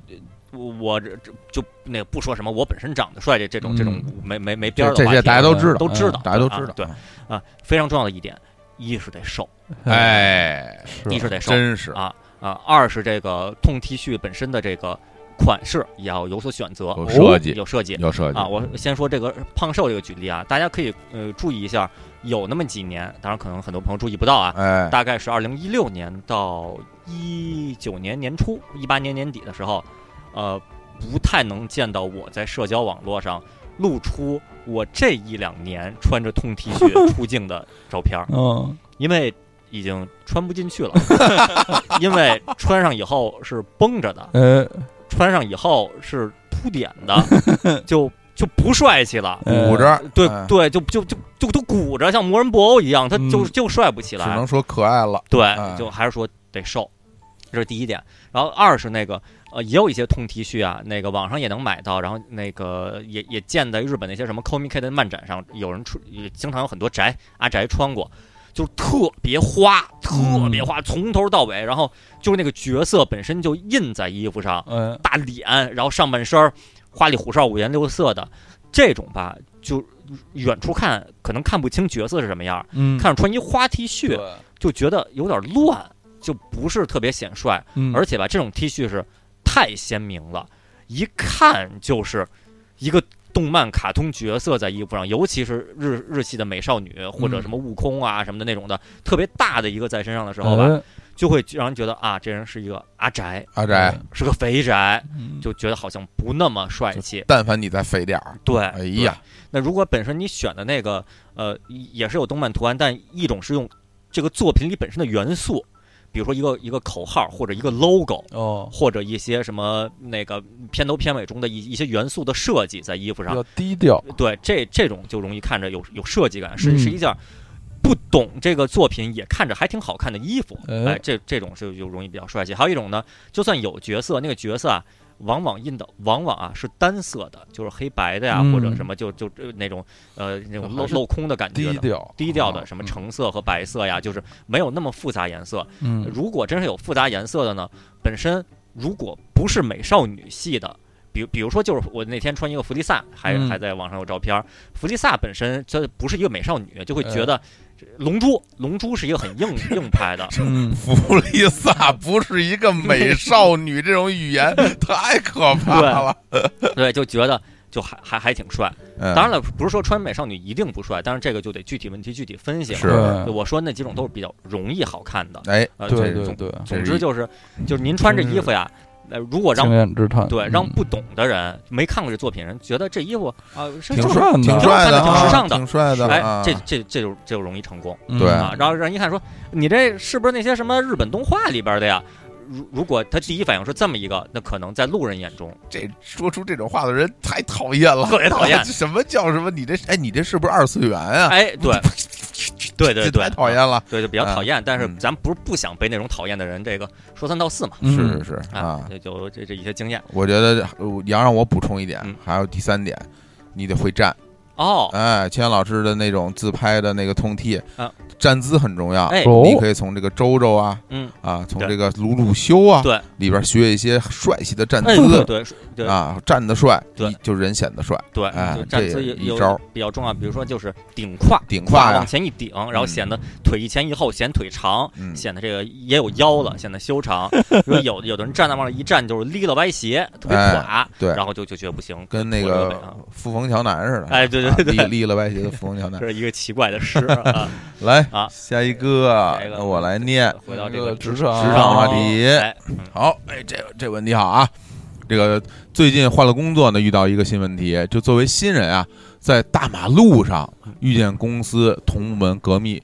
Speaker 3: 呃我这这就那个不说什么我本身长得帅这这种这种没没没边
Speaker 1: 嗯这
Speaker 3: 儿的
Speaker 1: 这
Speaker 3: 话
Speaker 1: 些
Speaker 3: 题
Speaker 1: 大家
Speaker 3: 了，
Speaker 1: 都知道，嗯
Speaker 3: 都知道，
Speaker 1: 大家都知
Speaker 3: 啊
Speaker 1: 道，
Speaker 3: 对啊，非常重要的一点，一是得瘦，
Speaker 1: 哎，
Speaker 2: 是
Speaker 3: 一是得瘦，
Speaker 1: 真是
Speaker 3: 嗯啊啊，二是这个痛 T 恤本身的这个款式也要有所选择，哦
Speaker 1: 有设计
Speaker 3: 有设计
Speaker 1: 有设计
Speaker 3: 啊。我先说这个胖瘦这个举例啊，大家可以呃注意一下，有那么几年，当然可能很多朋友注意不到啊，
Speaker 1: 哎，
Speaker 3: 大概是二零一六年到一九年年初、一八年年底的时候，呃，不太能见到我在社交网络上露出我这一两年穿着痛 T 恤出镜的照片儿，
Speaker 2: 嗯
Speaker 3: 因为已经穿不进去了， 因为穿上以后是绷着的，
Speaker 2: 哎
Speaker 3: 穿上以后是凸点的，就就不帅气了。
Speaker 2: 哎
Speaker 1: 捂着，
Speaker 3: 呃对
Speaker 1: 哎
Speaker 3: 对，就就就就都鼓着，像魔人布欧一样，他就
Speaker 2: 嗯
Speaker 3: 就帅不起
Speaker 1: 只
Speaker 3: 来。
Speaker 1: 能说可爱了，
Speaker 3: 对，
Speaker 1: 哎
Speaker 3: 就还是说得瘦，这是第一点。然后二是那个呃，也有一些通 T 恤啊，那个网上也能买到，然后那个也也见在日本那些什么 Comic Con 的漫展上，有人出也经常有很多宅阿宅穿过。就是特别花，特别花，从头到尾，然后就是那个角色本身就印在衣服上，
Speaker 2: 嗯
Speaker 3: 大脸，然后上半身儿花里胡哨、五颜六色的，这种吧，就远处看可能看不清角色是什么样儿，
Speaker 2: 嗯，
Speaker 3: 看着穿一花 T 恤
Speaker 2: 对
Speaker 3: 就觉得有点乱，就不是特别显帅。
Speaker 2: 嗯，
Speaker 3: 而且吧，这种 T 恤是太鲜明了，一看就是一个动漫卡通角色在衣服上，尤其是日日系的美少女或者
Speaker 2: 嗯
Speaker 3: 什么悟空啊什么的那种的，特别大的一个在身上的时
Speaker 2: 之
Speaker 3: 候吧，就会让人觉得啊，这人是一个阿宅，
Speaker 1: 阿宅，
Speaker 3: 是个肥宅，
Speaker 2: 就
Speaker 3: 就觉得好像不那么帅气。
Speaker 1: 但凡你再肥点儿，
Speaker 3: 对，
Speaker 1: 哎呀，
Speaker 3: 那如果本身你选的那个呃也是有动漫图案，但一种是用这个作品里本身的元素，比如说一个一个口号或者一个 logo，
Speaker 2: 哦，
Speaker 3: 或者一些什么那个片头片尾中的一一些元素的设计在衣服
Speaker 2: 比
Speaker 3: 上
Speaker 2: 较，低调，
Speaker 3: 对这这种就容易看着有有设计感，是
Speaker 2: 嗯
Speaker 3: 是一件不懂这个作品也看着还挺好看的衣服，
Speaker 2: 哎
Speaker 3: 哎，这这种是就容易比较帅气。还有一种呢，就算有角色，那个角色啊，往往印的往往啊是单色的，就是黑白的呀，
Speaker 2: 嗯
Speaker 3: 或者什么就就呃那种呃那种镂
Speaker 2: 还是
Speaker 3: 镂空的感
Speaker 2: 低
Speaker 3: 觉的。
Speaker 2: 调，
Speaker 3: 低调的，什么
Speaker 2: 嗯，
Speaker 3: 橙色和白色呀，就是没有那么复杂颜色。
Speaker 2: 嗯，
Speaker 3: 如果真是有复杂颜色的呢，本身如果不是美少女系的，比如比如说就是我那天穿一个弗利萨，还、
Speaker 2: 嗯
Speaker 3: 还在网上有照片儿，弗利萨本身这不是一个美少女，就会
Speaker 2: 哎
Speaker 3: 觉得这龙珠龙珠是一个很 硬硬派的。
Speaker 2: 嗯，
Speaker 1: 弗利萨 不是一个美少女，这种语 言太可怕了。
Speaker 3: 对，就觉得就还还还挺帅。
Speaker 1: 当
Speaker 3: 当然了，不是说穿美少女一定不帅，但是这个就得具体问题具体分析了。
Speaker 1: 是
Speaker 2: 对
Speaker 3: 就我说那几种都是比较容易好看的，
Speaker 1: 哎，
Speaker 3: 呃，
Speaker 2: 对
Speaker 3: 这
Speaker 2: 对
Speaker 3: 总
Speaker 2: 对，
Speaker 1: 这
Speaker 3: 总
Speaker 1: 是
Speaker 3: 之
Speaker 1: 一
Speaker 3: 就是就是您穿这衣服呀，呃，如果让
Speaker 2: 经验之谈，
Speaker 3: 对，
Speaker 2: 嗯
Speaker 3: 让不懂的人、没看过这作品人觉得这衣服啊，是
Speaker 2: 挺
Speaker 3: 正
Speaker 2: 帅的，
Speaker 1: 挺帅的啊，
Speaker 3: 挺时尚的
Speaker 1: 挺帅的
Speaker 3: 哎
Speaker 1: 啊，，
Speaker 3: 这这这就这就容易成功
Speaker 2: 嗯
Speaker 1: 对
Speaker 3: 啊。然后让一看说，你这是不是那些什么日本动画里边的呀？如如果他第一反应是这么一个，那可能在路人眼中，
Speaker 1: 这说出这种话的人太讨厌了，
Speaker 3: 特别讨厌
Speaker 1: 什么叫什么？你这哎，你这是不是二次元啊？
Speaker 3: 哎， 对，对对
Speaker 1: 这
Speaker 3: 对，
Speaker 1: 太讨厌，了。
Speaker 3: 对，就比较讨厌。但是
Speaker 1: 嗯
Speaker 3: 咱不是不想被那种讨厌的人这个说三道四嘛，
Speaker 2: 嗯
Speaker 1: 是是是
Speaker 3: 啊
Speaker 1: 啊，，
Speaker 3: 就就这这一些经验
Speaker 1: 我觉得呃你要让我补充一点
Speaker 3: 嗯，
Speaker 1: 还有第三点，你得会站。
Speaker 3: 哦，
Speaker 1: 哎，千老师的那种自拍的那个痛踢
Speaker 3: 啊，
Speaker 1: 站姿很重要。
Speaker 3: 哎，
Speaker 2: 哦
Speaker 1: 你可以从这个周周啊
Speaker 3: 嗯，
Speaker 1: 啊，从
Speaker 3: 对
Speaker 1: 这个鲁鲁修啊
Speaker 3: 对，
Speaker 1: 里边学一些帅气的站
Speaker 3: 哎，对
Speaker 1: 姿
Speaker 3: 对对，
Speaker 1: 啊，站得帅，
Speaker 3: 对
Speaker 1: 你就人显得帅。
Speaker 3: 对，
Speaker 1: 哎
Speaker 3: 就站
Speaker 1: 这
Speaker 3: 姿
Speaker 1: 也
Speaker 3: 有
Speaker 1: 一
Speaker 3: 有
Speaker 1: 招
Speaker 3: 比较重要，比如说就是顶胯，
Speaker 1: 顶胯呀
Speaker 3: 往前一顶，然后显得腿一前一后，显腿长，
Speaker 1: 嗯，
Speaker 3: 显得这个也有腰了，显得 修长。因为有有的人站那往那一站就是立了歪斜，特别垮，
Speaker 1: 哎对
Speaker 3: 然后就就觉得不行，
Speaker 1: 跟那
Speaker 3: 驼着背
Speaker 1: 个
Speaker 3: 啊
Speaker 1: 富冯乔南似的。
Speaker 3: 哎，
Speaker 1: 啊
Speaker 3: 对对对对，
Speaker 1: 立立了歪斜的富冯乔南
Speaker 3: 这。是一个奇怪的诗 啊。
Speaker 1: 来
Speaker 3: 啊
Speaker 1: 下一个
Speaker 3: 下一，个
Speaker 1: 我来念。
Speaker 3: 回到这
Speaker 2: 个
Speaker 3: 个
Speaker 2: 职
Speaker 1: 职场话
Speaker 2: 场
Speaker 1: 题
Speaker 3: 哎，嗯
Speaker 1: 好，哎，这这问题好啊。这个最近换了工作呢，遇到一个新问题，就作为新人啊，在大马路上遇见公司同门革命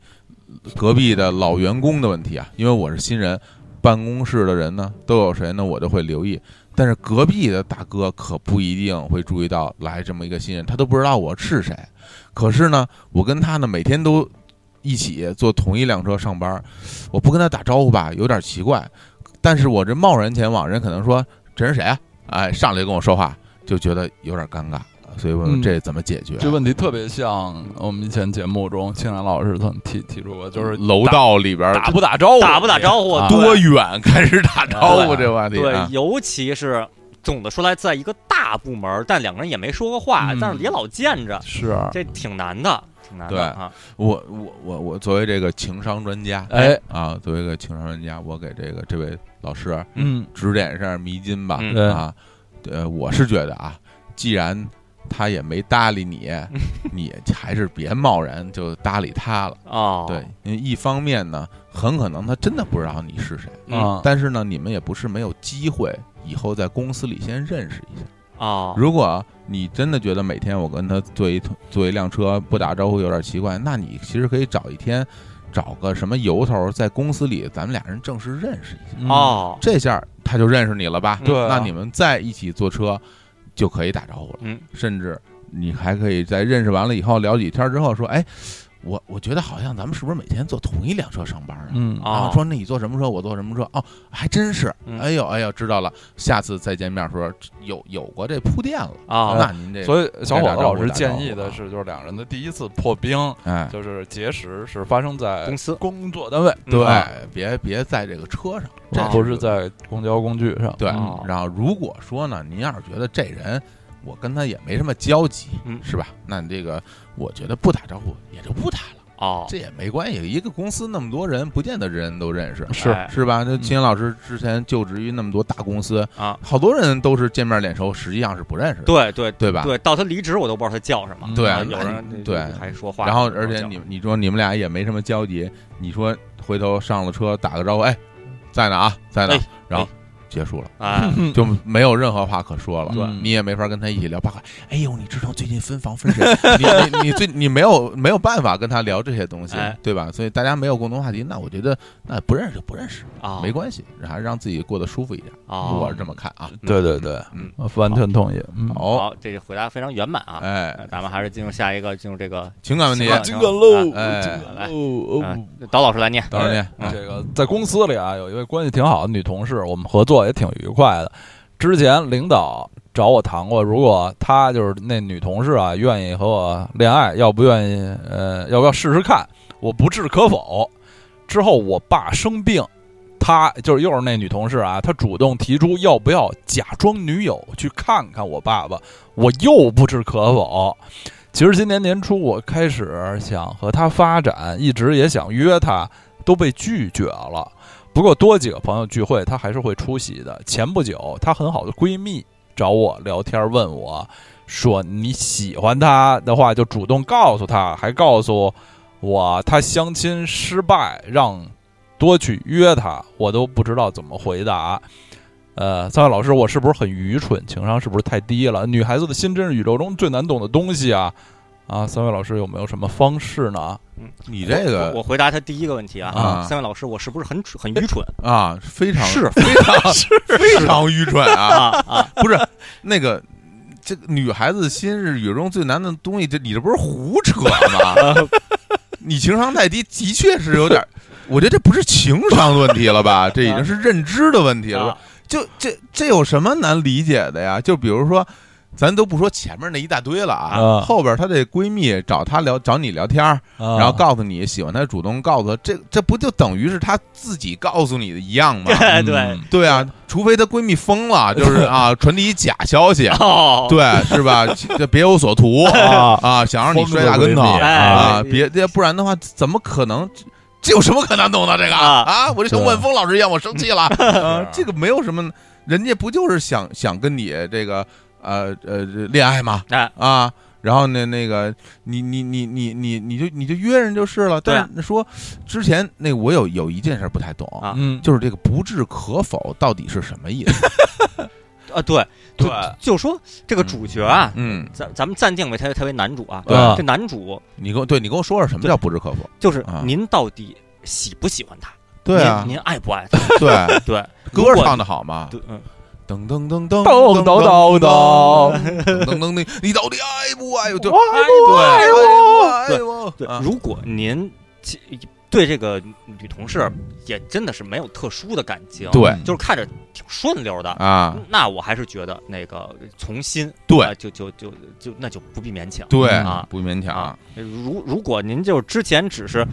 Speaker 1: 隔壁的老员工的问题啊，因为我是新人，办公室的人呢都有谁呢，我就会留意。但是隔壁的大哥可不一定会注意到来这么一个新人，他都不知道我是谁。可是呢，我跟他呢每天都一起坐同一辆车上班，我不跟他打招呼吧，有点奇怪。但是我这贸然前往，人可能说这人谁啊？哎，上来就跟我说话，就觉得有点尴尬，所以问问
Speaker 2: 嗯
Speaker 1: 这怎么解决？
Speaker 2: 这问题特别像我们以前节目中青兰老师曾提提出过，就是
Speaker 1: 楼道里边
Speaker 2: 打不打招呼，
Speaker 3: 嗯打不打招呼
Speaker 2: 啊？
Speaker 1: 多远开始打招呼
Speaker 2: 对
Speaker 1: 这话题
Speaker 3: 对
Speaker 1: 啊，，
Speaker 3: 尤其是总的说来，在一个大部门，但两个人也没说过话
Speaker 2: 嗯，
Speaker 3: 但是也老见着，
Speaker 2: 是，
Speaker 3: 这挺难的，挺难
Speaker 1: 对
Speaker 3: 的啊。
Speaker 1: 我我我我作为这个情商专家，
Speaker 2: 哎，
Speaker 1: 啊，作为一个情商专家，我给这个这位老师
Speaker 2: 嗯，
Speaker 1: 指点一下迷津吧
Speaker 3: 嗯，
Speaker 2: 对
Speaker 1: 啊，呃，我是觉得啊，既然他也没搭理 你，你还是别贸然就搭理他了。
Speaker 3: 哦，
Speaker 1: 对，因为一方面呢，很可能他真的不知道你是谁，
Speaker 3: 嗯
Speaker 2: 啊，
Speaker 1: 但是呢，你们也不是没有机会，以后在公司里先认识一下。
Speaker 3: 哦，
Speaker 1: 如果你真的觉得每天我跟他坐一坐一辆车不打招呼有点奇怪，那你其实可以找一天，找个什么由头，在公司里咱们俩人正式认识一下，
Speaker 2: 嗯，
Speaker 3: 哦，
Speaker 1: 这下他就认识你了吧？
Speaker 3: 对
Speaker 2: 啊
Speaker 1: 那你们再一起坐车就可以打招呼了，
Speaker 3: 嗯，
Speaker 1: 甚至你还可以在认识完了以后聊几天之后说，哎，我我觉得好像咱们是不是每天坐同一辆车上班啊？
Speaker 2: 嗯
Speaker 3: 啊
Speaker 1: 啊，说那你坐什么车，我坐什么车，哦，还真是，
Speaker 3: 嗯
Speaker 1: 哎呦哎呦，知道了，下次再见面的时候有有过这铺垫了，
Speaker 3: 啊
Speaker 1: 那您这
Speaker 2: 所以小伙子老师建议
Speaker 1: 该打招呼打招呼
Speaker 2: 的
Speaker 1: 啊
Speaker 2: 是，就是两人的第一次破冰，
Speaker 1: 哎，
Speaker 2: 就是结识是发生在
Speaker 3: 公司
Speaker 2: 工作单位，啊
Speaker 1: 对
Speaker 3: 嗯，
Speaker 1: 别别在这个车上，
Speaker 3: 这
Speaker 2: 哦不是在公交工具上。啊
Speaker 1: 对
Speaker 3: 哦，
Speaker 1: 然后如果说呢，您要是觉得这人我跟他也没什么交集，
Speaker 3: 嗯
Speaker 1: 是吧？那这个我觉得不打招呼也就不打了，
Speaker 3: 哦，
Speaker 1: 这也没关系。一个公司那么多人，不见得人人都认识，
Speaker 2: 是
Speaker 3: 哎
Speaker 1: 是吧？就秦岩老师之前就职于那么多大公司
Speaker 3: 啊，
Speaker 1: 好多人都是见面脸熟，实际上是不认识的，
Speaker 3: 对对
Speaker 1: 对吧？
Speaker 3: 对，到他离职我都不知道他叫什么，
Speaker 1: 啊嗯对
Speaker 3: 啊
Speaker 1: 那
Speaker 3: 有人
Speaker 1: 对
Speaker 3: 还说话，
Speaker 1: 然后，
Speaker 3: 不知道
Speaker 1: 而且
Speaker 3: 叫
Speaker 1: 你你说你们俩也没什么交集，你说回头上了车打个招呼，哎，在呢啊，在呢
Speaker 3: 哎，
Speaker 1: 然后结束了，
Speaker 3: 哎，
Speaker 1: 就没有任何话可说了。
Speaker 2: 对
Speaker 3: 嗯
Speaker 1: 你也没法跟他一起聊八卦。哎呦，你知道最近分房分谁？你 你你最你没有没有办法跟他聊这些东西
Speaker 3: 哎，
Speaker 1: 对吧？所以大家没有共同话题，那我觉得那不认识就不认识，
Speaker 3: 啊，
Speaker 1: 没关系，然后让自己过得舒服一点。
Speaker 3: 啊，
Speaker 1: 我是这么看啊。
Speaker 2: 对对对，
Speaker 1: 嗯
Speaker 2: 我完全同意。嗯，
Speaker 1: 好，
Speaker 3: 好，这个回答非常圆满啊。
Speaker 1: 哦哎
Speaker 3: 呃，咱们还是进入下一个，进入这个
Speaker 1: 情感问题
Speaker 3: 情，感
Speaker 2: 尽管喽，
Speaker 1: 哎
Speaker 2: 尽管喽。
Speaker 3: 哎
Speaker 2: 哦
Speaker 3: 导老师来念
Speaker 1: 导师念
Speaker 3: 嗯
Speaker 2: 这个在公司里啊，有一位关系挺好的女同事，我们合作也挺愉快的。之前领导找我谈过，如果她就是那女同事啊，愿意和我恋爱，要不愿意，呃，要不要试试看？我不置可否。之后我爸生病，她就是又是那女同事啊，她主动提出要不要假装女友去看看我爸爸，我又不置可否。其实今年年初我开始想和她发展，一直也想约她，都被拒绝了。不过多几个朋友聚会，她还是会出席的。前不久，她很好的闺蜜找我聊天，问我说：“你喜欢她的话，就主动告诉她，还告诉我她相亲失败，让多去约她。”我都不知道怎么回答。呃，三位老师，我是不是很愚蠢？情商是不是太低了？女孩子的心真是宇宙中最难懂的东西啊！啊，三位老师有没有什么方式呢？啊
Speaker 1: 你这个
Speaker 3: 我我回答他第一个问题
Speaker 1: 啊
Speaker 3: 啊，三位老师，我是不是很蠢很愚蠢
Speaker 1: 啊，非常
Speaker 2: 是
Speaker 1: 非常非常愚蠢啊！
Speaker 3: 啊啊？
Speaker 1: 不是那个。这个女孩子心是宇宙中最难的东西，这你这不是胡扯吗？你情商太低，的确是有点儿，我觉得这不是情商的问题了吧？这已经是认知的问题了吧。
Speaker 3: 啊
Speaker 1: 就这这有什么难理解的呀？就比如说，咱都不说前面那一大堆了啊，
Speaker 2: 啊
Speaker 1: 后边她这闺蜜找她聊找你聊天儿，
Speaker 2: 然
Speaker 1: 然后告诉你喜欢她，主动告诉她，这这不就等于是她自己告诉你的一样吗？
Speaker 2: 哎
Speaker 3: 对对，
Speaker 1: 对啊，除非她闺蜜疯 了，就是啊，传递假消息，
Speaker 3: 哦，
Speaker 1: 对，是吧？这别有所图
Speaker 2: 啊
Speaker 1: 啊，想让你摔大跟头
Speaker 2: 疯了闺蜜
Speaker 1: 啊，
Speaker 3: 哎
Speaker 1: 别这不然的话，怎么可能？这这有什么可难懂的？这个
Speaker 3: 啊
Speaker 1: 啊，我就像
Speaker 2: 对
Speaker 1: 万峰老师一样，我生气 了。啊这个没有什么，人家不就是想想跟你这个呃呃恋爱吗？
Speaker 3: 哎
Speaker 1: 啊，然后呢，那个你你你你你你就你就约人就是了。
Speaker 3: 对
Speaker 1: 但
Speaker 3: 啊
Speaker 1: 是说之前那我有有一件事不太懂
Speaker 3: 啊
Speaker 2: 嗯，
Speaker 1: 就是这个不置可否到底是什么意思？
Speaker 3: 啊对就
Speaker 2: 对
Speaker 3: 就说这个主角啊，
Speaker 1: 嗯，
Speaker 3: 咱咱们暂定为他他为男主啊，
Speaker 1: 对
Speaker 2: 啊
Speaker 3: 这男主
Speaker 1: 你跟我对你跟我说说什么
Speaker 3: 对
Speaker 1: 叫不置可否？
Speaker 3: 就是
Speaker 1: 啊
Speaker 3: 您到底喜不喜欢他？
Speaker 1: 对啊嗯
Speaker 3: 您，您爱不爱 他？
Speaker 1: 对，
Speaker 3: 对，
Speaker 1: 歌唱的好吗？
Speaker 3: 对，嗯，
Speaker 1: 噔噔噔噔
Speaker 2: 咚咚咚咚
Speaker 1: 噔噔噔噔，你到底爱不爱我？就
Speaker 2: 我爱不爱我
Speaker 1: 爱不爱我？
Speaker 3: 对
Speaker 1: 啊，
Speaker 3: 如果您其对这个女同事也真的是没有特殊的感情，
Speaker 1: 对
Speaker 3: 就是看着挺顺溜的，
Speaker 1: 啊，
Speaker 3: 那我还是觉得那个从心，
Speaker 1: 对
Speaker 3: 啊就就就就那就不必勉强，
Speaker 1: 对
Speaker 3: 啊
Speaker 1: 不勉强
Speaker 3: 啊。如如果您就是之前只是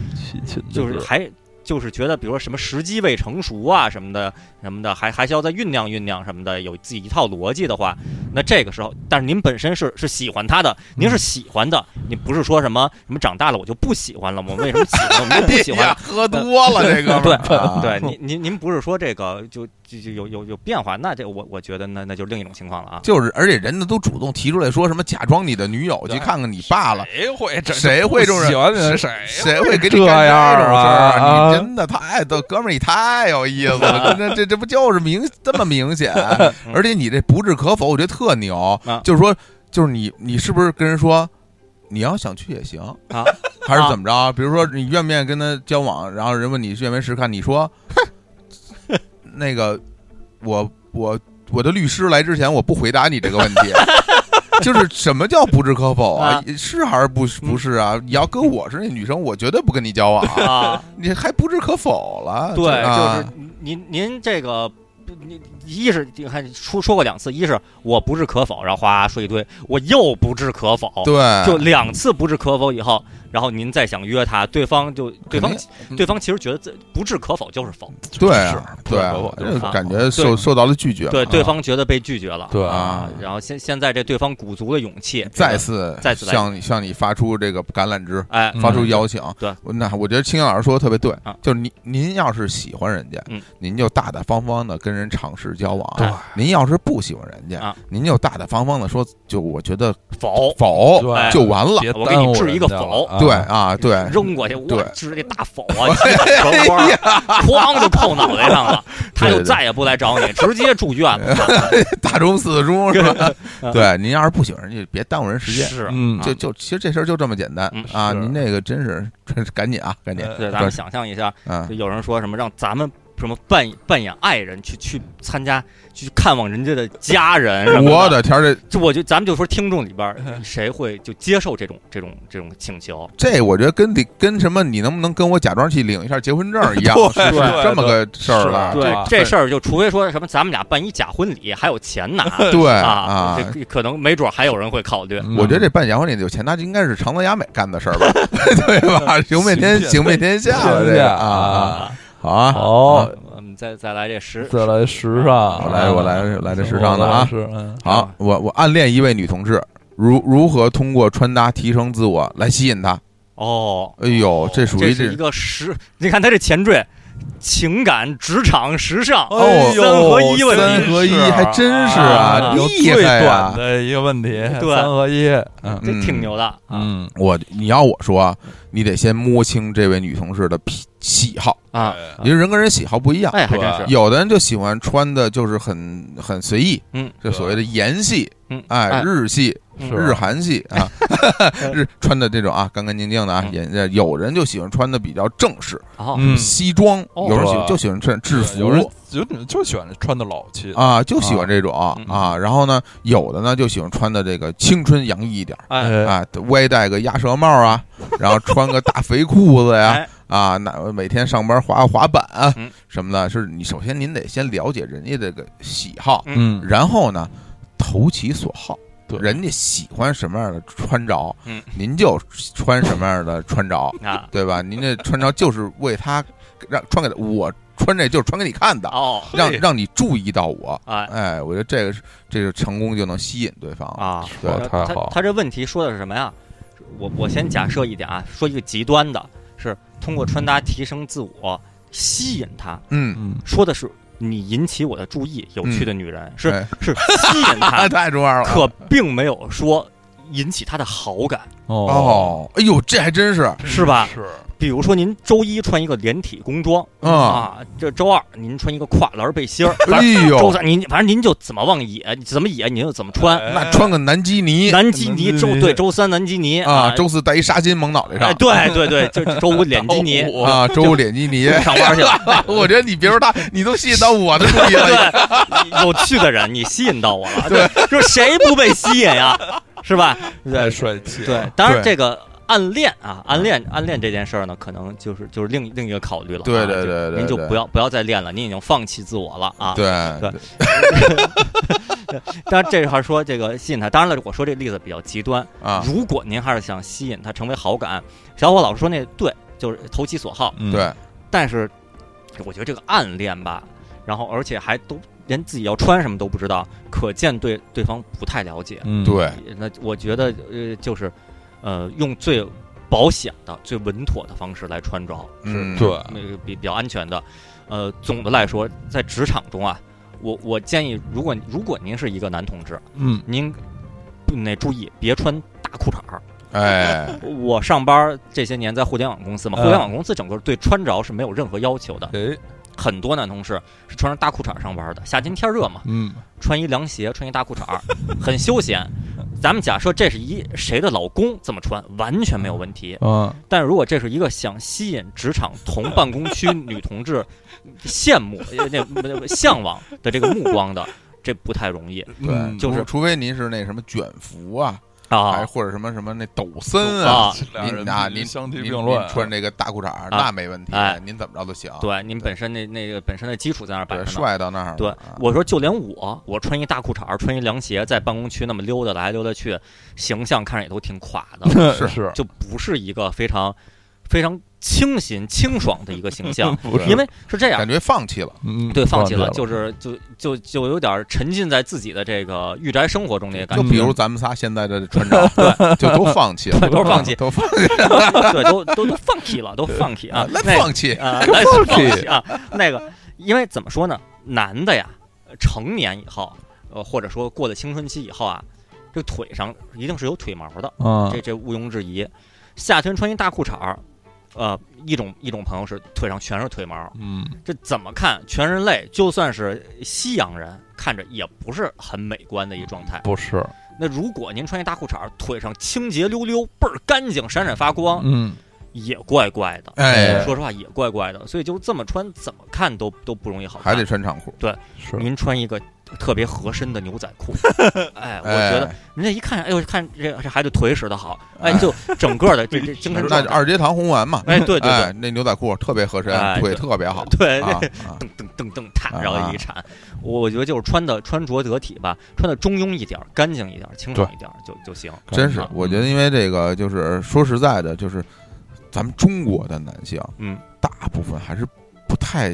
Speaker 3: 就是还就是觉得，比如说什么时机未成熟啊什么的什么的，还还需要再酝酿酝酿什么的，有自己一套逻辑的话，那这个时候，但是您本身是是喜欢他的，
Speaker 1: 嗯
Speaker 3: 您是喜欢的，你不是说什么什么长大了我就不喜欢了，我为什么喜欢，我们就不喜欢
Speaker 1: 哎呀
Speaker 3: 了。
Speaker 1: 喝多 了这哥们儿，啊
Speaker 3: 对，您您您不是说这个就就就有有有变化，那这我我觉得那那就另一种情况 了啊。
Speaker 1: 就是，而且人家都主动提出来说什么假装你的女友去看看你爸了，
Speaker 2: 谁会这
Speaker 1: 谁会这种人
Speaker 2: 喜欢人？谁
Speaker 1: 谁会给你
Speaker 2: 这
Speaker 1: 干
Speaker 2: 样
Speaker 1: 这种事儿
Speaker 2: 啊
Speaker 1: 你真的太逗，哥们儿，你太有意思了，这这这不就是明这么明显？而且你这不置可否，我觉得特牛
Speaker 3: 啊。
Speaker 1: 就是说，就是你你是不是跟人说你要想去也行
Speaker 3: 啊，
Speaker 1: 还是怎么着？比如说你愿不愿意跟他交往，然后人问你愿不愿意试看，你说哼那个我我我的律师来之前我不回答你这个问题。 就是什么叫不置可否啊
Speaker 3: 啊？
Speaker 1: 是还是不
Speaker 3: 嗯
Speaker 1: 不是啊？你要跟我是那女生，我绝对不跟你交 往，
Speaker 3: 啊，
Speaker 1: 你还不置可否了？
Speaker 3: 对，
Speaker 1: 这啊
Speaker 3: 就是您您这个。您一是你看说说过两次，一是我不置可否，然后哗说一堆，我又不置可否，
Speaker 1: 对，啊
Speaker 3: 就两次不置可否以后，然后您再想约他，对方就对方
Speaker 1: 肯
Speaker 2: 嗯
Speaker 3: 对方其实觉得这不置可否就是否，
Speaker 1: 对
Speaker 2: 是
Speaker 1: 啊对啊
Speaker 2: 不可否，就是
Speaker 1: 这
Speaker 3: 好
Speaker 1: 感觉受受到了拒绝，
Speaker 3: 对
Speaker 1: 啊
Speaker 3: 对方觉得被拒绝了，
Speaker 2: 对
Speaker 3: 啊，然后现现在这对方鼓足了勇气，
Speaker 1: 再嗯次
Speaker 3: 再次来
Speaker 1: 向你向你发出这个橄榄枝，
Speaker 3: 哎
Speaker 2: 嗯
Speaker 1: 发出邀请。
Speaker 3: 对
Speaker 1: 我那我觉得青阳老师说的特别对
Speaker 3: 啊，
Speaker 1: 就是您您要是喜欢人家
Speaker 3: 嗯，
Speaker 1: 您就大大方方的跟人尝试交
Speaker 3: 对
Speaker 1: 往；您要是不喜欢人家
Speaker 3: 啊，哦
Speaker 1: 您就大大方方的说，就我觉得
Speaker 3: 否，
Speaker 1: 否
Speaker 2: 对
Speaker 1: 哦就完了。
Speaker 2: 别
Speaker 3: 我给你
Speaker 2: 耽误
Speaker 3: 掷一个
Speaker 2: 人家
Speaker 3: 否
Speaker 2: 了啊
Speaker 1: 对啊，对，
Speaker 3: 扔过去，我
Speaker 1: 对哎
Speaker 3: 掷这大否啊，手 框哐就扣脑袋上了，他
Speaker 1: 对
Speaker 3: 就
Speaker 1: 对
Speaker 3: 再也不来 找你，直接住院了，
Speaker 1: 大钟四钟是 吧
Speaker 3: 啊？
Speaker 1: 对，您要是不喜欢人家，别耽误人时间。
Speaker 3: 是，
Speaker 2: 嗯，
Speaker 1: 就就其实这事儿就这么简单
Speaker 3: 嗯
Speaker 1: 啊！
Speaker 2: 是
Speaker 1: 您那个真啊是，真是赶紧啊，赶紧，
Speaker 3: 对，咱们想象一下，
Speaker 1: 嗯
Speaker 3: 就，有人说什么让咱们什么扮扮演爱人去去参加去看望人家的家人什么
Speaker 1: 我的天儿，这
Speaker 3: 就我就咱们就说听众里边儿谁会就接受这种这种这种请求？
Speaker 1: 这我觉得跟你跟什么，你能不能跟我假装去领一下结婚证儿一样，是
Speaker 2: 对
Speaker 1: 是这么个事儿了。
Speaker 2: 对啊
Speaker 3: 这事儿就除非说什么咱们俩办一假婚礼还有钱拿
Speaker 1: 对
Speaker 3: 啊
Speaker 1: 啊，，
Speaker 3: 这可能没准还有人会考虑。
Speaker 2: 嗯
Speaker 1: 我觉得这办结婚礼有钱，那应该是长泽雅美干的事儿 吧？对吧？行遍天行
Speaker 2: 行遍
Speaker 1: 遍天下了，这
Speaker 2: 行遍
Speaker 1: 个啊啊，
Speaker 3: 啊，
Speaker 1: 好啊，
Speaker 2: 好，
Speaker 3: 我们再再来这十
Speaker 2: 再来时尚，
Speaker 1: 我来我来来这时尚的
Speaker 2: 我来
Speaker 1: 啊，
Speaker 2: 是嗯
Speaker 1: 好，我我暗恋一位女同志，如如何通过穿搭提升自我来吸引她？
Speaker 3: 哦，
Speaker 1: 哎呦，这属于
Speaker 3: 是一个十，你看他这前缀，情感、职场、时尚，
Speaker 1: 哦
Speaker 2: 哎呦
Speaker 3: 三合一问题
Speaker 1: 三合一
Speaker 2: 是
Speaker 1: 还真是啊，
Speaker 2: 有
Speaker 1: 厉
Speaker 2: 最
Speaker 1: 害啊
Speaker 2: 短！的一个问题，
Speaker 3: 对
Speaker 2: 三合一，嗯
Speaker 3: 这挺
Speaker 1: 嗯
Speaker 3: 牛的啊
Speaker 2: 嗯，
Speaker 1: 我你要我说啊，你得先摸清这位女同事的癖喜好，
Speaker 3: 啊！
Speaker 2: 哎
Speaker 1: 因为人跟人喜好不一样。
Speaker 3: 哎，还真是
Speaker 2: 对
Speaker 1: 有的人就喜欢穿的就是很很随意，
Speaker 3: 嗯，
Speaker 1: 就所谓的盐系，
Speaker 3: 嗯
Speaker 1: 哎
Speaker 3: 哎，
Speaker 1: 日系、
Speaker 3: 嗯
Speaker 2: 是
Speaker 1: 日韩系 啊，日穿的这种啊，干干净净的啊
Speaker 3: 嗯，
Speaker 1: 也也有人就喜欢穿的比较正式，
Speaker 3: 哦
Speaker 2: 嗯
Speaker 1: 西装，
Speaker 3: 哦
Speaker 1: 有人喜
Speaker 2: 对
Speaker 1: 就喜欢穿制
Speaker 2: 有人
Speaker 1: 服
Speaker 2: 有人就喜欢穿的老气，
Speaker 1: 啊，就喜欢这种
Speaker 3: 嗯
Speaker 1: 啊。然后呢，有的呢就喜欢穿的这个青春洋溢一点儿，
Speaker 3: 哎
Speaker 1: 啊，歪戴个鸭舌帽啊，然后穿个大肥裤子呀，
Speaker 3: 哎
Speaker 1: 啊，那每天上班滑滑板啊
Speaker 3: 嗯
Speaker 1: 什么的，是你首先您得先了解人家这个喜好，
Speaker 2: 嗯，
Speaker 1: 然后呢，投其所好，
Speaker 2: 对
Speaker 1: 人家喜欢什么样的穿着，
Speaker 3: 嗯
Speaker 1: 您就穿什么样的穿着，
Speaker 3: 啊
Speaker 1: 对吧？您这穿着就是为他让穿给他我穿这就是穿给你看的，
Speaker 3: 哦
Speaker 1: 让
Speaker 2: 嘿
Speaker 1: 让你注意到我。
Speaker 3: 哎
Speaker 1: 哎，我觉得这个是这个成功就能吸引对方。
Speaker 3: 啊！
Speaker 1: 对
Speaker 2: 说得太
Speaker 3: 他
Speaker 2: 好，
Speaker 3: 他这问题说的是什么呀？我我先假设一点啊，说一个极端的，是通过穿搭提升自我，吸引他。
Speaker 1: 嗯，
Speaker 2: 嗯，
Speaker 3: 说的是你引起我的注意，有趣的女人、是
Speaker 1: 哎
Speaker 3: 是吸引
Speaker 1: 啊，
Speaker 3: 他，
Speaker 1: 太中二了。
Speaker 3: 可并没有说引起他的好感，
Speaker 2: 哦，
Speaker 1: 哦，哎呦，这还真是，
Speaker 3: 是吧？
Speaker 2: 是，
Speaker 3: 比如说您周一穿一个连体工装、
Speaker 1: 嗯
Speaker 3: 啊，这周二您穿一个跨栏背心儿，
Speaker 1: 哎
Speaker 3: 反正周
Speaker 1: 呦，
Speaker 3: 三您反正您就怎么往野，怎么野您就怎么穿。
Speaker 1: 那 穿个南基尼
Speaker 3: 南基尼
Speaker 2: 南基
Speaker 3: 周
Speaker 2: 尼
Speaker 3: 对周三南基尼
Speaker 1: 啊，周四戴一纱巾蒙脑袋
Speaker 3: 哎
Speaker 1: 上
Speaker 3: 对对对，就周五脸基尼
Speaker 1: 啊，周五脸基尼。
Speaker 3: 上班去了。
Speaker 1: 我觉得你别说他，你都吸引到我的注意了。
Speaker 3: 对，有趣的人，你吸引到我了。对，说谁不被吸引呀？是吧？
Speaker 2: 太
Speaker 3: 对
Speaker 2: 帅气了，
Speaker 3: 对，当然
Speaker 1: 对
Speaker 3: 这个暗恋啊，暗恋暗恋这件事儿呢，可能就是就是另另一个考虑了啊。
Speaker 1: 对对
Speaker 3: 就
Speaker 1: 对对
Speaker 3: 您就
Speaker 1: 对
Speaker 3: 不要不要再恋了，您已经放弃自我了啊。
Speaker 1: 对
Speaker 3: 对当然这还说这个吸引他，当然了，我说这例子比较极端。
Speaker 1: 啊，
Speaker 3: 如果您还是想吸引他成为好感，小伙老师说那对，就是投其所好。
Speaker 2: 嗯
Speaker 1: 对，啊
Speaker 3: 但是我觉得这个暗恋吧，然后而且还都连自己要穿什么都不知道，可见对对方不太了解。
Speaker 2: 嗯，
Speaker 1: 对，
Speaker 3: 那我觉得呃，就是呃，用最保险的、最稳妥的方式来穿着，
Speaker 1: 嗯，
Speaker 2: 对，
Speaker 3: 那个比比较安全的。呃，总的来说，在职场中啊，我我建议，如果如果您是一个男同志，
Speaker 2: 嗯，
Speaker 3: 您那注意别穿大裤衩儿。
Speaker 1: 哎，
Speaker 3: 我上班这些年在互联网公司嘛，
Speaker 2: 嗯
Speaker 3: 互联网公司整个对穿着是没有任何要求的，
Speaker 2: 哎，
Speaker 3: 很多男同事是穿着大裤衩上班的，夏天天热嘛，
Speaker 2: 嗯，
Speaker 3: 穿一凉鞋，穿一大裤衩儿，很休闲。 咱们假设这是一谁的老公这么穿，完全没有问题。
Speaker 2: 啊，
Speaker 3: 但如果这是一个想吸引职场同办 公区女同志羡慕、呃那那向往的这个目光的，这不太容易
Speaker 2: 嗯
Speaker 1: 对，
Speaker 3: 嗯就是
Speaker 1: 除除非您是那什么卷福啊，还
Speaker 3: 啊。
Speaker 1: 或者什么什么那抖森
Speaker 3: 啊
Speaker 2: 嗯俩人
Speaker 1: 您啊，
Speaker 2: 必须
Speaker 1: 您
Speaker 2: 相提
Speaker 1: 您
Speaker 2: 并论
Speaker 1: 您穿这个大裤衩儿那没问题
Speaker 3: 哎，
Speaker 1: 您怎么着都行。
Speaker 3: 对，您本身那那个本身的基础在那儿摆
Speaker 1: 对，
Speaker 3: 着呢。
Speaker 1: 帅到那儿了。
Speaker 3: 对
Speaker 1: 啊，
Speaker 3: 我说就连我，我穿一大裤衩儿，穿一凉鞋，在办公区那么溜达来溜达去，形象看着也都挺垮的。
Speaker 2: 是嗯是，，
Speaker 3: 就不是一个非常非常清新清爽的一个形象
Speaker 2: 不是
Speaker 3: 因为是这样
Speaker 1: 感，觉放弃了。
Speaker 2: 嗯
Speaker 3: 对，放弃
Speaker 2: 了，
Speaker 3: 了，就是就就就有点沉浸在自己的这个御宅生活中那个感
Speaker 1: 就
Speaker 3: 觉，嗯
Speaker 1: 比如咱们仨现在的穿 着，对，就都放弃了，
Speaker 3: 对都放 弃
Speaker 1: 都放弃
Speaker 3: 对，都都都放弃了，都放弃啊，
Speaker 1: 来
Speaker 3: 那
Speaker 1: 放弃。
Speaker 3: 啊，
Speaker 2: 跟
Speaker 3: 来
Speaker 2: 放
Speaker 3: 放
Speaker 2: 弃
Speaker 3: 弃啊，那个，因为怎么说呢，男的呀，成年以后，呃，或者说过了青春期以后啊，这腿上一定是有腿毛的，
Speaker 2: 啊
Speaker 3: 这这毋庸置疑。夏天穿一大裤衩儿，呃，一种一种朋友是腿上全是腿毛，
Speaker 2: 嗯
Speaker 3: 这怎么看，全人类就算是西洋人，看着也不是很美观的一状态。
Speaker 2: 不是，
Speaker 3: 那如果您穿一大裤衩儿，腿上清洁溜溜，倍儿干净，闪闪发光，
Speaker 2: 嗯
Speaker 3: 也怪怪的。
Speaker 1: 哎，
Speaker 3: 说实话，也怪怪的。所以就是这么穿，怎么看都都不容易好看。
Speaker 1: 还得穿长裤。
Speaker 2: 是
Speaker 3: 您穿一个特别合身的牛仔 裤，哎，我
Speaker 1: 哎
Speaker 3: 觉得人家一看，哎呦，看这这孩子腿使得好，哎，就整个的这这精神
Speaker 1: 那
Speaker 3: 状
Speaker 1: 就
Speaker 3: 态，
Speaker 1: 二阶堂红丸嘛，
Speaker 3: 哎，对对对，
Speaker 1: 哎，那牛仔裤特别合身
Speaker 3: 哎，
Speaker 1: 腿
Speaker 3: 对
Speaker 1: 特别好
Speaker 3: 对
Speaker 1: 啊。啊
Speaker 3: 噔噔噔噔踏，然
Speaker 2: 啊
Speaker 3: 后一铲。我我觉得就是穿的穿着得体吧，穿的中庸一点儿，干净一点儿，清爽一点儿就就行。
Speaker 1: 真是
Speaker 3: 啊，
Speaker 1: 我觉得因为这个，就是说实在的，就是咱们中国的男性，
Speaker 3: 嗯，
Speaker 1: 大部分还是不太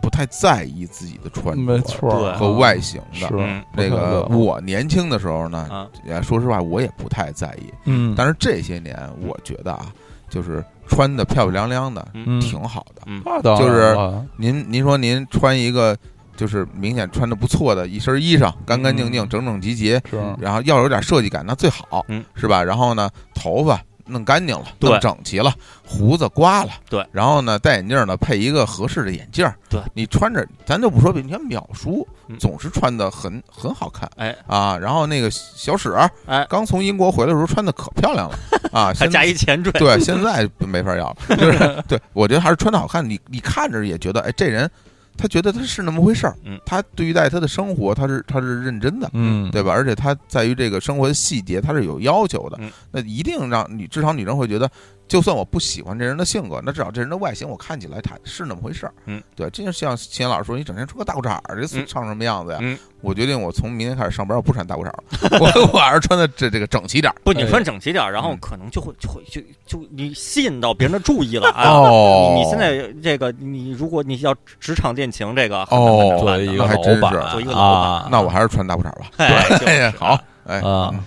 Speaker 1: 不太在意自己的穿
Speaker 2: 没
Speaker 1: 着
Speaker 2: 错儿
Speaker 3: 对
Speaker 1: 和外形
Speaker 2: 是
Speaker 1: 的。
Speaker 3: 嗯
Speaker 1: 这个
Speaker 2: 我
Speaker 1: 我年轻的时候呢，
Speaker 3: 啊，
Speaker 1: 也说实话，我也不太在意。
Speaker 2: 嗯，
Speaker 1: 但是这些年，我觉得啊，就是穿的漂漂亮亮的，
Speaker 2: 嗯
Speaker 1: 挺好的。
Speaker 2: 那当然
Speaker 1: 就是
Speaker 2: 了
Speaker 1: 您您说您穿一个就是明显穿的不错的一身衣裳，干干净净、
Speaker 2: 嗯
Speaker 1: 整整齐齐，
Speaker 2: 是
Speaker 1: 然后要有点设计感，那最好，
Speaker 3: 嗯
Speaker 1: 是吧？然后呢，头发弄干净了，
Speaker 3: 对
Speaker 1: 弄整齐了，胡子刮了，
Speaker 3: 对，
Speaker 1: 然后呢，戴眼镜呢，配一个合适的眼镜儿，
Speaker 3: 对
Speaker 1: 你穿着，咱就不说别人，你看淼叔
Speaker 3: 嗯
Speaker 1: 总是穿的很很好看
Speaker 3: 哎
Speaker 1: 啊，然后那个小史儿，
Speaker 3: 哎
Speaker 1: 刚从英国回来的时候穿的可漂 亮了啊，
Speaker 3: 还
Speaker 1: 现
Speaker 3: 加
Speaker 1: 在
Speaker 3: 一前缀，
Speaker 1: 对，现在没法要了，就是对我觉得还是穿的好看，你你看着也觉得，哎，这人他觉得他是那么回事儿，
Speaker 3: 嗯
Speaker 1: 他对待他的生活他是他是认真的，
Speaker 2: 嗯，
Speaker 1: 对吧？而且它在于这个生活的细节，它是有要求的。
Speaker 3: 嗯
Speaker 1: 那一定让你至少女生会觉得，就算我不喜欢这人的性格，那至少这人的外形我看起来他是那么回事儿。
Speaker 3: 嗯，
Speaker 1: 对，这就像秦岩老师说，你整天穿个大裤衩儿，这
Speaker 3: 嗯
Speaker 1: 唱什么样子呀？
Speaker 3: 嗯
Speaker 1: 我决定，我从明天开始上班，我不穿大裤衩儿了，我我还是穿的这这个整齐点儿。
Speaker 3: 不，你
Speaker 2: 哎
Speaker 3: 穿整齐点儿，然后
Speaker 2: 嗯
Speaker 3: 可能就会就会就就你吸引到别人的注 意了啊。
Speaker 1: 哦
Speaker 3: 你你现在这个，你如果你要职场恋情，这个很
Speaker 1: 哦
Speaker 3: 难
Speaker 2: 作
Speaker 3: 办
Speaker 2: 为
Speaker 3: 的
Speaker 2: 一
Speaker 1: 那
Speaker 2: 个
Speaker 1: 还
Speaker 2: 老
Speaker 1: 真
Speaker 2: 板，
Speaker 1: 是
Speaker 3: 作为一个老板
Speaker 2: 啊
Speaker 1: 那我还是穿大裤衩儿吧。
Speaker 3: 哎，就
Speaker 1: 哎
Speaker 3: 是
Speaker 1: 好，哎，
Speaker 2: 啊，
Speaker 3: 嗯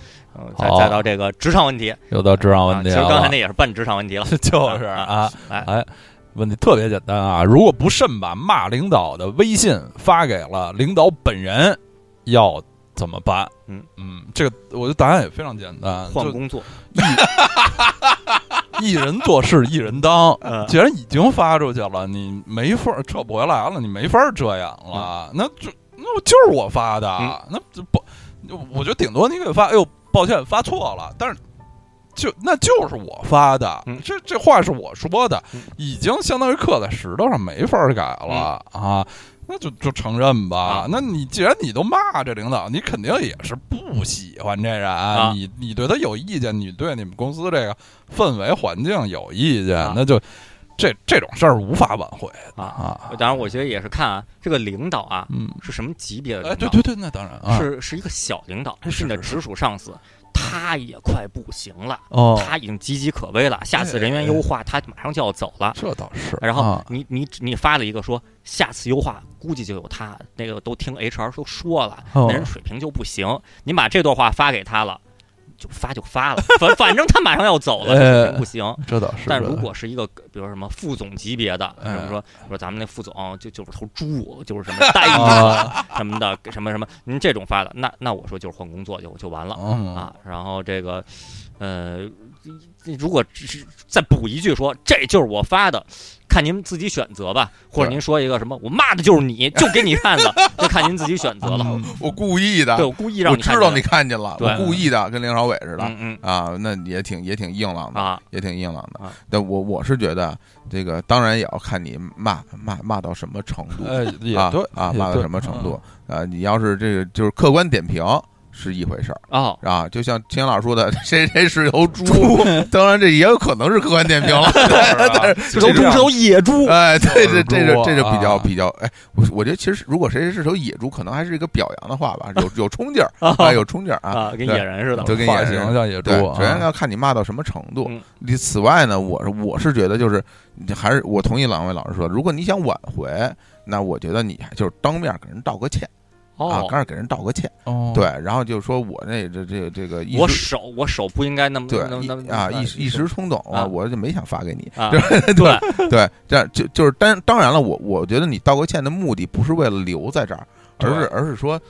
Speaker 3: 再再到这个职场问题，
Speaker 2: 又到哦职场问题
Speaker 3: 啊
Speaker 2: 了，。
Speaker 3: 其实刚才那也是半职场问题了
Speaker 2: 就是 啊，
Speaker 3: 哎
Speaker 2: 哎，问题特别简单啊，如果不慎把骂领导的微信发给了领导本人，要怎么办？
Speaker 3: 嗯
Speaker 2: 嗯，这个我觉得答案也非常简单，
Speaker 3: 换
Speaker 2: 就
Speaker 3: 工作，
Speaker 2: 一人做事一人当。
Speaker 3: 嗯
Speaker 2: 既然已经发出去了，你没法儿撤不回来了，你没法儿这样了，那就那我就是我发的，
Speaker 3: 嗯
Speaker 2: 那就不，我觉得顶多你给发，哎呦，抱歉发错了，但是。就那就是我发的，
Speaker 3: 嗯
Speaker 2: 这这话是我说的，
Speaker 3: 嗯
Speaker 2: 已经相当于刻在石头上，没法儿改了、啊。那就就承认吧。
Speaker 3: 嗯啊
Speaker 2: 那你既然你都骂这领导，你肯定也是不喜欢这人，
Speaker 3: 啊
Speaker 2: 你你对他有意见，你对你们公司这个氛围环境有意见，
Speaker 3: 啊
Speaker 2: 那就这这种事儿无法挽回的
Speaker 3: 啊
Speaker 2: 啊。
Speaker 3: 当然我觉得也是看啊，这个领导啊
Speaker 2: 嗯，
Speaker 3: 是什么级别的领
Speaker 2: 哎，
Speaker 3: 导，
Speaker 2: 对对对，那当然啊，
Speaker 3: 呃是是一个小领导，
Speaker 2: 是
Speaker 3: 是你的
Speaker 2: 是是
Speaker 3: 直属上司，他也快不行了，
Speaker 2: 哦，
Speaker 3: 他已经岌岌可危了，下次人员优化他马上就要走了。
Speaker 2: 这倒是。
Speaker 3: 然后
Speaker 2: 啊
Speaker 3: 你你你发了一个说下次优化估计就有他，那个都听 HR 都说了，
Speaker 2: 哦
Speaker 3: 那人水平就不行。你把这段话发给他了，就发就发了， 反反正他马上要走了，
Speaker 2: 哎
Speaker 3: 这水平不行。
Speaker 2: 这倒是，
Speaker 3: 但
Speaker 2: 这倒
Speaker 3: 如
Speaker 2: 是
Speaker 3: 果是一个，比如什么副总级别的，什
Speaker 2: 哎
Speaker 3: 么说说咱们那副总就就是头猪，就是什么待 遇
Speaker 2: 啊，
Speaker 3: 什么的，什么什么，您这种发的，那那我说就是换工作就就完了
Speaker 2: 嗯
Speaker 3: 啊。然后这个，呃，如果只是再补一句说这就是我发的，看您自己选择吧，或者您说一个什么，我骂的就是你，就给你看的， 就看您自己
Speaker 2: 嗯
Speaker 3: 选择了。
Speaker 1: 我故意的
Speaker 3: 对，我故意让
Speaker 1: 嗯我
Speaker 3: 你
Speaker 1: 知
Speaker 3: 看
Speaker 1: 道
Speaker 3: 这
Speaker 1: 你
Speaker 3: 个
Speaker 1: 看见了，我
Speaker 3: 对
Speaker 1: 故意的，跟梁朝伟似的
Speaker 3: 嗯
Speaker 1: 啊，那也挺也挺硬朗
Speaker 3: 嗯
Speaker 1: 的，
Speaker 3: 啊，
Speaker 1: 也挺硬朗的
Speaker 3: 啊。
Speaker 1: 但我我是觉得这个当然也要看你骂骂骂到什么程度
Speaker 2: 呃，也
Speaker 1: 啊
Speaker 2: 对
Speaker 1: 啊，
Speaker 2: 也
Speaker 1: 骂到
Speaker 2: 对
Speaker 1: 什么程 度啊？你要是这个就是客观点评是一回事儿。
Speaker 3: 哦，
Speaker 1: 啊，就像秦老师说的， 谁谁是头猪，当然这也有可能是客观点评了，但是
Speaker 3: 有猪是有野猪，
Speaker 1: 哎，对这这
Speaker 2: 猪
Speaker 1: 是这是比较
Speaker 2: 啊
Speaker 1: 比较，哎，我我觉得其实如果谁谁是头野猪，可能还是一个表扬的话 吧，有有冲劲儿啊，有冲劲儿啊，
Speaker 3: 啊，跟
Speaker 1: 对
Speaker 3: 野人似的。
Speaker 1: 就跟
Speaker 2: 发
Speaker 1: 野人
Speaker 2: 型像野猪
Speaker 1: 对，
Speaker 2: 啊
Speaker 1: 首先要看你骂到什么程度
Speaker 3: 嗯。
Speaker 1: 你此外呢，我是我是觉得就是还是我同意两位老师说，如果你想挽回，那我觉得你还就是当面给人道个歉啊，
Speaker 3: 哦
Speaker 1: 当，面给人道个歉，
Speaker 2: 哦，
Speaker 1: 对，然后就说我那这这这个一
Speaker 3: 我
Speaker 1: 时
Speaker 3: 手我手不应该那么
Speaker 1: 对
Speaker 3: 那么
Speaker 1: 一
Speaker 3: 那么
Speaker 1: 啊，
Speaker 3: 那么
Speaker 1: 一时一时冲动
Speaker 3: 啊
Speaker 1: 我就没想发给你。
Speaker 3: 啊，
Speaker 1: 对
Speaker 3: 对
Speaker 1: 对，这样就就是当当然了，我我觉得你道个歉的目的不是为了留在这儿，而是
Speaker 2: 对
Speaker 1: 而是说，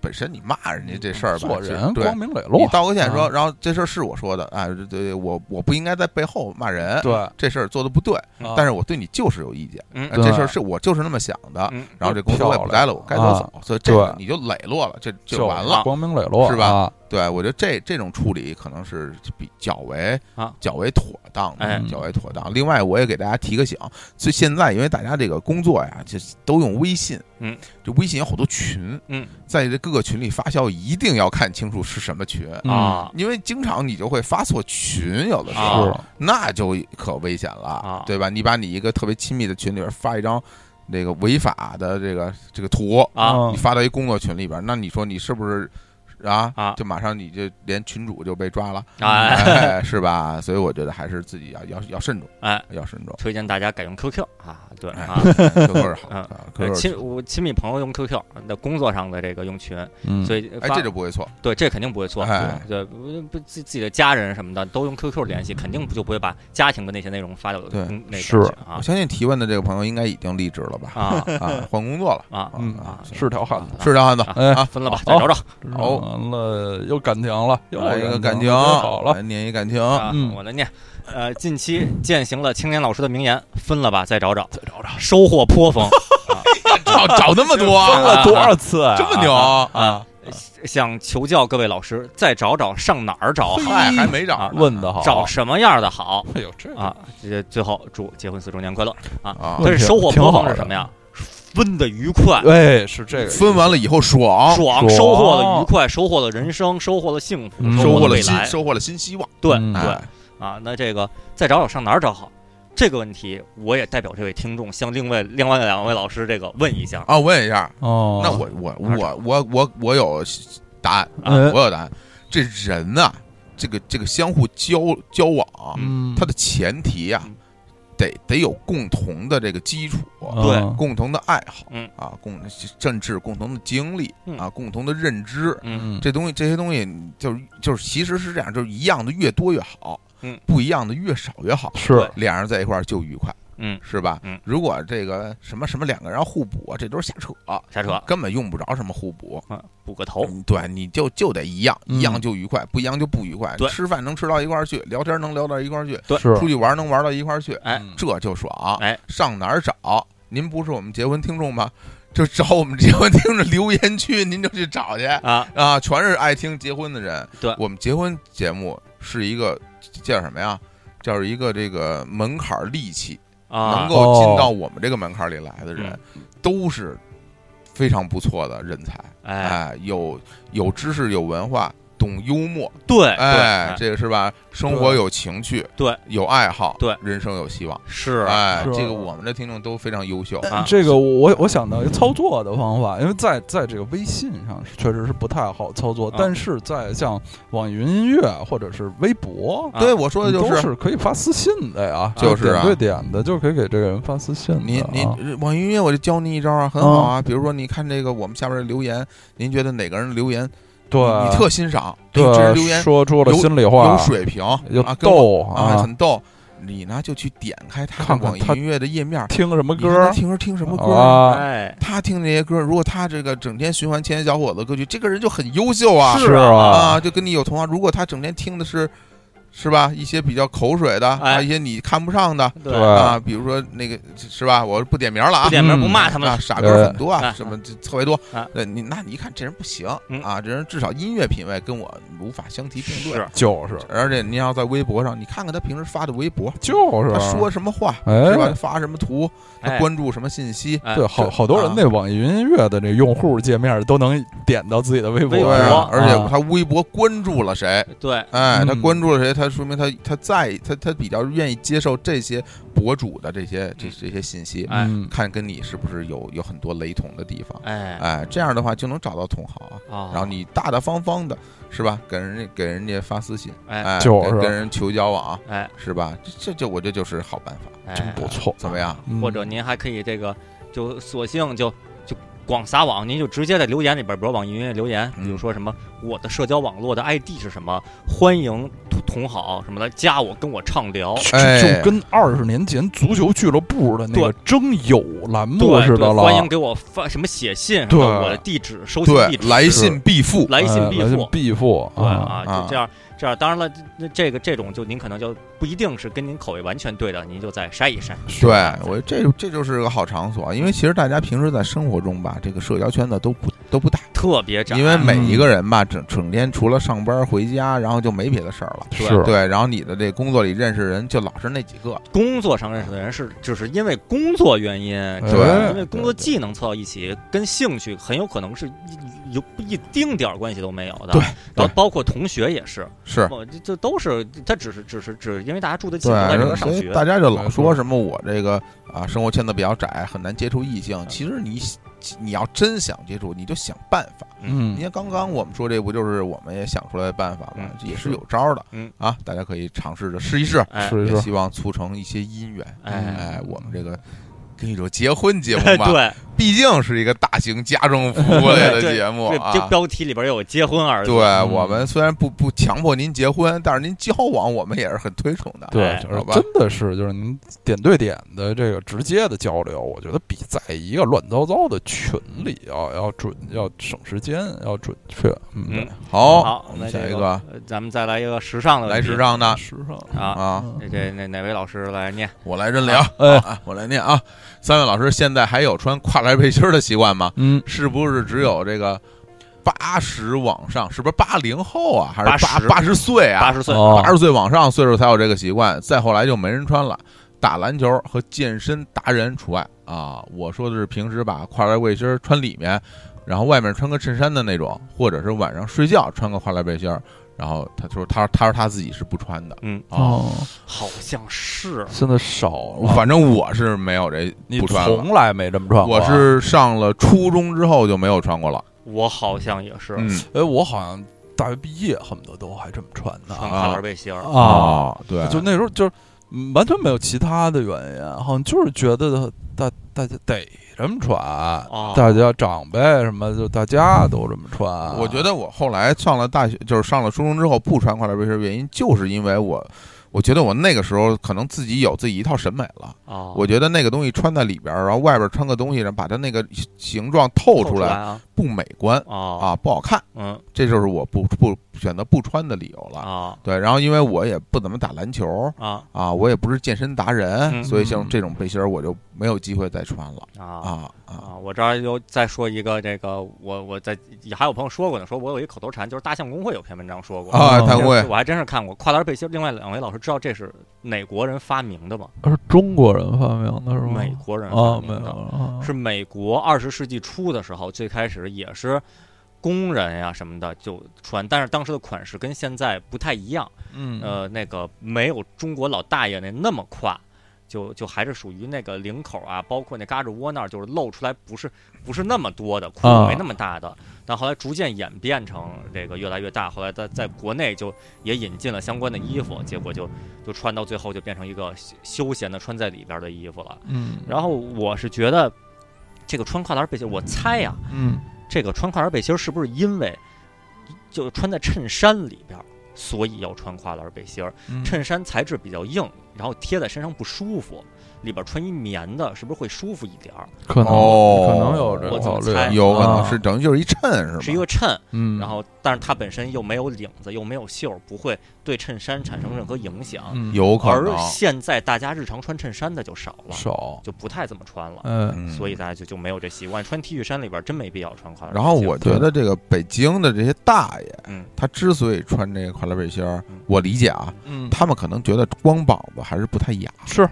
Speaker 1: 本身你骂人家这事儿吧，
Speaker 2: 做
Speaker 1: 其实
Speaker 2: 人
Speaker 1: 对
Speaker 2: 光，明磊
Speaker 1: 你
Speaker 2: 落，
Speaker 1: 道个歉
Speaker 2: 啊
Speaker 1: 说，然后这事儿是我说的，啊，对对，我我不应该在背后骂人，
Speaker 2: 对，啊
Speaker 1: 这事儿做的不对，
Speaker 3: 嗯
Speaker 1: 但是我对你就是有意见，
Speaker 3: 嗯
Speaker 1: 啊
Speaker 2: 对
Speaker 1: 这事儿是我就是那么想的，
Speaker 3: 嗯，
Speaker 1: 然后这公司我也不待了，我该走走，所以这
Speaker 2: 啊
Speaker 1: 个
Speaker 2: 对
Speaker 1: 你就磊落了，这
Speaker 2: 就
Speaker 1: 就完了，
Speaker 2: 光明磊落
Speaker 1: 是吧
Speaker 2: 啊
Speaker 1: 对，我觉得这这种处理可能是比较为
Speaker 3: 啊
Speaker 1: 较为妥当的，
Speaker 3: 哎
Speaker 1: 较为妥当。另外，我也给大家提个醒，所以现在因为大家这个工作呀，就都用微信，
Speaker 3: 嗯，
Speaker 1: 这微信有好多群，
Speaker 3: 嗯，
Speaker 1: 在这各个群里发消息一定要看清楚是什么群。
Speaker 2: 嗯
Speaker 3: 啊
Speaker 1: 因为经常你就会发错群，有的时候、
Speaker 2: 是
Speaker 3: 啊
Speaker 1: 那就可危险了，
Speaker 3: 啊
Speaker 1: 对吧？你把你一个特别亲密的群里边发一张那个违法的这个这个图，
Speaker 3: 啊，
Speaker 1: 你发到一工作群里边儿，那你说你是不是啊？
Speaker 3: 啊
Speaker 1: 就马上你就连群主就被抓了，
Speaker 3: 哎，
Speaker 1: 哎，是吧？所以我觉得还是自己要要要慎重，
Speaker 3: 哎，
Speaker 1: 要慎 重。
Speaker 3: 推荐大家改用 QQ 啊，对
Speaker 1: 哎
Speaker 3: 啊，
Speaker 1: ，QQ 是好
Speaker 3: 嗯
Speaker 1: 啊
Speaker 3: 呃
Speaker 1: ，QQ
Speaker 3: 亲
Speaker 1: 是
Speaker 3: 我亲密朋友用 QQ，那工作上的这个用群，
Speaker 2: 嗯，
Speaker 3: 所以
Speaker 1: 哎，
Speaker 3: 发
Speaker 1: 这就不会错。
Speaker 3: 对这肯定不会错
Speaker 1: 哎，嗯
Speaker 3: 对不不自自己的家人什么的都用 QQ 联系，肯定不就不会把家庭的那些内容发到
Speaker 1: 对
Speaker 3: 嗯那个
Speaker 2: 是
Speaker 3: 群啊
Speaker 1: 我相信提问的这个朋友应该已经离职了吧？
Speaker 3: 啊
Speaker 1: 啊，换工作了
Speaker 3: 啊，
Speaker 2: 嗯
Speaker 1: 啊，行
Speaker 2: 是条汉子，
Speaker 1: 是的，汉子
Speaker 3: 啊
Speaker 2: 哎，
Speaker 1: 啊，
Speaker 3: 分了吧，
Speaker 2: 好
Speaker 3: 再找找
Speaker 1: 哦
Speaker 2: 嗯完了又感情了，又
Speaker 1: 来一个哎感
Speaker 2: 情
Speaker 1: 情，
Speaker 2: 了真好了，
Speaker 1: 来念一感情，
Speaker 3: 啊
Speaker 2: 嗯，
Speaker 3: 我来念。呃，近期践行了青年老师的名言，分了吧，再找找，
Speaker 2: 再找找，
Speaker 3: 收获颇 丰。
Speaker 1: 找找那么多
Speaker 2: 分
Speaker 1: 啊，
Speaker 2: 了多少次啊？
Speaker 1: 这么牛啊
Speaker 3: 啊？想求教各位老师，再找找上哪儿找好，
Speaker 1: 嗨，还没
Speaker 3: 啊
Speaker 1: 找呢
Speaker 2: 问的好，
Speaker 3: 找什么样的好
Speaker 2: 哎呦这
Speaker 3: 啊？这最后祝结婚四周年快乐啊！
Speaker 1: 啊
Speaker 2: 问？
Speaker 3: 但是收获颇
Speaker 2: 挺
Speaker 3: 丰
Speaker 2: 好的
Speaker 3: 是什么呀？分的愉快，
Speaker 2: 哎是这个
Speaker 1: 分完了以后爽，
Speaker 3: 爽，
Speaker 2: 爽
Speaker 3: 收获了愉快，收获了人生，收获了幸福，
Speaker 2: 嗯
Speaker 1: 收获了
Speaker 3: 未
Speaker 1: 新
Speaker 3: 来。
Speaker 1: 收获了新希望。
Speaker 3: 对
Speaker 2: 嗯
Speaker 3: 对
Speaker 1: 哎，
Speaker 3: 啊，那这个再找找上哪儿找好？这个问题，我也代表这位听众向另外另外两位老师这个问一下
Speaker 1: 啊，我问一下，
Speaker 2: 哦，
Speaker 1: 那我我我我我我有答案，
Speaker 2: 嗯
Speaker 1: 我有答案。这人呐、这个这个相互交交往，
Speaker 2: 嗯，
Speaker 1: 它的前提啊
Speaker 3: 嗯，
Speaker 1: 得得有共同的这个基础，
Speaker 3: 对
Speaker 2: 嗯
Speaker 1: 共同的爱好，
Speaker 3: 嗯
Speaker 1: 啊，共甚至共同的经历
Speaker 3: 嗯
Speaker 1: 啊，共同的认知，
Speaker 3: 嗯，
Speaker 2: 嗯
Speaker 1: 这东西这些东西就是就是其实是这样，就是一样的越多越好，
Speaker 3: 嗯，
Speaker 1: 不一样的越少越好，
Speaker 2: 是
Speaker 1: 俩人在一块儿就愉快，
Speaker 3: 嗯，
Speaker 1: 是吧？
Speaker 3: 嗯
Speaker 1: 如果这个什么什么两个人要互补啊，这都是瞎扯，
Speaker 3: 瞎扯
Speaker 1: 根本用不着什么互补。
Speaker 3: 啊，补个头，
Speaker 1: 嗯对，你就就得一样，
Speaker 2: 嗯
Speaker 1: 一样就愉快，不一样就不愉快。
Speaker 3: 对
Speaker 1: 吃饭能吃到一块儿去，聊天能聊到一块儿去，
Speaker 3: 对
Speaker 2: 是
Speaker 1: 出去玩能玩到一块儿去，
Speaker 3: 哎
Speaker 2: 嗯
Speaker 1: 这就爽。
Speaker 3: 哎，
Speaker 1: 上哪儿找？您不是我们结婚听众吗？就找我们结婚听众留言区，您就去找去
Speaker 3: 啊，
Speaker 1: 啊！全是爱听结婚的人。
Speaker 3: 对
Speaker 1: 我们结婚节目是一个叫什么呀？叫一个这个门槛儿利器。能
Speaker 3: 啊
Speaker 1: 够进到我们这个门槛里来的人
Speaker 3: 嗯，
Speaker 1: 都是非常不错的人才，
Speaker 3: 哎，
Speaker 1: 哎，有有知识，有文化，懂幽默，
Speaker 3: 对，
Speaker 1: 哎，
Speaker 3: 对
Speaker 1: 这个是吧？生活有情趣，
Speaker 3: 对，
Speaker 1: 有爱好，
Speaker 3: 对，
Speaker 1: 人生有希望，
Speaker 3: 是
Speaker 1: 哎，
Speaker 2: 是
Speaker 1: 这个我们的听众都非常优秀，
Speaker 3: 啊
Speaker 2: 这个我我想到一个操作的方法，因为在在这个微信上是确实是不太好操作，
Speaker 3: 啊
Speaker 2: 但是在像网易云音乐或者是微博，
Speaker 3: 啊
Speaker 1: 对我说的就
Speaker 2: 都
Speaker 1: 是。
Speaker 2: 是可以发私信的呀，
Speaker 1: 就是啊
Speaker 2: 点对点的，就可以给这个人发私信的啊。嗯
Speaker 1: 您您网易云音乐，我就教您一招啊，很好啊。比如说，你看这个我们下边的留言，您觉得哪个人留言
Speaker 2: 对
Speaker 1: 你你特欣赏？
Speaker 2: 对
Speaker 1: 这人留言
Speaker 2: 说出了
Speaker 1: 有
Speaker 2: 心里话，
Speaker 1: 有水平
Speaker 2: 又
Speaker 1: 啊，跟我
Speaker 2: 逗
Speaker 1: 啊，
Speaker 2: 啊，
Speaker 1: 很逗。你呢就去点开他
Speaker 2: 看
Speaker 1: 的
Speaker 2: 看
Speaker 1: 网易
Speaker 2: 他
Speaker 1: 音乐的页面，
Speaker 2: 听什么
Speaker 1: 你看
Speaker 2: 歌
Speaker 1: 他听着听什么歌？
Speaker 2: 啊？
Speaker 3: 哎，
Speaker 1: 他听这些歌，如果他这个整天循环千年小伙子歌曲，这个人就很优秀啊
Speaker 2: 是
Speaker 3: 啊
Speaker 2: 啊
Speaker 1: 啊，就跟你有同行。如果他整天听的是是吧？一些比较口水的，
Speaker 3: 哎
Speaker 1: 啊，一些你看不上的
Speaker 3: 对
Speaker 2: 对
Speaker 1: 啊，比如说那个是吧？我不点名了啊
Speaker 3: 不，点名
Speaker 2: 嗯
Speaker 3: 不骂他们
Speaker 1: 啊，，傻逼儿很多
Speaker 3: 对
Speaker 1: 啊，
Speaker 3: 啊
Speaker 1: 什么这特别多
Speaker 3: 啊。
Speaker 1: 那你那你一看这人不行
Speaker 3: 嗯
Speaker 1: 啊，这人至少音乐品味跟我无法相提并论。
Speaker 3: 是
Speaker 2: 就是
Speaker 1: 而且你要在微博上，你看看他平时发的微博，
Speaker 2: 就是啊
Speaker 1: 他说什么话
Speaker 2: 哎
Speaker 1: 是吧？发什么图，他
Speaker 3: 哎
Speaker 1: 关注什么信息？
Speaker 3: 哎
Speaker 2: 对，好
Speaker 1: 这
Speaker 2: 好多人那网易云音乐的这用户界面都能点到自己的微博
Speaker 3: 微
Speaker 1: 对
Speaker 3: 博
Speaker 1: 啊
Speaker 2: 啊，，
Speaker 1: 而且他微博关注了谁？
Speaker 3: 对，
Speaker 1: 哎，
Speaker 2: 嗯
Speaker 1: 他关注了谁？他说明他他在他他比较愿意接受这些博主的这些这这些信息，
Speaker 3: 哎
Speaker 2: 嗯
Speaker 1: 看跟你是不是有有很多雷同的地方。
Speaker 3: 哎
Speaker 1: 哎，这样的话就能找到同好啊。
Speaker 3: 哦
Speaker 1: 然后你大大方方的，是吧？给人家给人家发私信，
Speaker 3: 哎
Speaker 1: 哎，
Speaker 2: 就是啊
Speaker 1: 跟跟人求交往，
Speaker 3: 哎
Speaker 1: 是吧？这这就我这就是好办法，
Speaker 3: 哎
Speaker 2: 真不错，
Speaker 1: 怎么样？
Speaker 2: 嗯
Speaker 3: 或者您还可以这个就索性就就广撒网，您就直接在留言里边，比如网易云音乐留言，
Speaker 1: 嗯
Speaker 3: 比如说什么我的社交网络的 ID 是什么，欢迎同同好什么的加我，跟我畅聊。
Speaker 2: 就
Speaker 1: 哎
Speaker 2: 就跟二十年前足球俱乐部的那个征友栏目
Speaker 3: 对
Speaker 2: 似的
Speaker 3: 对，
Speaker 2: 了，
Speaker 3: 欢迎给我发什么写信什么的，
Speaker 2: 对
Speaker 3: 我的地址收信
Speaker 1: 对
Speaker 3: 地，址，
Speaker 1: 来信必复，
Speaker 3: 来信必
Speaker 2: 哎
Speaker 3: 复。
Speaker 2: 必复
Speaker 3: 对
Speaker 2: 啊，
Speaker 3: 啊，
Speaker 1: 啊
Speaker 3: 就这样，这样。当然了，那这个这种就您可能就不一定是跟您口味完全对的，您就再筛一筛。
Speaker 1: 对我这这就是个好场所，啊因为其实大家平时在生活中吧，这个社交圈子都不都不大，
Speaker 3: 特别窄，
Speaker 1: 因为每一个人吧，整整天除了上班回家，然后就没别的事儿了。
Speaker 3: 对
Speaker 2: 是
Speaker 1: 对，然后你的这工作里认识人就老是那几个，
Speaker 3: 工作上认识的人是，就是因为工作原因，
Speaker 1: 对
Speaker 3: 就是因为工作
Speaker 1: 对对
Speaker 3: 技能凑到一起，跟兴趣很有可能是一有一丁点儿关系都没有的。
Speaker 1: 对
Speaker 3: 然后包括同学也是，
Speaker 1: 是
Speaker 3: 我这这都是他只是只是只是因为大家住的近，
Speaker 1: 对，
Speaker 3: 都在这
Speaker 1: 然后
Speaker 3: 边上
Speaker 1: 所以
Speaker 3: 学。
Speaker 1: 大家就老
Speaker 2: 没
Speaker 1: 说
Speaker 2: 错
Speaker 1: 什么我这个啊生活圈子比较窄，很难接触异
Speaker 3: 嗯
Speaker 1: 性。其实你你要真想接触，你就想办法。
Speaker 2: 嗯
Speaker 1: 你，看刚刚我们说这不就是我们也想出来的办法吗？
Speaker 3: 嗯
Speaker 1: 也是有招的。
Speaker 3: 嗯
Speaker 1: 啊，大家可以尝试着试一试，
Speaker 3: 哎
Speaker 2: 是
Speaker 1: 嗯也
Speaker 2: 是
Speaker 1: 希望促成一些姻缘。
Speaker 3: 哎
Speaker 1: 哎，我们这个。跟你说，结婚节目
Speaker 3: 哎
Speaker 1: 吧，
Speaker 3: 对，
Speaker 1: 毕竟是一个大型家政服务类的
Speaker 3: 对
Speaker 1: 节目
Speaker 3: 这
Speaker 1: 啊。
Speaker 3: 这标题里边有结婚二字
Speaker 1: 对，我们虽然不不强迫您结婚，但是您交往我们也是很推崇的。
Speaker 2: 对
Speaker 3: 哎，
Speaker 2: 就是
Speaker 1: 好吧
Speaker 2: 真的是就是您点对点的这个直接的交流，我觉得比在一个乱糟糟的群里要要准要省时间要准确，
Speaker 3: 嗯
Speaker 2: 嗯，
Speaker 1: 好
Speaker 3: 好，
Speaker 1: 我
Speaker 3: 那
Speaker 1: 们下
Speaker 3: 这
Speaker 1: 一
Speaker 3: 个
Speaker 1: 个
Speaker 3: 呃咱们再来一个时尚的
Speaker 1: 来
Speaker 3: 问题
Speaker 1: 时尚的
Speaker 2: 时尚
Speaker 3: 啊。
Speaker 1: 啊，
Speaker 2: 嗯
Speaker 3: 这这哪哪位老师来念？
Speaker 1: 我来认领啊
Speaker 2: 哎
Speaker 1: 啊，我来念啊。三位老师现在还有穿跨栏背心儿的习惯吗？
Speaker 2: 嗯，
Speaker 1: 是不是只有这个八十往上？是不是八零后啊？还是八
Speaker 3: 80
Speaker 1: 八十岁
Speaker 3: 八
Speaker 1: 啊？
Speaker 3: 十岁，
Speaker 2: 哦
Speaker 1: 八十岁往上岁数才有这个习惯，再后来就没人穿了。打篮球和健身达人除外啊！我说的是平时把跨栏背心儿穿里面，然后外面穿个衬衫的那种，或者是晚上睡觉穿个跨栏背心儿。然后他说他他说他自己是不穿的，
Speaker 3: 嗯，
Speaker 1: 啊，
Speaker 2: 哦
Speaker 3: 好像是
Speaker 2: 真的少了，
Speaker 1: 反正我是没有这
Speaker 2: 你
Speaker 1: 哦不穿了。
Speaker 2: 从来没这么穿过
Speaker 1: 我
Speaker 2: 啊，
Speaker 1: 是上了初中之后就没有穿过了。
Speaker 3: 我好像也是
Speaker 1: 嗯
Speaker 2: 哎，我好像大学毕业恨不得都还这么穿的
Speaker 3: 穿
Speaker 2: 啊
Speaker 3: 跨栏背心儿，
Speaker 2: 啊，
Speaker 1: 哦，对，
Speaker 2: 就那时候就是嗯完全没有其他的原因，好像就是觉得大大家得这么穿，
Speaker 3: 哦
Speaker 2: 大家长辈什么就大家都这么
Speaker 3: 啊
Speaker 2: 穿。啊
Speaker 1: 我觉得我后来上了大学，就是上了初中之后不穿跨栏背心，原因就是因为我，我觉得我那个时候可能自己有自己一套审美了。
Speaker 3: 哦，
Speaker 1: 我觉得那个东西穿在里边儿，然后外边穿个东西，然后把它那个形状透
Speaker 3: 出
Speaker 1: 出来，
Speaker 3: 啊，
Speaker 1: 不美观
Speaker 3: 哦
Speaker 1: 啊，不好看。
Speaker 3: 嗯
Speaker 1: 这就是我不不选择不穿的理由了。
Speaker 3: 啊
Speaker 1: 对，然后因为我也不怎么打篮球
Speaker 3: 啊
Speaker 1: 啊，我也不是健身达人，
Speaker 3: 嗯
Speaker 1: 所以像这种背心儿我就没有机会再穿了
Speaker 3: 啊
Speaker 1: 啊啊！
Speaker 3: 啊！我这儿又再说一个，这个我我在也还有朋友说过呢，说我有一口头禅，就是大象公会有篇文章说过
Speaker 1: 啊，
Speaker 2: 哦
Speaker 1: 谭
Speaker 3: 这
Speaker 1: 贵，
Speaker 3: 我还真是看过跨栏背心儿。另外两位老师知道这是哪国人发明的吗？
Speaker 2: 是中国人发明的是吗？
Speaker 3: 美国人发
Speaker 2: 啊，
Speaker 3: 明
Speaker 2: 没
Speaker 3: 的，
Speaker 2: 有
Speaker 3: 是美国二十世纪初的时候，最开始也是工人呀、什么的就穿，但是当时的款式跟现在不太一样，
Speaker 2: 嗯
Speaker 3: 呃，那个没有中国老大爷那那么跨，就就还是属于那个领口啊，包括那胳肢窝那儿，就是露出来不是不是那么多的，裤
Speaker 2: 啊
Speaker 3: 没那么大的。但后来逐渐演变成这个越来越大，后来在在国内就也引进了相关的衣服，结果就就穿到最后就变成一个休休闲的穿在里边的衣服了。
Speaker 2: 嗯，
Speaker 3: 然后我是觉得，这个穿跨栏背心，我猜呀、
Speaker 2: 嗯
Speaker 3: 这个穿跨栏背心儿是不是因为就穿在衬衫里边儿，所以要穿跨栏背心儿？
Speaker 2: 嗯
Speaker 3: 衬衫材质比较硬，然后贴在身上不舒服，里边穿一棉的，是不是会舒服一点儿？
Speaker 2: 可能、
Speaker 1: 哦
Speaker 2: 可能有这
Speaker 3: 我
Speaker 2: 个
Speaker 3: 怎么
Speaker 2: 考虑，
Speaker 3: 猜
Speaker 1: 有可能
Speaker 2: 啊
Speaker 1: 是等于就是一衬是吧？
Speaker 3: 是一个衬，
Speaker 2: 嗯，
Speaker 3: 然后但是它本身又没有领子，又没有袖儿，不会对衬衫产生任何影响。
Speaker 2: 嗯
Speaker 1: 有可
Speaker 3: 而
Speaker 1: 能
Speaker 3: 现在大家日常穿衬衫的就少了，
Speaker 2: 少，
Speaker 3: 就不太这么穿了，
Speaker 2: 嗯
Speaker 1: 嗯
Speaker 3: 所以大家就就没有这习惯。穿 T 恤衫里边真没必要穿跨栏背
Speaker 1: 然后
Speaker 3: 心
Speaker 1: 我觉得这个北京的这些大爷，
Speaker 3: 嗯
Speaker 1: 他之所以穿这个跨栏背心儿
Speaker 3: 嗯，
Speaker 1: 我理解啊，
Speaker 2: 嗯，
Speaker 1: 他们可能觉得光膀子还是不太雅，
Speaker 2: 是
Speaker 3: 啊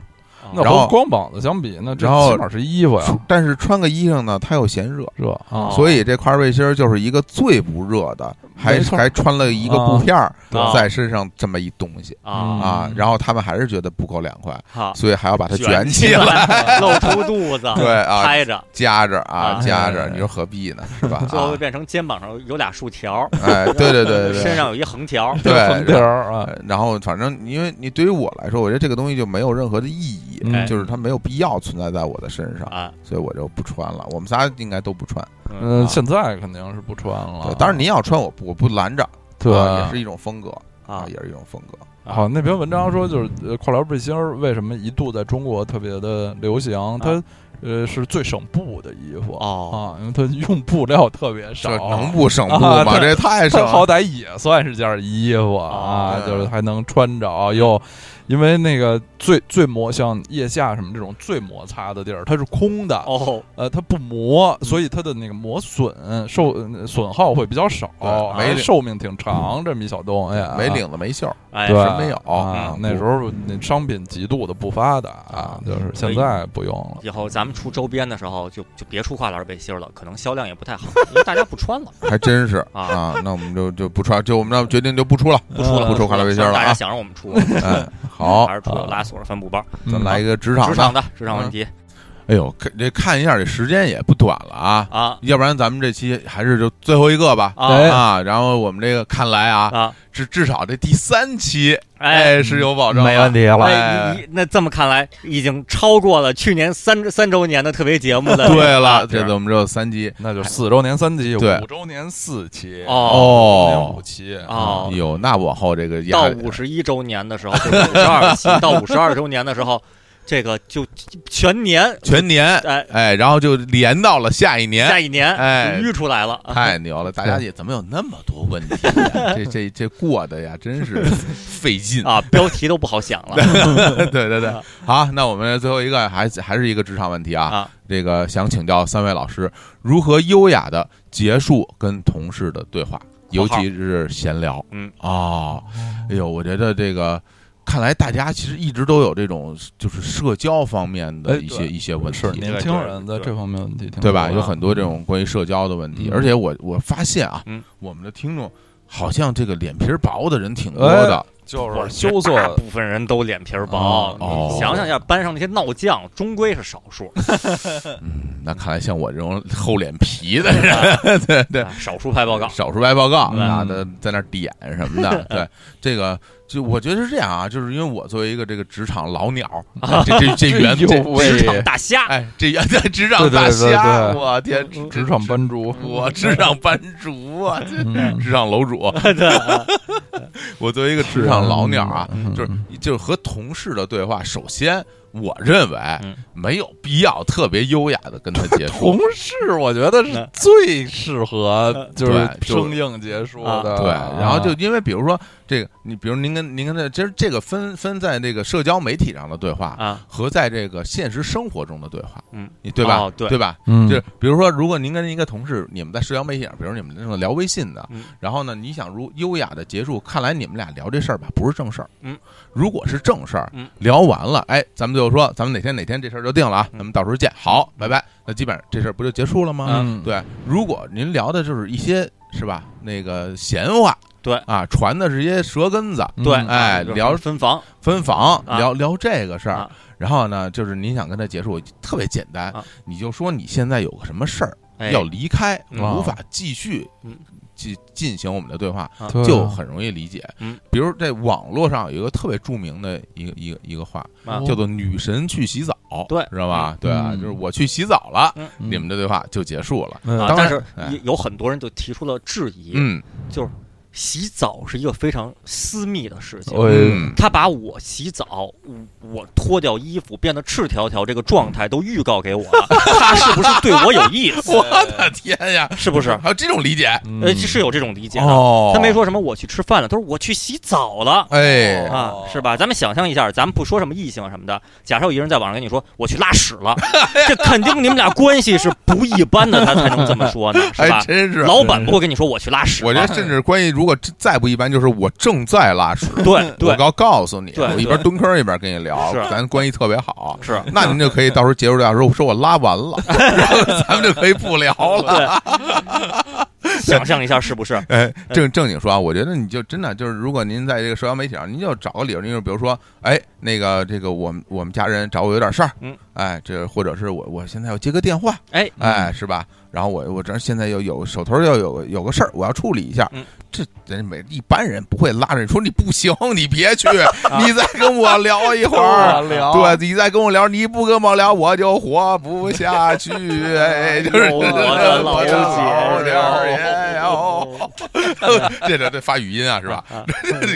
Speaker 2: 那
Speaker 1: 然后
Speaker 2: 和光膀子相比，那这
Speaker 1: 然后
Speaker 2: 起码是衣服呀，
Speaker 1: 但是穿个衣裳呢，他又嫌热，
Speaker 2: 热啊
Speaker 3: 哦，
Speaker 1: 所以这跨栏背心儿就是一个最不热的，还
Speaker 2: 没错
Speaker 1: 还穿了一个布片儿
Speaker 3: 啊
Speaker 1: 在身上这么一东西
Speaker 2: 嗯
Speaker 3: 啊，
Speaker 1: 啊，然后他们还是觉得不够凉快，
Speaker 3: 好，
Speaker 1: 所以还要把它
Speaker 3: 啊卷
Speaker 1: 起来，
Speaker 3: 来， 露出肚子，
Speaker 1: 对啊，
Speaker 3: 拍着，
Speaker 1: 夹着啊
Speaker 3: 啊
Speaker 1: 夹着，
Speaker 2: 哎
Speaker 1: 你说何必呢，是 吧？
Speaker 3: 最后
Speaker 1: 啊
Speaker 3: 会，变成肩膀上有俩竖条，
Speaker 1: 哎，对对对对
Speaker 3: 身
Speaker 1: 对。
Speaker 3: 上有一横条，
Speaker 1: 对
Speaker 2: 横条儿啊，
Speaker 1: 呃然后反正因为你对于我来说，我觉得这个东西就没有任何的意义，
Speaker 2: 嗯
Speaker 1: 就是它没有必要存在在我的身上，
Speaker 3: 啊，
Speaker 1: 所以我就不穿了。我们仨应该都不穿，
Speaker 2: 嗯，
Speaker 3: 啊
Speaker 2: 现在肯定是不穿了
Speaker 1: 对，。当然您要穿我不我不拦着，
Speaker 2: 啊对，
Speaker 1: 啊也是一种风格
Speaker 3: 啊
Speaker 1: 也是一种风格。
Speaker 2: 好，那篇文章说就是呃，跨栏背心儿为什么一度在中国特别的流行？
Speaker 1: 啊
Speaker 2: 它呃是最省布的衣服
Speaker 3: 哦，
Speaker 2: 啊，因为它用布料特别少，
Speaker 1: 这能不省布
Speaker 2: 啊
Speaker 1: 吗？
Speaker 2: 对
Speaker 1: 这也太省
Speaker 2: 它好
Speaker 1: 了。
Speaker 2: 歹也算是件衣服啊，
Speaker 1: 哦对
Speaker 2: 就是还能穿着，又因为那个最最磨像腋下什么这种最摩擦的地儿，它是空的，
Speaker 3: 哦，
Speaker 2: 呃，它不磨，
Speaker 1: 嗯
Speaker 2: 所以它的那个磨损受呃损耗会比较少，
Speaker 1: 对没
Speaker 2: 还
Speaker 1: 领
Speaker 2: 寿命挺长，这么一小东西啊，
Speaker 1: 没领子没袖儿，
Speaker 3: 哎，
Speaker 2: 对
Speaker 1: 是没有
Speaker 2: 啊
Speaker 1: 嗯。
Speaker 2: 那时候那商品极度的不发达啊
Speaker 1: 啊，
Speaker 2: 就是现在不用了。
Speaker 3: 以后咱们出周边的时候就就别出跨栏背心了，可能销量也不太好，因为大家不穿了，
Speaker 1: 还真是
Speaker 3: 啊
Speaker 1: 啊。那我们就就不穿，就我们要决定就不出了，
Speaker 3: 不出了，
Speaker 1: 不出跨栏背心了
Speaker 3: 大
Speaker 1: 啊
Speaker 3: 家。想让我们出，
Speaker 1: 哎，好
Speaker 3: 还，是出有拉锁帆布包，
Speaker 1: 咱来一个职
Speaker 3: 职
Speaker 1: 场
Speaker 3: 场
Speaker 1: 的。
Speaker 3: 的职场问题
Speaker 1: 哎呦，看这看一下，这时间也不短了啊，
Speaker 3: 啊
Speaker 1: 要不然咱们这期还是就最后一个吧。
Speaker 3: 啊
Speaker 1: 啊，然后我们这个看来啊，
Speaker 3: 啊，
Speaker 1: 至至少这第三期，
Speaker 3: 哎。
Speaker 1: 是有保证的，
Speaker 2: 题了
Speaker 3: 哎，你你那这么看来，已经超过了去年三三周年的特别节目 的。
Speaker 1: 对了，
Speaker 3: 啊
Speaker 1: 这次我们只有三期
Speaker 2: 那就四周年三期，
Speaker 1: 对
Speaker 2: 五周年四期，
Speaker 3: 哦，
Speaker 2: 哦，五
Speaker 1: 哦。
Speaker 2: 期
Speaker 3: 哦
Speaker 1: 有，那往后这个
Speaker 3: 到
Speaker 1: 压
Speaker 3: 五十一周年的时候，五十二 期到五十二周年的时候，这个就全年
Speaker 1: 全年，
Speaker 3: 哎，
Speaker 1: 哎，然后就连到了下一年，
Speaker 3: 下一年
Speaker 1: 哎
Speaker 3: 就淤出来了。
Speaker 1: 太牛了！大家也怎么有那么多问题呀？这这这过的呀，真 是费劲！
Speaker 3: 啊，标题都不好想 了
Speaker 1: 对对
Speaker 2: 啊
Speaker 1: 对，好，那我们最后一个还还是一个职场问题啊，
Speaker 3: 啊！
Speaker 1: 这个想请教三位老师，如何优雅的结束跟同事的对话，尤其是闲聊。
Speaker 3: 嗯，
Speaker 1: 哦，哎呦，我觉得这个看来大家其实一直都有这种就是社交方面的
Speaker 2: 哎
Speaker 1: 一些、
Speaker 2: 对
Speaker 1: 一些问题
Speaker 2: 是。年轻
Speaker 3: 对
Speaker 2: 人在
Speaker 3: 对
Speaker 2: 这方面问题挺
Speaker 1: 对吧？
Speaker 2: 多
Speaker 1: 有
Speaker 2: 的
Speaker 1: 很多这种关于社交的问题，
Speaker 2: 嗯
Speaker 1: 而且我我发现啊，
Speaker 3: 嗯
Speaker 1: 我们的听众好像这个脸皮儿薄的人挺多的，
Speaker 2: 嗯就是
Speaker 3: 我
Speaker 2: 羞
Speaker 3: 大
Speaker 2: 涩
Speaker 3: 部分人都脸皮儿薄。
Speaker 1: 哦
Speaker 3: 你想想一下，班上那些闹将，终归是少数，
Speaker 1: 嗯，那看来像我这种厚脸皮的 人，对 对，
Speaker 3: 啊少数派报告
Speaker 1: 少数派报告
Speaker 2: 嗯
Speaker 1: 啊，在在那儿点什么 的。对，这个就我觉得是这样啊，就是因为我作为一个这个职场老 鸟，这这这员
Speaker 2: 哎呦
Speaker 1: 这
Speaker 2: 喂
Speaker 1: 职场
Speaker 3: 大虾。
Speaker 1: 哎，这员 职场大
Speaker 2: 对嗯对
Speaker 1: 虾，
Speaker 2: 对对
Speaker 1: 我天，
Speaker 2: 职场班主，
Speaker 1: 我职场班主啊，
Speaker 2: 嗯
Speaker 1: 职场楼 主， 我作为一个职场老鸟啊，
Speaker 2: 嗯
Speaker 1: 就是就是和同事的对话，首先我认为
Speaker 3: 嗯
Speaker 1: 没有必要特别优雅的跟他结束
Speaker 2: 同。事，我觉得是
Speaker 3: 嗯
Speaker 2: 最适合就是
Speaker 1: 对就
Speaker 2: 生硬结束
Speaker 3: 啊
Speaker 2: 的。
Speaker 1: 对，呃然后就
Speaker 2: 啊
Speaker 1: 因为比如说这个，你比如您跟您跟这，其实这个分分在这个社交媒体上的对话
Speaker 3: 啊，
Speaker 1: 和在这个现实生活中的对话，
Speaker 3: 嗯，
Speaker 1: 你对吧
Speaker 3: 哦？对
Speaker 1: 吧？
Speaker 2: 嗯
Speaker 1: 就是比如说，如果您跟一个同事，你们在社交媒体上，比如你们那种聊微信的
Speaker 3: 嗯，
Speaker 1: 然后呢，你想如优雅的结束，看来你们俩聊这事儿吧，不是正事儿。
Speaker 3: 嗯，
Speaker 1: 如果是正事儿
Speaker 3: 嗯，
Speaker 1: 聊完了，哎，咱们就说咱们哪天哪天这事儿就定了啊，
Speaker 3: 嗯
Speaker 1: 咱们到时候见。好，拜拜。那基本上这事儿不就结束了吗？
Speaker 2: 嗯，
Speaker 1: 对，如果您聊的就是一些是吧，那个闲话，
Speaker 3: 对
Speaker 1: 啊，传的是一些舌根子，
Speaker 2: 嗯
Speaker 3: 对，啊
Speaker 1: 哎聊
Speaker 3: 分房
Speaker 1: 分房
Speaker 3: 啊
Speaker 1: 聊聊这个事儿
Speaker 3: 啊，
Speaker 1: 然后呢，就是您想跟他结束，特别简单
Speaker 3: 啊，
Speaker 1: 你就说你现在有个什么事儿
Speaker 3: 哎
Speaker 1: 要离开，
Speaker 3: 嗯
Speaker 1: 无法继续
Speaker 3: 嗯
Speaker 1: 进进行我们的对话，
Speaker 3: 啊
Speaker 2: 对
Speaker 1: 就
Speaker 2: 啊
Speaker 1: 很容易理解
Speaker 3: 嗯。
Speaker 1: 比如在网络上有一个特别著名的一个一个一个话，
Speaker 3: 啊
Speaker 1: 叫做“女神去洗澡”，
Speaker 3: 对
Speaker 1: 知道吧？对啊，
Speaker 2: 嗯
Speaker 1: 就是我去洗澡了，
Speaker 2: 嗯
Speaker 1: 你们的对话就结束了。
Speaker 2: 嗯
Speaker 3: 啊
Speaker 1: 当然
Speaker 3: 但是
Speaker 1: 哎
Speaker 3: 有有很多人就提出了质疑，
Speaker 1: 嗯，
Speaker 3: 就是洗澡是一个非常私密的事
Speaker 1: 哦
Speaker 3: 情。
Speaker 2: 嗯，
Speaker 3: 他把我洗澡，我我脱掉衣服变得赤条条这个状态都预告给我了，他是不是对我有意思？
Speaker 1: 我嗯的天呀，
Speaker 3: 是不是？
Speaker 1: 还有这种理解？
Speaker 3: 呃，是有这种理解的。
Speaker 1: 哦
Speaker 3: 他没，说什么我去吃饭了，他说我去洗澡了。
Speaker 1: 哎，
Speaker 3: 啊，是吧？咱们想象一下，咱们不说什么异性什么的，假设有一个人在网上跟你说我去拉屎 了，这肯定你们俩关系是不一般的，他才能这么说 呢，是
Speaker 1: 还
Speaker 3: 吧？
Speaker 1: 真哎是。啊
Speaker 3: 老板不会跟你说我去拉屎了，
Speaker 1: 我觉得甚至关系如果再不一般，就是我正在拉屎，
Speaker 3: 对
Speaker 1: 我
Speaker 3: 对
Speaker 1: 告告诉你，
Speaker 3: 对
Speaker 1: 我一边蹲坑一边跟你聊，
Speaker 3: 是
Speaker 1: 咱关系特别好。
Speaker 3: 是。
Speaker 1: 那您就可以到时候结束掉说，说我拉完 了，然后咱们就可以不聊了。
Speaker 3: 对， 想象一下是不是？
Speaker 1: 哎，正正经说啊，我觉得你就真的就是，如果您在这个社交媒体上，您就找个理由，您就比如说，哎，那个这个我们我们家人找我有点事儿，
Speaker 3: 嗯，
Speaker 1: 哎，这或者是我我现在要接个电话，
Speaker 3: 哎
Speaker 1: 哎，是吧？然后我我这现在又有手头要有有个事儿，我要处理一下。
Speaker 3: 嗯
Speaker 1: 这人没一般人不会拉着你说你不行，你别 去，你再跟我聊一会
Speaker 3: 啊
Speaker 1: 儿。
Speaker 2: 聊
Speaker 1: 对，你再跟我聊，你不跟我聊，我就活不下 去。哎，就是
Speaker 3: 有我的老
Speaker 1: 姐，老
Speaker 3: 姐
Speaker 1: 哎呦，这这这发语音啊，是吧？
Speaker 3: 啊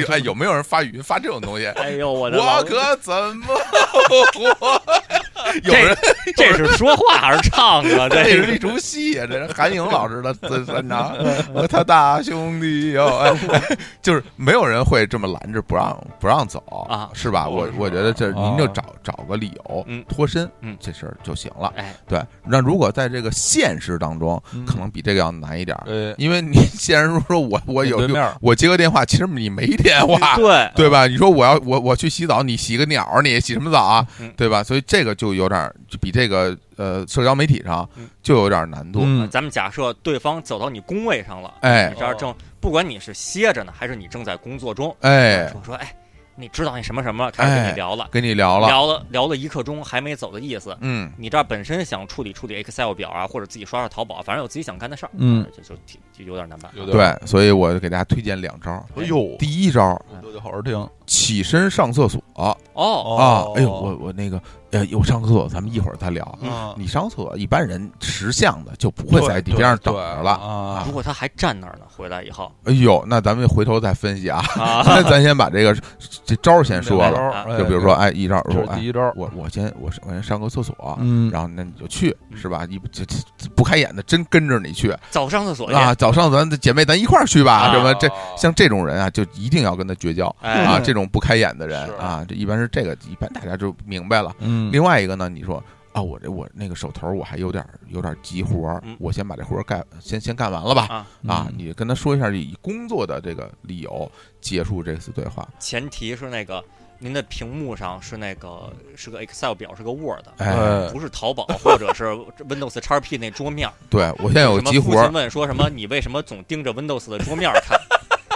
Speaker 1: 哎， 有没有人发语音发这种东西？
Speaker 3: 哎呦，我的老
Speaker 1: 我可怎么活？ 有人
Speaker 3: 这这是说话还是唱 啊？
Speaker 1: 这
Speaker 3: 这
Speaker 1: 是一出戏呀、这是韩颖老师的自擅长。我他大兄弟哟、哎哎就是没有人会这么拦着不让不让走
Speaker 3: 啊
Speaker 1: 是吧？我
Speaker 3: 是吧哦
Speaker 1: 我觉得这
Speaker 2: 啊
Speaker 1: 您就找找个理由
Speaker 3: 嗯
Speaker 1: 脱身，
Speaker 3: 嗯
Speaker 1: 这事儿就行了。
Speaker 3: 哎，
Speaker 1: 对，那如果在这个现实当中，
Speaker 2: 嗯
Speaker 1: 可能比这个要难一点儿，
Speaker 2: 呃，
Speaker 1: 因为你现实中说我我哎有
Speaker 2: 对面儿
Speaker 1: 我接个电话，其实你没电话。
Speaker 3: 对
Speaker 1: 对吧？你说我要我我去洗澡，你洗个鸟儿，你洗什么澡啊
Speaker 3: 嗯？
Speaker 1: 对吧？所以这个就有点儿就比这个呃社交媒体上
Speaker 3: 嗯
Speaker 1: 就有点儿难度。
Speaker 2: 嗯
Speaker 3: 咱们假设对方走到你工位上了，
Speaker 1: 哎
Speaker 3: 你这儿正不管你是歇着呢，还是你正在工作中，
Speaker 2: 嗯
Speaker 1: 哎，
Speaker 3: 说说哎，你知道那什么什么，开始跟
Speaker 1: 哎
Speaker 3: 你聊了，
Speaker 1: 跟你聊了，
Speaker 3: 聊了聊了一刻钟还没走的意思。
Speaker 1: 嗯，
Speaker 3: 你这儿本身想处理处理 Excel 表啊，或者自己刷刷淘宝啊，反正有自己想干的事儿，
Speaker 2: 嗯，
Speaker 3: 这就挺就有点难办。
Speaker 2: 有点
Speaker 1: 对，所以我就给大家推荐两招。
Speaker 2: 哎呦，
Speaker 1: 第一招，
Speaker 2: 都得好好听
Speaker 1: 起身上厕所
Speaker 3: 哦，
Speaker 1: 啊！哎呦，我我那个呃，有上厕所，咱们一会儿再聊。
Speaker 2: 嗯
Speaker 1: 你上厕所，一般人识相的就不会在你边上等着了。
Speaker 2: 啊
Speaker 3: 如，果他还站那儿呢，回来以后
Speaker 1: 哎呦，那咱们回头再分析啊。
Speaker 3: 啊，
Speaker 1: 那 咱先把这个这招儿先说
Speaker 3: 明白
Speaker 1: 了，
Speaker 3: 了
Speaker 1: 就比如说，，哎，一招，
Speaker 2: 这是
Speaker 1: 哎
Speaker 2: 第一招，
Speaker 1: 我我先我我先上个厕所，
Speaker 2: 嗯，
Speaker 1: 然后那你就去是吧？你不这这这不开眼的真跟着你去
Speaker 3: 早上厕所去，
Speaker 1: 啊！早上咱姐妹咱一块儿去吧，
Speaker 3: 啊
Speaker 1: 什么这像这种人啊，就一定要跟他绝交
Speaker 3: 哎
Speaker 1: 啊！这种不开眼的人
Speaker 2: 是
Speaker 1: 啊，这一般是这个，一般大家就明白了。
Speaker 2: 嗯，
Speaker 1: 另外一个呢，你说啊，我这我那个手头我还有点有点急活儿
Speaker 3: 嗯，
Speaker 1: 我先把这活儿干先先干完了吧
Speaker 3: 啊
Speaker 1: 啊！
Speaker 2: 嗯
Speaker 1: 你跟他说一下以工作的这个理由结束这次对话，
Speaker 3: 前提是那个您的屏幕上是那个是个 Excel 表，是个 Word，
Speaker 1: 哎，
Speaker 3: 不是淘宝或者是 Windows XP 那桌面儿。
Speaker 1: 对我现在有
Speaker 3: 什么
Speaker 1: 急
Speaker 3: 父
Speaker 1: 活儿
Speaker 3: 亲，问说什么？你为什么总盯着 Windows 的桌面儿看？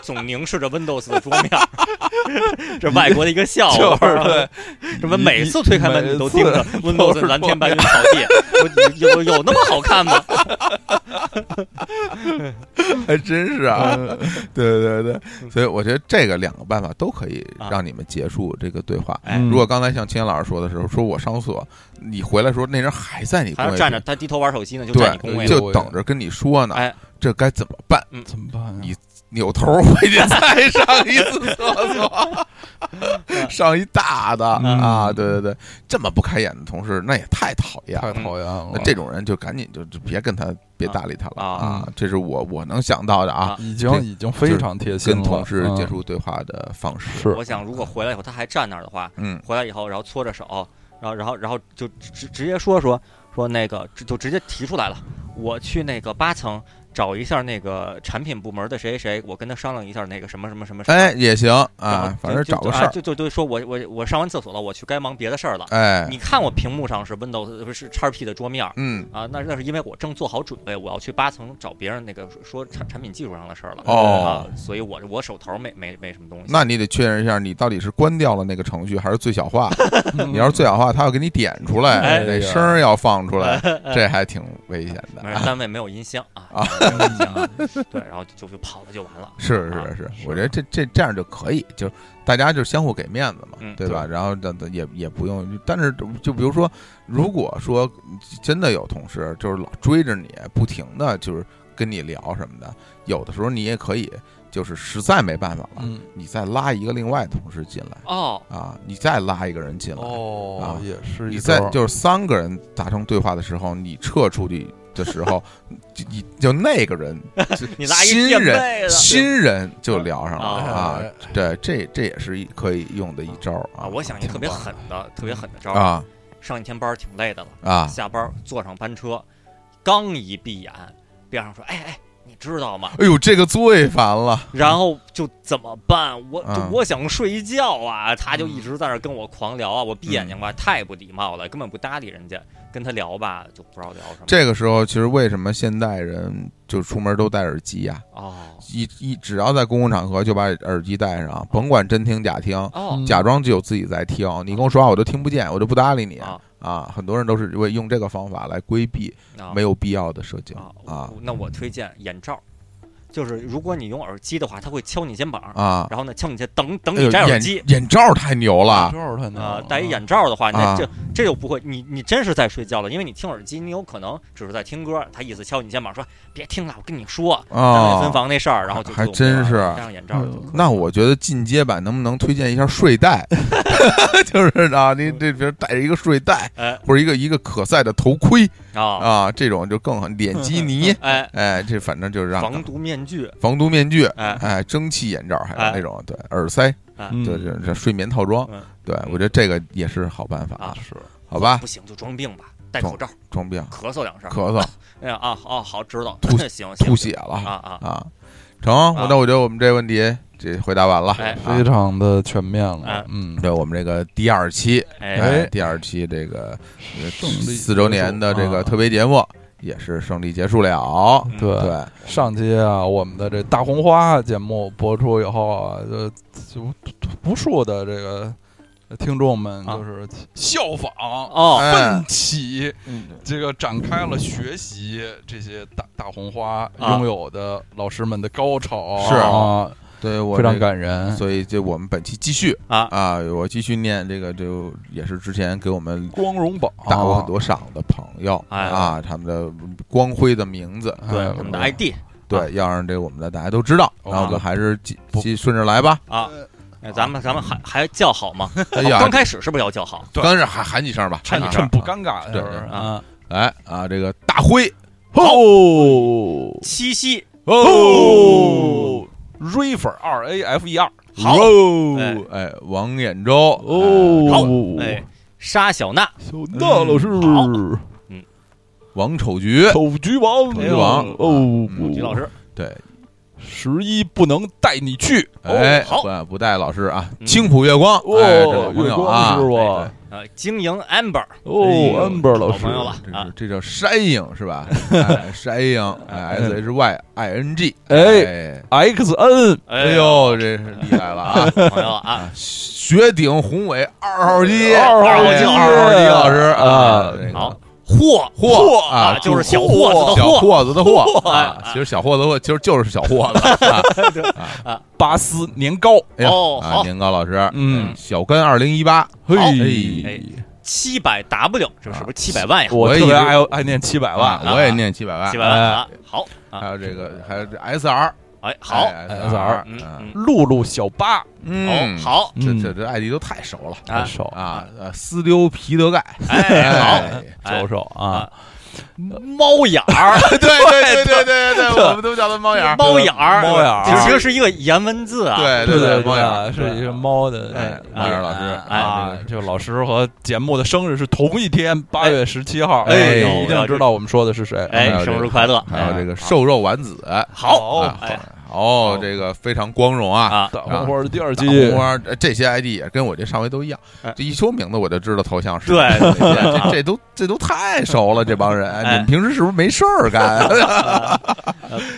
Speaker 3: 总凝视着 Windows 的桌面儿，这外国的一个笑
Speaker 2: 就
Speaker 3: 话。
Speaker 2: 是对，
Speaker 3: 什么每次推开门你都盯着 Windows 蓝天白云草地，我有有有那么好看吗？
Speaker 1: 还真是啊，
Speaker 3: 嗯
Speaker 1: 对对对，所以我觉得这个两个办法都可以
Speaker 3: 啊
Speaker 1: 让你们结束这个对话。
Speaker 3: 哎
Speaker 2: 嗯
Speaker 1: 如果刚才像秦岩老师说的时候，说我上厕所，你回来时候那人还在你工
Speaker 3: 还
Speaker 1: 位
Speaker 3: 是
Speaker 1: 上
Speaker 3: 站着，他低头玩手机呢，就站你工位
Speaker 1: 对，
Speaker 3: 了。
Speaker 1: 就等着跟你说呢，
Speaker 3: 哎，
Speaker 1: 这该怎么办？
Speaker 2: 怎么办呀？
Speaker 1: 扭头回去再上一次厕所，上一大的
Speaker 2: 嗯
Speaker 1: 啊！对对对，这么不开眼的同事，那也太讨厌
Speaker 2: 太
Speaker 1: 了。
Speaker 2: 讨厌了
Speaker 1: 那，这种人就赶紧就就别跟他别搭理他了
Speaker 3: 啊
Speaker 1: 啊！这是我我能想到的啊
Speaker 3: 啊，
Speaker 2: 已经已经非常贴心
Speaker 1: 跟
Speaker 2: 了，啊
Speaker 1: 同事结束对话的方式。
Speaker 2: 是
Speaker 3: 我想如果回来以后他还站那儿的话，
Speaker 1: 嗯，
Speaker 3: 回来以后，然后搓着手，然后然后然后就直直接说说说那个直就直接提出来了，我去那个八层找一下那个产品部门的谁谁谁，我跟他商量一下那个什么什么什么事儿。
Speaker 1: 哎，也行
Speaker 3: 然后
Speaker 1: 啊
Speaker 3: 就，
Speaker 1: 反正
Speaker 3: 就
Speaker 1: 找个
Speaker 3: 啊
Speaker 1: 事儿。
Speaker 3: 就就就说我我我上完厕所了，我去该忙别的事儿了。
Speaker 1: 哎，
Speaker 3: 你看我屏幕上是 Windows 不是 XP 的桌面儿
Speaker 1: 嗯，
Speaker 3: 啊，那那是因为我正做好准备，我要去八层找别人那个说说产产品技术上的事儿了。
Speaker 1: 哦
Speaker 3: 啊，所以我我手头没没没什么东西。
Speaker 1: 那你得确认一下，你到底是关掉了那个程序，还是最小化？你要是最小化，它要给你点出来，
Speaker 3: 哎
Speaker 1: 那声儿要放出来，这还挺危险
Speaker 3: 没
Speaker 1: 的。
Speaker 3: 事，单位没有音箱啊，没
Speaker 2: 嗯
Speaker 3: 有音箱啊，对，然后就就跑了就完了。
Speaker 1: 是
Speaker 3: 啊
Speaker 1: 是是，
Speaker 3: 是
Speaker 1: 我觉得这这这样就可以，就大家就相互给面子嘛
Speaker 3: 嗯，
Speaker 1: 对吧？然后这这也也不用，但是就比如说，如果说真的有同事就是老追着你，不停的就是跟你聊什么的，有的时候你也可以就是实在没办法了，
Speaker 2: 嗯，
Speaker 1: 你再拉一个另外同事进来
Speaker 3: 哦，
Speaker 1: 啊，你再拉一个人进来，
Speaker 2: 哦
Speaker 1: 啊，
Speaker 2: 也是
Speaker 1: 你
Speaker 2: 一
Speaker 1: 在
Speaker 2: 招
Speaker 1: 就是三个人达成对话的时候，你撤出去的时候， 就你就那个人
Speaker 3: 你拉一
Speaker 1: 新
Speaker 3: 垫
Speaker 1: 人
Speaker 3: 背的
Speaker 1: 新人就聊上了
Speaker 3: 啊
Speaker 1: 啊，对，这这也是一可以用的一招
Speaker 3: 啊！
Speaker 1: 啊。
Speaker 3: 我想一个特别
Speaker 1: 挺棒
Speaker 3: 狠的、特别狠的招儿，
Speaker 1: 啊
Speaker 3: 上一天班儿挺累的了，
Speaker 1: 啊
Speaker 3: 下班儿坐上班车，刚一闭眼，边上说：“哎哎，你知道吗？”
Speaker 1: 哎呦，这个最烦了，
Speaker 3: 然后就怎么办？我就
Speaker 1: 嗯
Speaker 3: 我想睡觉啊，他就一直在那儿跟我狂聊啊，我闭眼
Speaker 1: 嗯
Speaker 3: 睛吧，太不礼貌了，根本不搭理人家，跟他聊吧，就不知道聊什么。
Speaker 1: 这个时候其实为什么现代人就出门都戴耳机呀、
Speaker 3: 哦
Speaker 1: 一一只要在公共场合就把耳机戴上，甭管真听假听，
Speaker 3: 哦
Speaker 2: 嗯
Speaker 1: 假装就有自己在听。你跟我说话我都听不见，我就不搭理你
Speaker 3: 啊
Speaker 1: 啊！很多人都是为用这个方法来规避
Speaker 3: 啊
Speaker 1: 没有必要的社交
Speaker 3: 啊
Speaker 1: 啊
Speaker 3: 我那我推荐眼罩，就是如果你用耳机的话，他会敲你肩膀，
Speaker 1: 啊！
Speaker 3: 然后呢敲你肩，等等
Speaker 1: 哎呦
Speaker 3: 你摘耳
Speaker 1: 眼
Speaker 3: 机。
Speaker 1: 眼罩太牛了
Speaker 2: 这儿太难
Speaker 3: 啊
Speaker 2: 了，
Speaker 3: 戴一眼罩的话，那
Speaker 1: 啊
Speaker 3: 这这又不会，你你真是在睡觉了，因为你听耳机，你有可能只是在听歌。他意思敲你肩膀说：“别听了，我跟你说，单位分
Speaker 1: 啊！
Speaker 3: 房那事儿。”然后就
Speaker 1: 还
Speaker 3: 就呃
Speaker 1: 真是哎
Speaker 3: 戴上眼罩就可以
Speaker 1: 那我觉得进阶版能不能推荐一下睡袋？ 就是啊，你
Speaker 3: 嗯
Speaker 1: 这比如带着一个睡袋
Speaker 3: 哎
Speaker 1: 或者一个一个可赛的头盔
Speaker 3: 啊，
Speaker 1: 啊，这种就更好。脸基尼
Speaker 3: 哎，
Speaker 1: 哎，这反正就是让
Speaker 3: 防毒面具，
Speaker 1: 防毒面具，
Speaker 3: 哎
Speaker 1: 哎，蒸汽眼罩，还
Speaker 3: 哎
Speaker 1: 有那种对耳塞，
Speaker 2: 嗯
Speaker 1: 对，这这睡眠套装
Speaker 3: 嗯，
Speaker 1: 对我觉得这个也是好办
Speaker 3: 啊
Speaker 1: 法，
Speaker 2: 是
Speaker 1: 好吧
Speaker 3: 不？行就装病吧，戴口罩，
Speaker 1: 装病、
Speaker 3: 咳嗽两声。
Speaker 1: 咳嗽、
Speaker 3: 哎呀啊哦好知道，
Speaker 1: 吐
Speaker 3: 行行
Speaker 1: 吐血了
Speaker 3: 啊啊，
Speaker 1: 啊，成，我那我觉得我们这个问题这回答完了
Speaker 3: 哎
Speaker 1: 啊
Speaker 2: 非。常的全面
Speaker 3: 哎
Speaker 2: 了，嗯，
Speaker 1: 对我们这个第二期，
Speaker 3: 哎
Speaker 1: 哎，第二期这个
Speaker 2: 胜利
Speaker 1: 四周年的
Speaker 2: 啊
Speaker 1: 这个特别节目也是胜利结束了，
Speaker 3: 嗯
Speaker 2: 对
Speaker 1: 对，
Speaker 2: 上期啊，我们的这大红花节目播出以后啊，就就无数的这个听众们
Speaker 3: 啊
Speaker 2: 就是效仿、
Speaker 3: 哦
Speaker 1: 哎
Speaker 2: 奋起，这个展开了学习这些大大红花
Speaker 3: 啊
Speaker 2: 拥有的老师们的高潮，
Speaker 1: 是
Speaker 2: 啊，
Speaker 1: 对我
Speaker 2: 非常
Speaker 1: 这
Speaker 2: 感人。
Speaker 1: 所以就我们本期继续
Speaker 3: 啊
Speaker 1: 啊，我继续念这个，就也是之前给我们
Speaker 2: 光荣榜
Speaker 1: 打过很多赏的朋友
Speaker 3: 哎
Speaker 1: 啊，他们的光辉的名字，
Speaker 2: 哎
Speaker 3: 对
Speaker 2: 我
Speaker 3: 我们
Speaker 2: 们的
Speaker 3: 的 ID 啊
Speaker 1: 对，要让这个我们的大家都知道。
Speaker 2: 哦
Speaker 1: 那我们还是继继顺着来吧。
Speaker 3: 啊，哎咱们咱们还还叫好吗？哦
Speaker 1: 哎
Speaker 3: 刚
Speaker 1: 呀，
Speaker 3: 开始是不是要叫好？
Speaker 1: 刚是喊喊几声吧，
Speaker 2: 哦趁
Speaker 1: 啊
Speaker 2: 趁不尴尬的时候
Speaker 1: 对
Speaker 2: 啊，
Speaker 1: 来啊，这个大辉
Speaker 2: 哦
Speaker 3: 七夕
Speaker 2: 哦，River 二 A F E 二
Speaker 3: 好哎
Speaker 1: 哦，哎，王彦周哎
Speaker 2: 哦
Speaker 1: 嗯
Speaker 3: 好哎，沙小娜
Speaker 2: 小娜老师，
Speaker 1: 王丑菊，
Speaker 2: 丑菊王，
Speaker 1: 丑菊王哎
Speaker 2: 哦，
Speaker 1: 嗯
Speaker 3: 于老师
Speaker 1: 对，
Speaker 2: 十一不能带你去，
Speaker 1: 哎，
Speaker 3: 好
Speaker 1: 不不带老师啊，
Speaker 3: 嗯
Speaker 1: 青浦月光，
Speaker 2: 哦，
Speaker 1: 哎，这老朋
Speaker 2: 月
Speaker 1: 友
Speaker 2: 光
Speaker 1: 啊
Speaker 2: 是，
Speaker 1: 哎
Speaker 2: 吧？
Speaker 3: 呃，经营 Amber
Speaker 2: 哦，amber 老
Speaker 3: 老朋友了
Speaker 2: 师，
Speaker 3: 啊
Speaker 1: 哎这是这叫筛影是吧？哎筛影哎，S H Y I N G，
Speaker 2: 哎
Speaker 1: 哎，
Speaker 2: ，X N，
Speaker 3: 哎
Speaker 1: 哎呦，这是厉害了啊！
Speaker 3: 朋友 啊，
Speaker 1: 雪顶宏伟二号机，
Speaker 2: 二号
Speaker 1: 哎
Speaker 3: 机
Speaker 1: 二号机老师
Speaker 2: 啊
Speaker 1: 啊，这个
Speaker 3: 好货
Speaker 1: 货啊
Speaker 3: 啊，就是小货子的
Speaker 1: 小
Speaker 3: 货
Speaker 1: 货子的货
Speaker 3: 啊
Speaker 1: 啊，其实小货子货其实就是小货子啊。
Speaker 2: 巴斯年糕，
Speaker 1: 哎呀
Speaker 3: 哦
Speaker 1: 啊
Speaker 3: 好
Speaker 1: 年糕老师，
Speaker 2: 嗯，哎
Speaker 1: 小根二零一八，嗯
Speaker 2: 嘿，
Speaker 3: 七百 W，这是不是七百万呀？
Speaker 2: 我
Speaker 1: 哎啊我
Speaker 2: 特
Speaker 1: 以
Speaker 2: 别
Speaker 1: 为
Speaker 2: 爱爱念七百万，
Speaker 1: 啊我也念七百万，
Speaker 3: 七百万啊，好
Speaker 1: 哎，还
Speaker 3: 啊，
Speaker 1: 有这个还有这 S R，
Speaker 3: 哎好，
Speaker 1: S
Speaker 2: SR
Speaker 3: 嗯
Speaker 2: 露露小巴，
Speaker 3: 嗯，好好，
Speaker 1: 啊这
Speaker 2: 嗯哦
Speaker 1: 这这艾迪都太熟了
Speaker 3: 啊
Speaker 2: 太，熟，
Speaker 1: 啊！呃斯丢皮德盖，
Speaker 3: 哎好，哎
Speaker 2: 教授啊，
Speaker 3: 猫眼儿，
Speaker 1: 对对对对对对，我们都叫他猫眼儿，
Speaker 3: 猫眼儿，
Speaker 2: 猫眼儿
Speaker 3: 这其实是一个颜文字啊，
Speaker 1: 哎对
Speaker 2: 对
Speaker 1: 对，猫
Speaker 2: 对
Speaker 1: 眼儿
Speaker 2: 啊，是一个猫的
Speaker 1: 哎猫
Speaker 2: 那个
Speaker 1: 眼儿老师
Speaker 3: 哎
Speaker 2: 啊，这个老师和节目的生日是同一天，八月十七号，
Speaker 3: 哎
Speaker 2: 一定知道我们说的是谁。嗯
Speaker 1: 还有这
Speaker 3: 哎，生日快乐，
Speaker 1: 还有这
Speaker 3: 个
Speaker 1: 个瘦肉丸子，
Speaker 3: 好
Speaker 1: 啊
Speaker 3: 哎
Speaker 1: 哦，这个非常光荣啊！
Speaker 3: 啊，
Speaker 2: 大红花的第二
Speaker 1: 大
Speaker 2: 季，
Speaker 1: 红花呃这些 ID 也跟我这上回都一样
Speaker 3: 哎，
Speaker 1: 这一说名字我就知道头像是
Speaker 3: 对
Speaker 1: 谁。
Speaker 3: 对对哎
Speaker 1: 这这都这都太熟了，这帮人，你们平时是不是没事儿干？
Speaker 3: 呃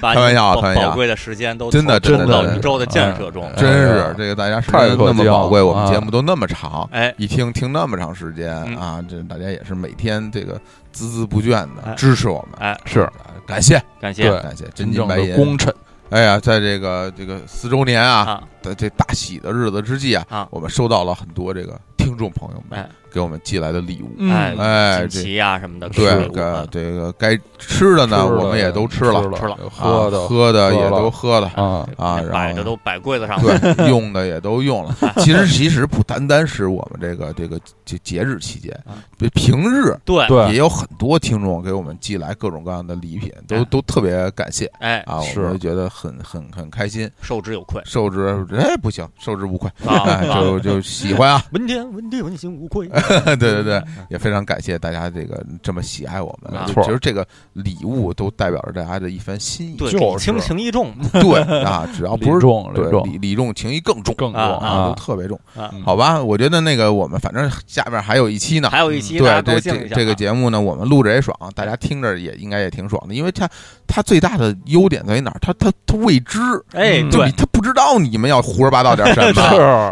Speaker 3: 把
Speaker 1: 开玩笑啊
Speaker 3: 宝
Speaker 1: 开玩笑
Speaker 3: 宝贵的时间都
Speaker 1: 真的
Speaker 3: 投入
Speaker 1: 真的
Speaker 3: 到
Speaker 1: 真的
Speaker 3: 宇宙的建设中，
Speaker 1: 真是这个大家时间那么宝贵，我们节目都那么长，
Speaker 3: 哎，
Speaker 1: 一听听那么长时间
Speaker 3: 嗯
Speaker 1: 啊，这大家也是每天这个孜孜不倦
Speaker 3: 哎
Speaker 1: 的支持我们，啊
Speaker 3: 哎，
Speaker 2: 是
Speaker 1: 感谢
Speaker 3: 感谢
Speaker 2: 对
Speaker 1: 感谢，真
Speaker 2: 真
Speaker 1: 金
Speaker 2: 正
Speaker 1: 白
Speaker 2: 的
Speaker 1: 银。
Speaker 2: 功臣，
Speaker 1: 哎呀，在这个这个四周年啊，
Speaker 3: 啊，
Speaker 1: 在这大喜的日子之际啊，
Speaker 3: 啊
Speaker 1: 我们收到了很多这个听众朋友们
Speaker 3: 哎
Speaker 1: 给我们寄来的礼物。
Speaker 2: 嗯
Speaker 3: 哎
Speaker 1: 哎，
Speaker 3: 锦
Speaker 1: 这
Speaker 3: 旗呀、什么的，
Speaker 1: 对，
Speaker 3: 礼物
Speaker 1: 该
Speaker 3: 啊
Speaker 1: 这个该吃的呢，
Speaker 2: 吃了
Speaker 1: 我们也都吃
Speaker 2: 吃
Speaker 1: 了，
Speaker 3: 吃了
Speaker 2: 喝的
Speaker 1: 啊喝的也
Speaker 2: 喝了
Speaker 1: 都喝了
Speaker 2: 啊，
Speaker 1: 啊，然
Speaker 3: 摆
Speaker 1: 后
Speaker 3: 着都摆柜子上了。
Speaker 1: 对，用的也都用了。其实其实不单单是我们这个这个节节日期间
Speaker 3: 啊，
Speaker 1: 平日
Speaker 3: 对
Speaker 1: 也
Speaker 2: 对，
Speaker 1: 有很多听众给我们寄来各种各样的礼品，都
Speaker 3: 哎
Speaker 1: 都特别感谢
Speaker 3: 哎，
Speaker 1: 啊，我
Speaker 2: 是
Speaker 1: 们就觉得很很很开心，
Speaker 3: 受之有愧
Speaker 1: 受之哎不行，受之无愧，
Speaker 3: 啊！
Speaker 1: 哎
Speaker 3: 啊
Speaker 1: 就哎就喜欢 啊，
Speaker 3: 文天文天文心无愧。
Speaker 1: 对对对，也非常感谢大家这个这么喜爱我们，
Speaker 3: 没
Speaker 1: 就
Speaker 2: 错
Speaker 1: 其实这个礼物都代表着大家的一番心意，
Speaker 3: 对，
Speaker 2: 就是
Speaker 3: 礼轻情意重嘛。
Speaker 1: 对啊，只 要不
Speaker 2: 礼
Speaker 1: 是
Speaker 2: 重礼
Speaker 1: 对
Speaker 2: 重
Speaker 1: 礼礼重情义更重
Speaker 2: 更重
Speaker 3: 啊
Speaker 1: 啊，都
Speaker 2: 啊，
Speaker 1: 特别重
Speaker 3: 啊，
Speaker 1: 好吧？我觉得那个我们反正下面还有一期呢，
Speaker 3: 还有一期大家
Speaker 1: 对
Speaker 3: 高
Speaker 1: 这
Speaker 3: 兴一
Speaker 1: 这
Speaker 3: 下啊，
Speaker 1: 这个节目呢，我们录着也爽，大家听着也应该也挺爽的，因为它它最大的优点在于哪儿？它它它未知，
Speaker 3: 哎，
Speaker 2: 嗯
Speaker 1: 就
Speaker 3: 对
Speaker 1: 你，他不知道你们要胡说八道点 什么。
Speaker 2: 是，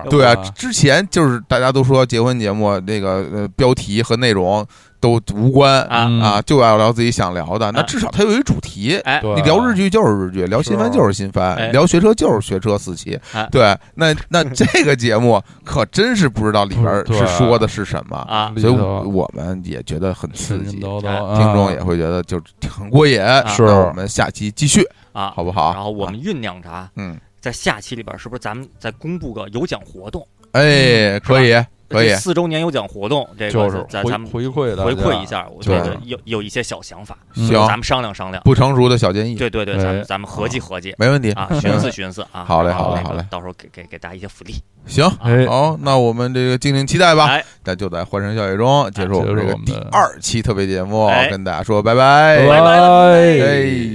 Speaker 1: 对啊
Speaker 2: 啊，
Speaker 1: 之前就是大家都说结婚节目那个呃标题和内容都无关
Speaker 3: 啊
Speaker 2: 嗯
Speaker 1: 啊，就要聊自己想聊的。那
Speaker 3: 啊
Speaker 1: 至少它有一主题，
Speaker 3: 哎，
Speaker 2: 对
Speaker 1: 你聊日剧就是日剧，聊新番
Speaker 2: 是
Speaker 1: 就是新
Speaker 3: 哎
Speaker 1: 番，聊学车就是学车四期
Speaker 3: 哎。
Speaker 1: 对，那那这个节目可真是不知道里边儿
Speaker 2: 不是
Speaker 1: 是
Speaker 2: 对
Speaker 1: 说的是什么，
Speaker 3: 啊，
Speaker 1: 所以
Speaker 2: 里头
Speaker 1: 我们也觉得很刺
Speaker 2: 神
Speaker 1: 激
Speaker 2: 神，叨
Speaker 3: 哎
Speaker 2: 叨，
Speaker 1: 听众
Speaker 2: 啊
Speaker 1: 也会觉得就很过瘾。
Speaker 2: 是
Speaker 1: 那我们下期继续，
Speaker 3: 啊，
Speaker 1: 好不好？
Speaker 3: 然后我们酝酿着，啊
Speaker 1: 嗯，
Speaker 3: 在下期里边是不是咱们再公布个有奖活动？
Speaker 1: 哎，可以可以
Speaker 3: 这，四周年有奖活动，这
Speaker 2: 就
Speaker 3: 个
Speaker 2: 是
Speaker 3: 咱
Speaker 2: 回
Speaker 3: 咱们
Speaker 2: 回馈的
Speaker 3: 回馈一，下，我觉
Speaker 1: 对
Speaker 3: 得有有一些小想法，
Speaker 2: 嗯
Speaker 1: 行嗯
Speaker 3: 咱们商量商量。
Speaker 1: 不成熟的小建议，
Speaker 3: 对对对，咱
Speaker 2: 哎
Speaker 3: 们咱们合计合计
Speaker 1: 没问题
Speaker 3: 啊，
Speaker 1: 行
Speaker 3: 寻思寻思啊。
Speaker 1: 好嘞
Speaker 3: 然后
Speaker 2: 好嘞
Speaker 3: 那个
Speaker 1: 好嘞
Speaker 3: 到时候给给给大家一些福利。
Speaker 1: 行，
Speaker 2: 哎，
Speaker 1: 好，那我们这个敬请期待吧。
Speaker 3: 哎，
Speaker 1: 那就在欢声笑语中结束我们这
Speaker 2: 结束
Speaker 1: 个
Speaker 2: 我们
Speaker 1: 第
Speaker 2: 的
Speaker 1: 二期特别节目，
Speaker 3: 哎
Speaker 1: 跟大家说拜拜，
Speaker 2: 拜拜
Speaker 1: 哎。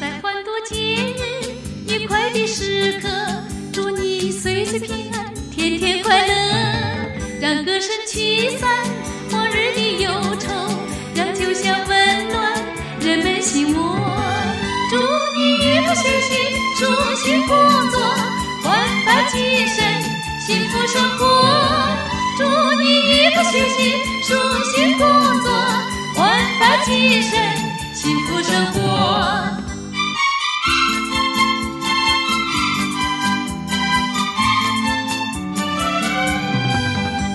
Speaker 5: 在欢度节日愉快的时刻，祝你岁岁平安，天天快乐，让歌声驱散往日的忧愁，让酒香温暖人们心窝。祝你日不歇息，舒心工作，焕发精神，幸福生活。祝你日不歇息，舒心工作，焕发精神，幸福生活。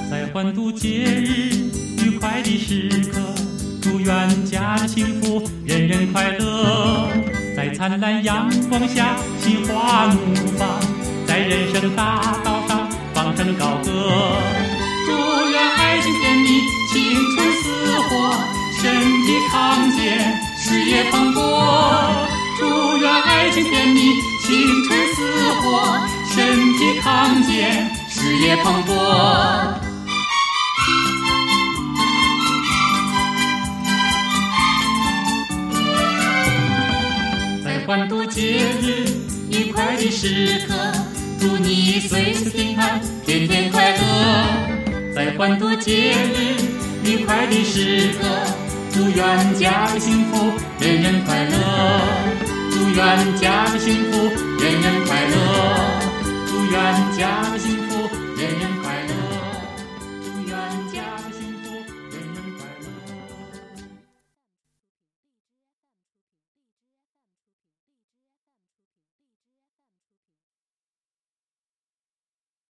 Speaker 6: 在欢度节日愉快的时刻，祝愿家幸福，人人快乐。在灿烂阳光下，心花怒放，在人生大道上放声高歌。祝愿爱情甜蜜，青春似火，身体康健，事业蓬勃。祝愿爱情甜蜜，青春似火，身体康健，事业蓬勃。在欢度节日愉快的时刻，祝你岁岁平安，天天快乐。在欢度节日愉快的时刻，祝愿家的幸福，人人快乐。祝愿家的幸福，人人快乐。祝愿家的幸福，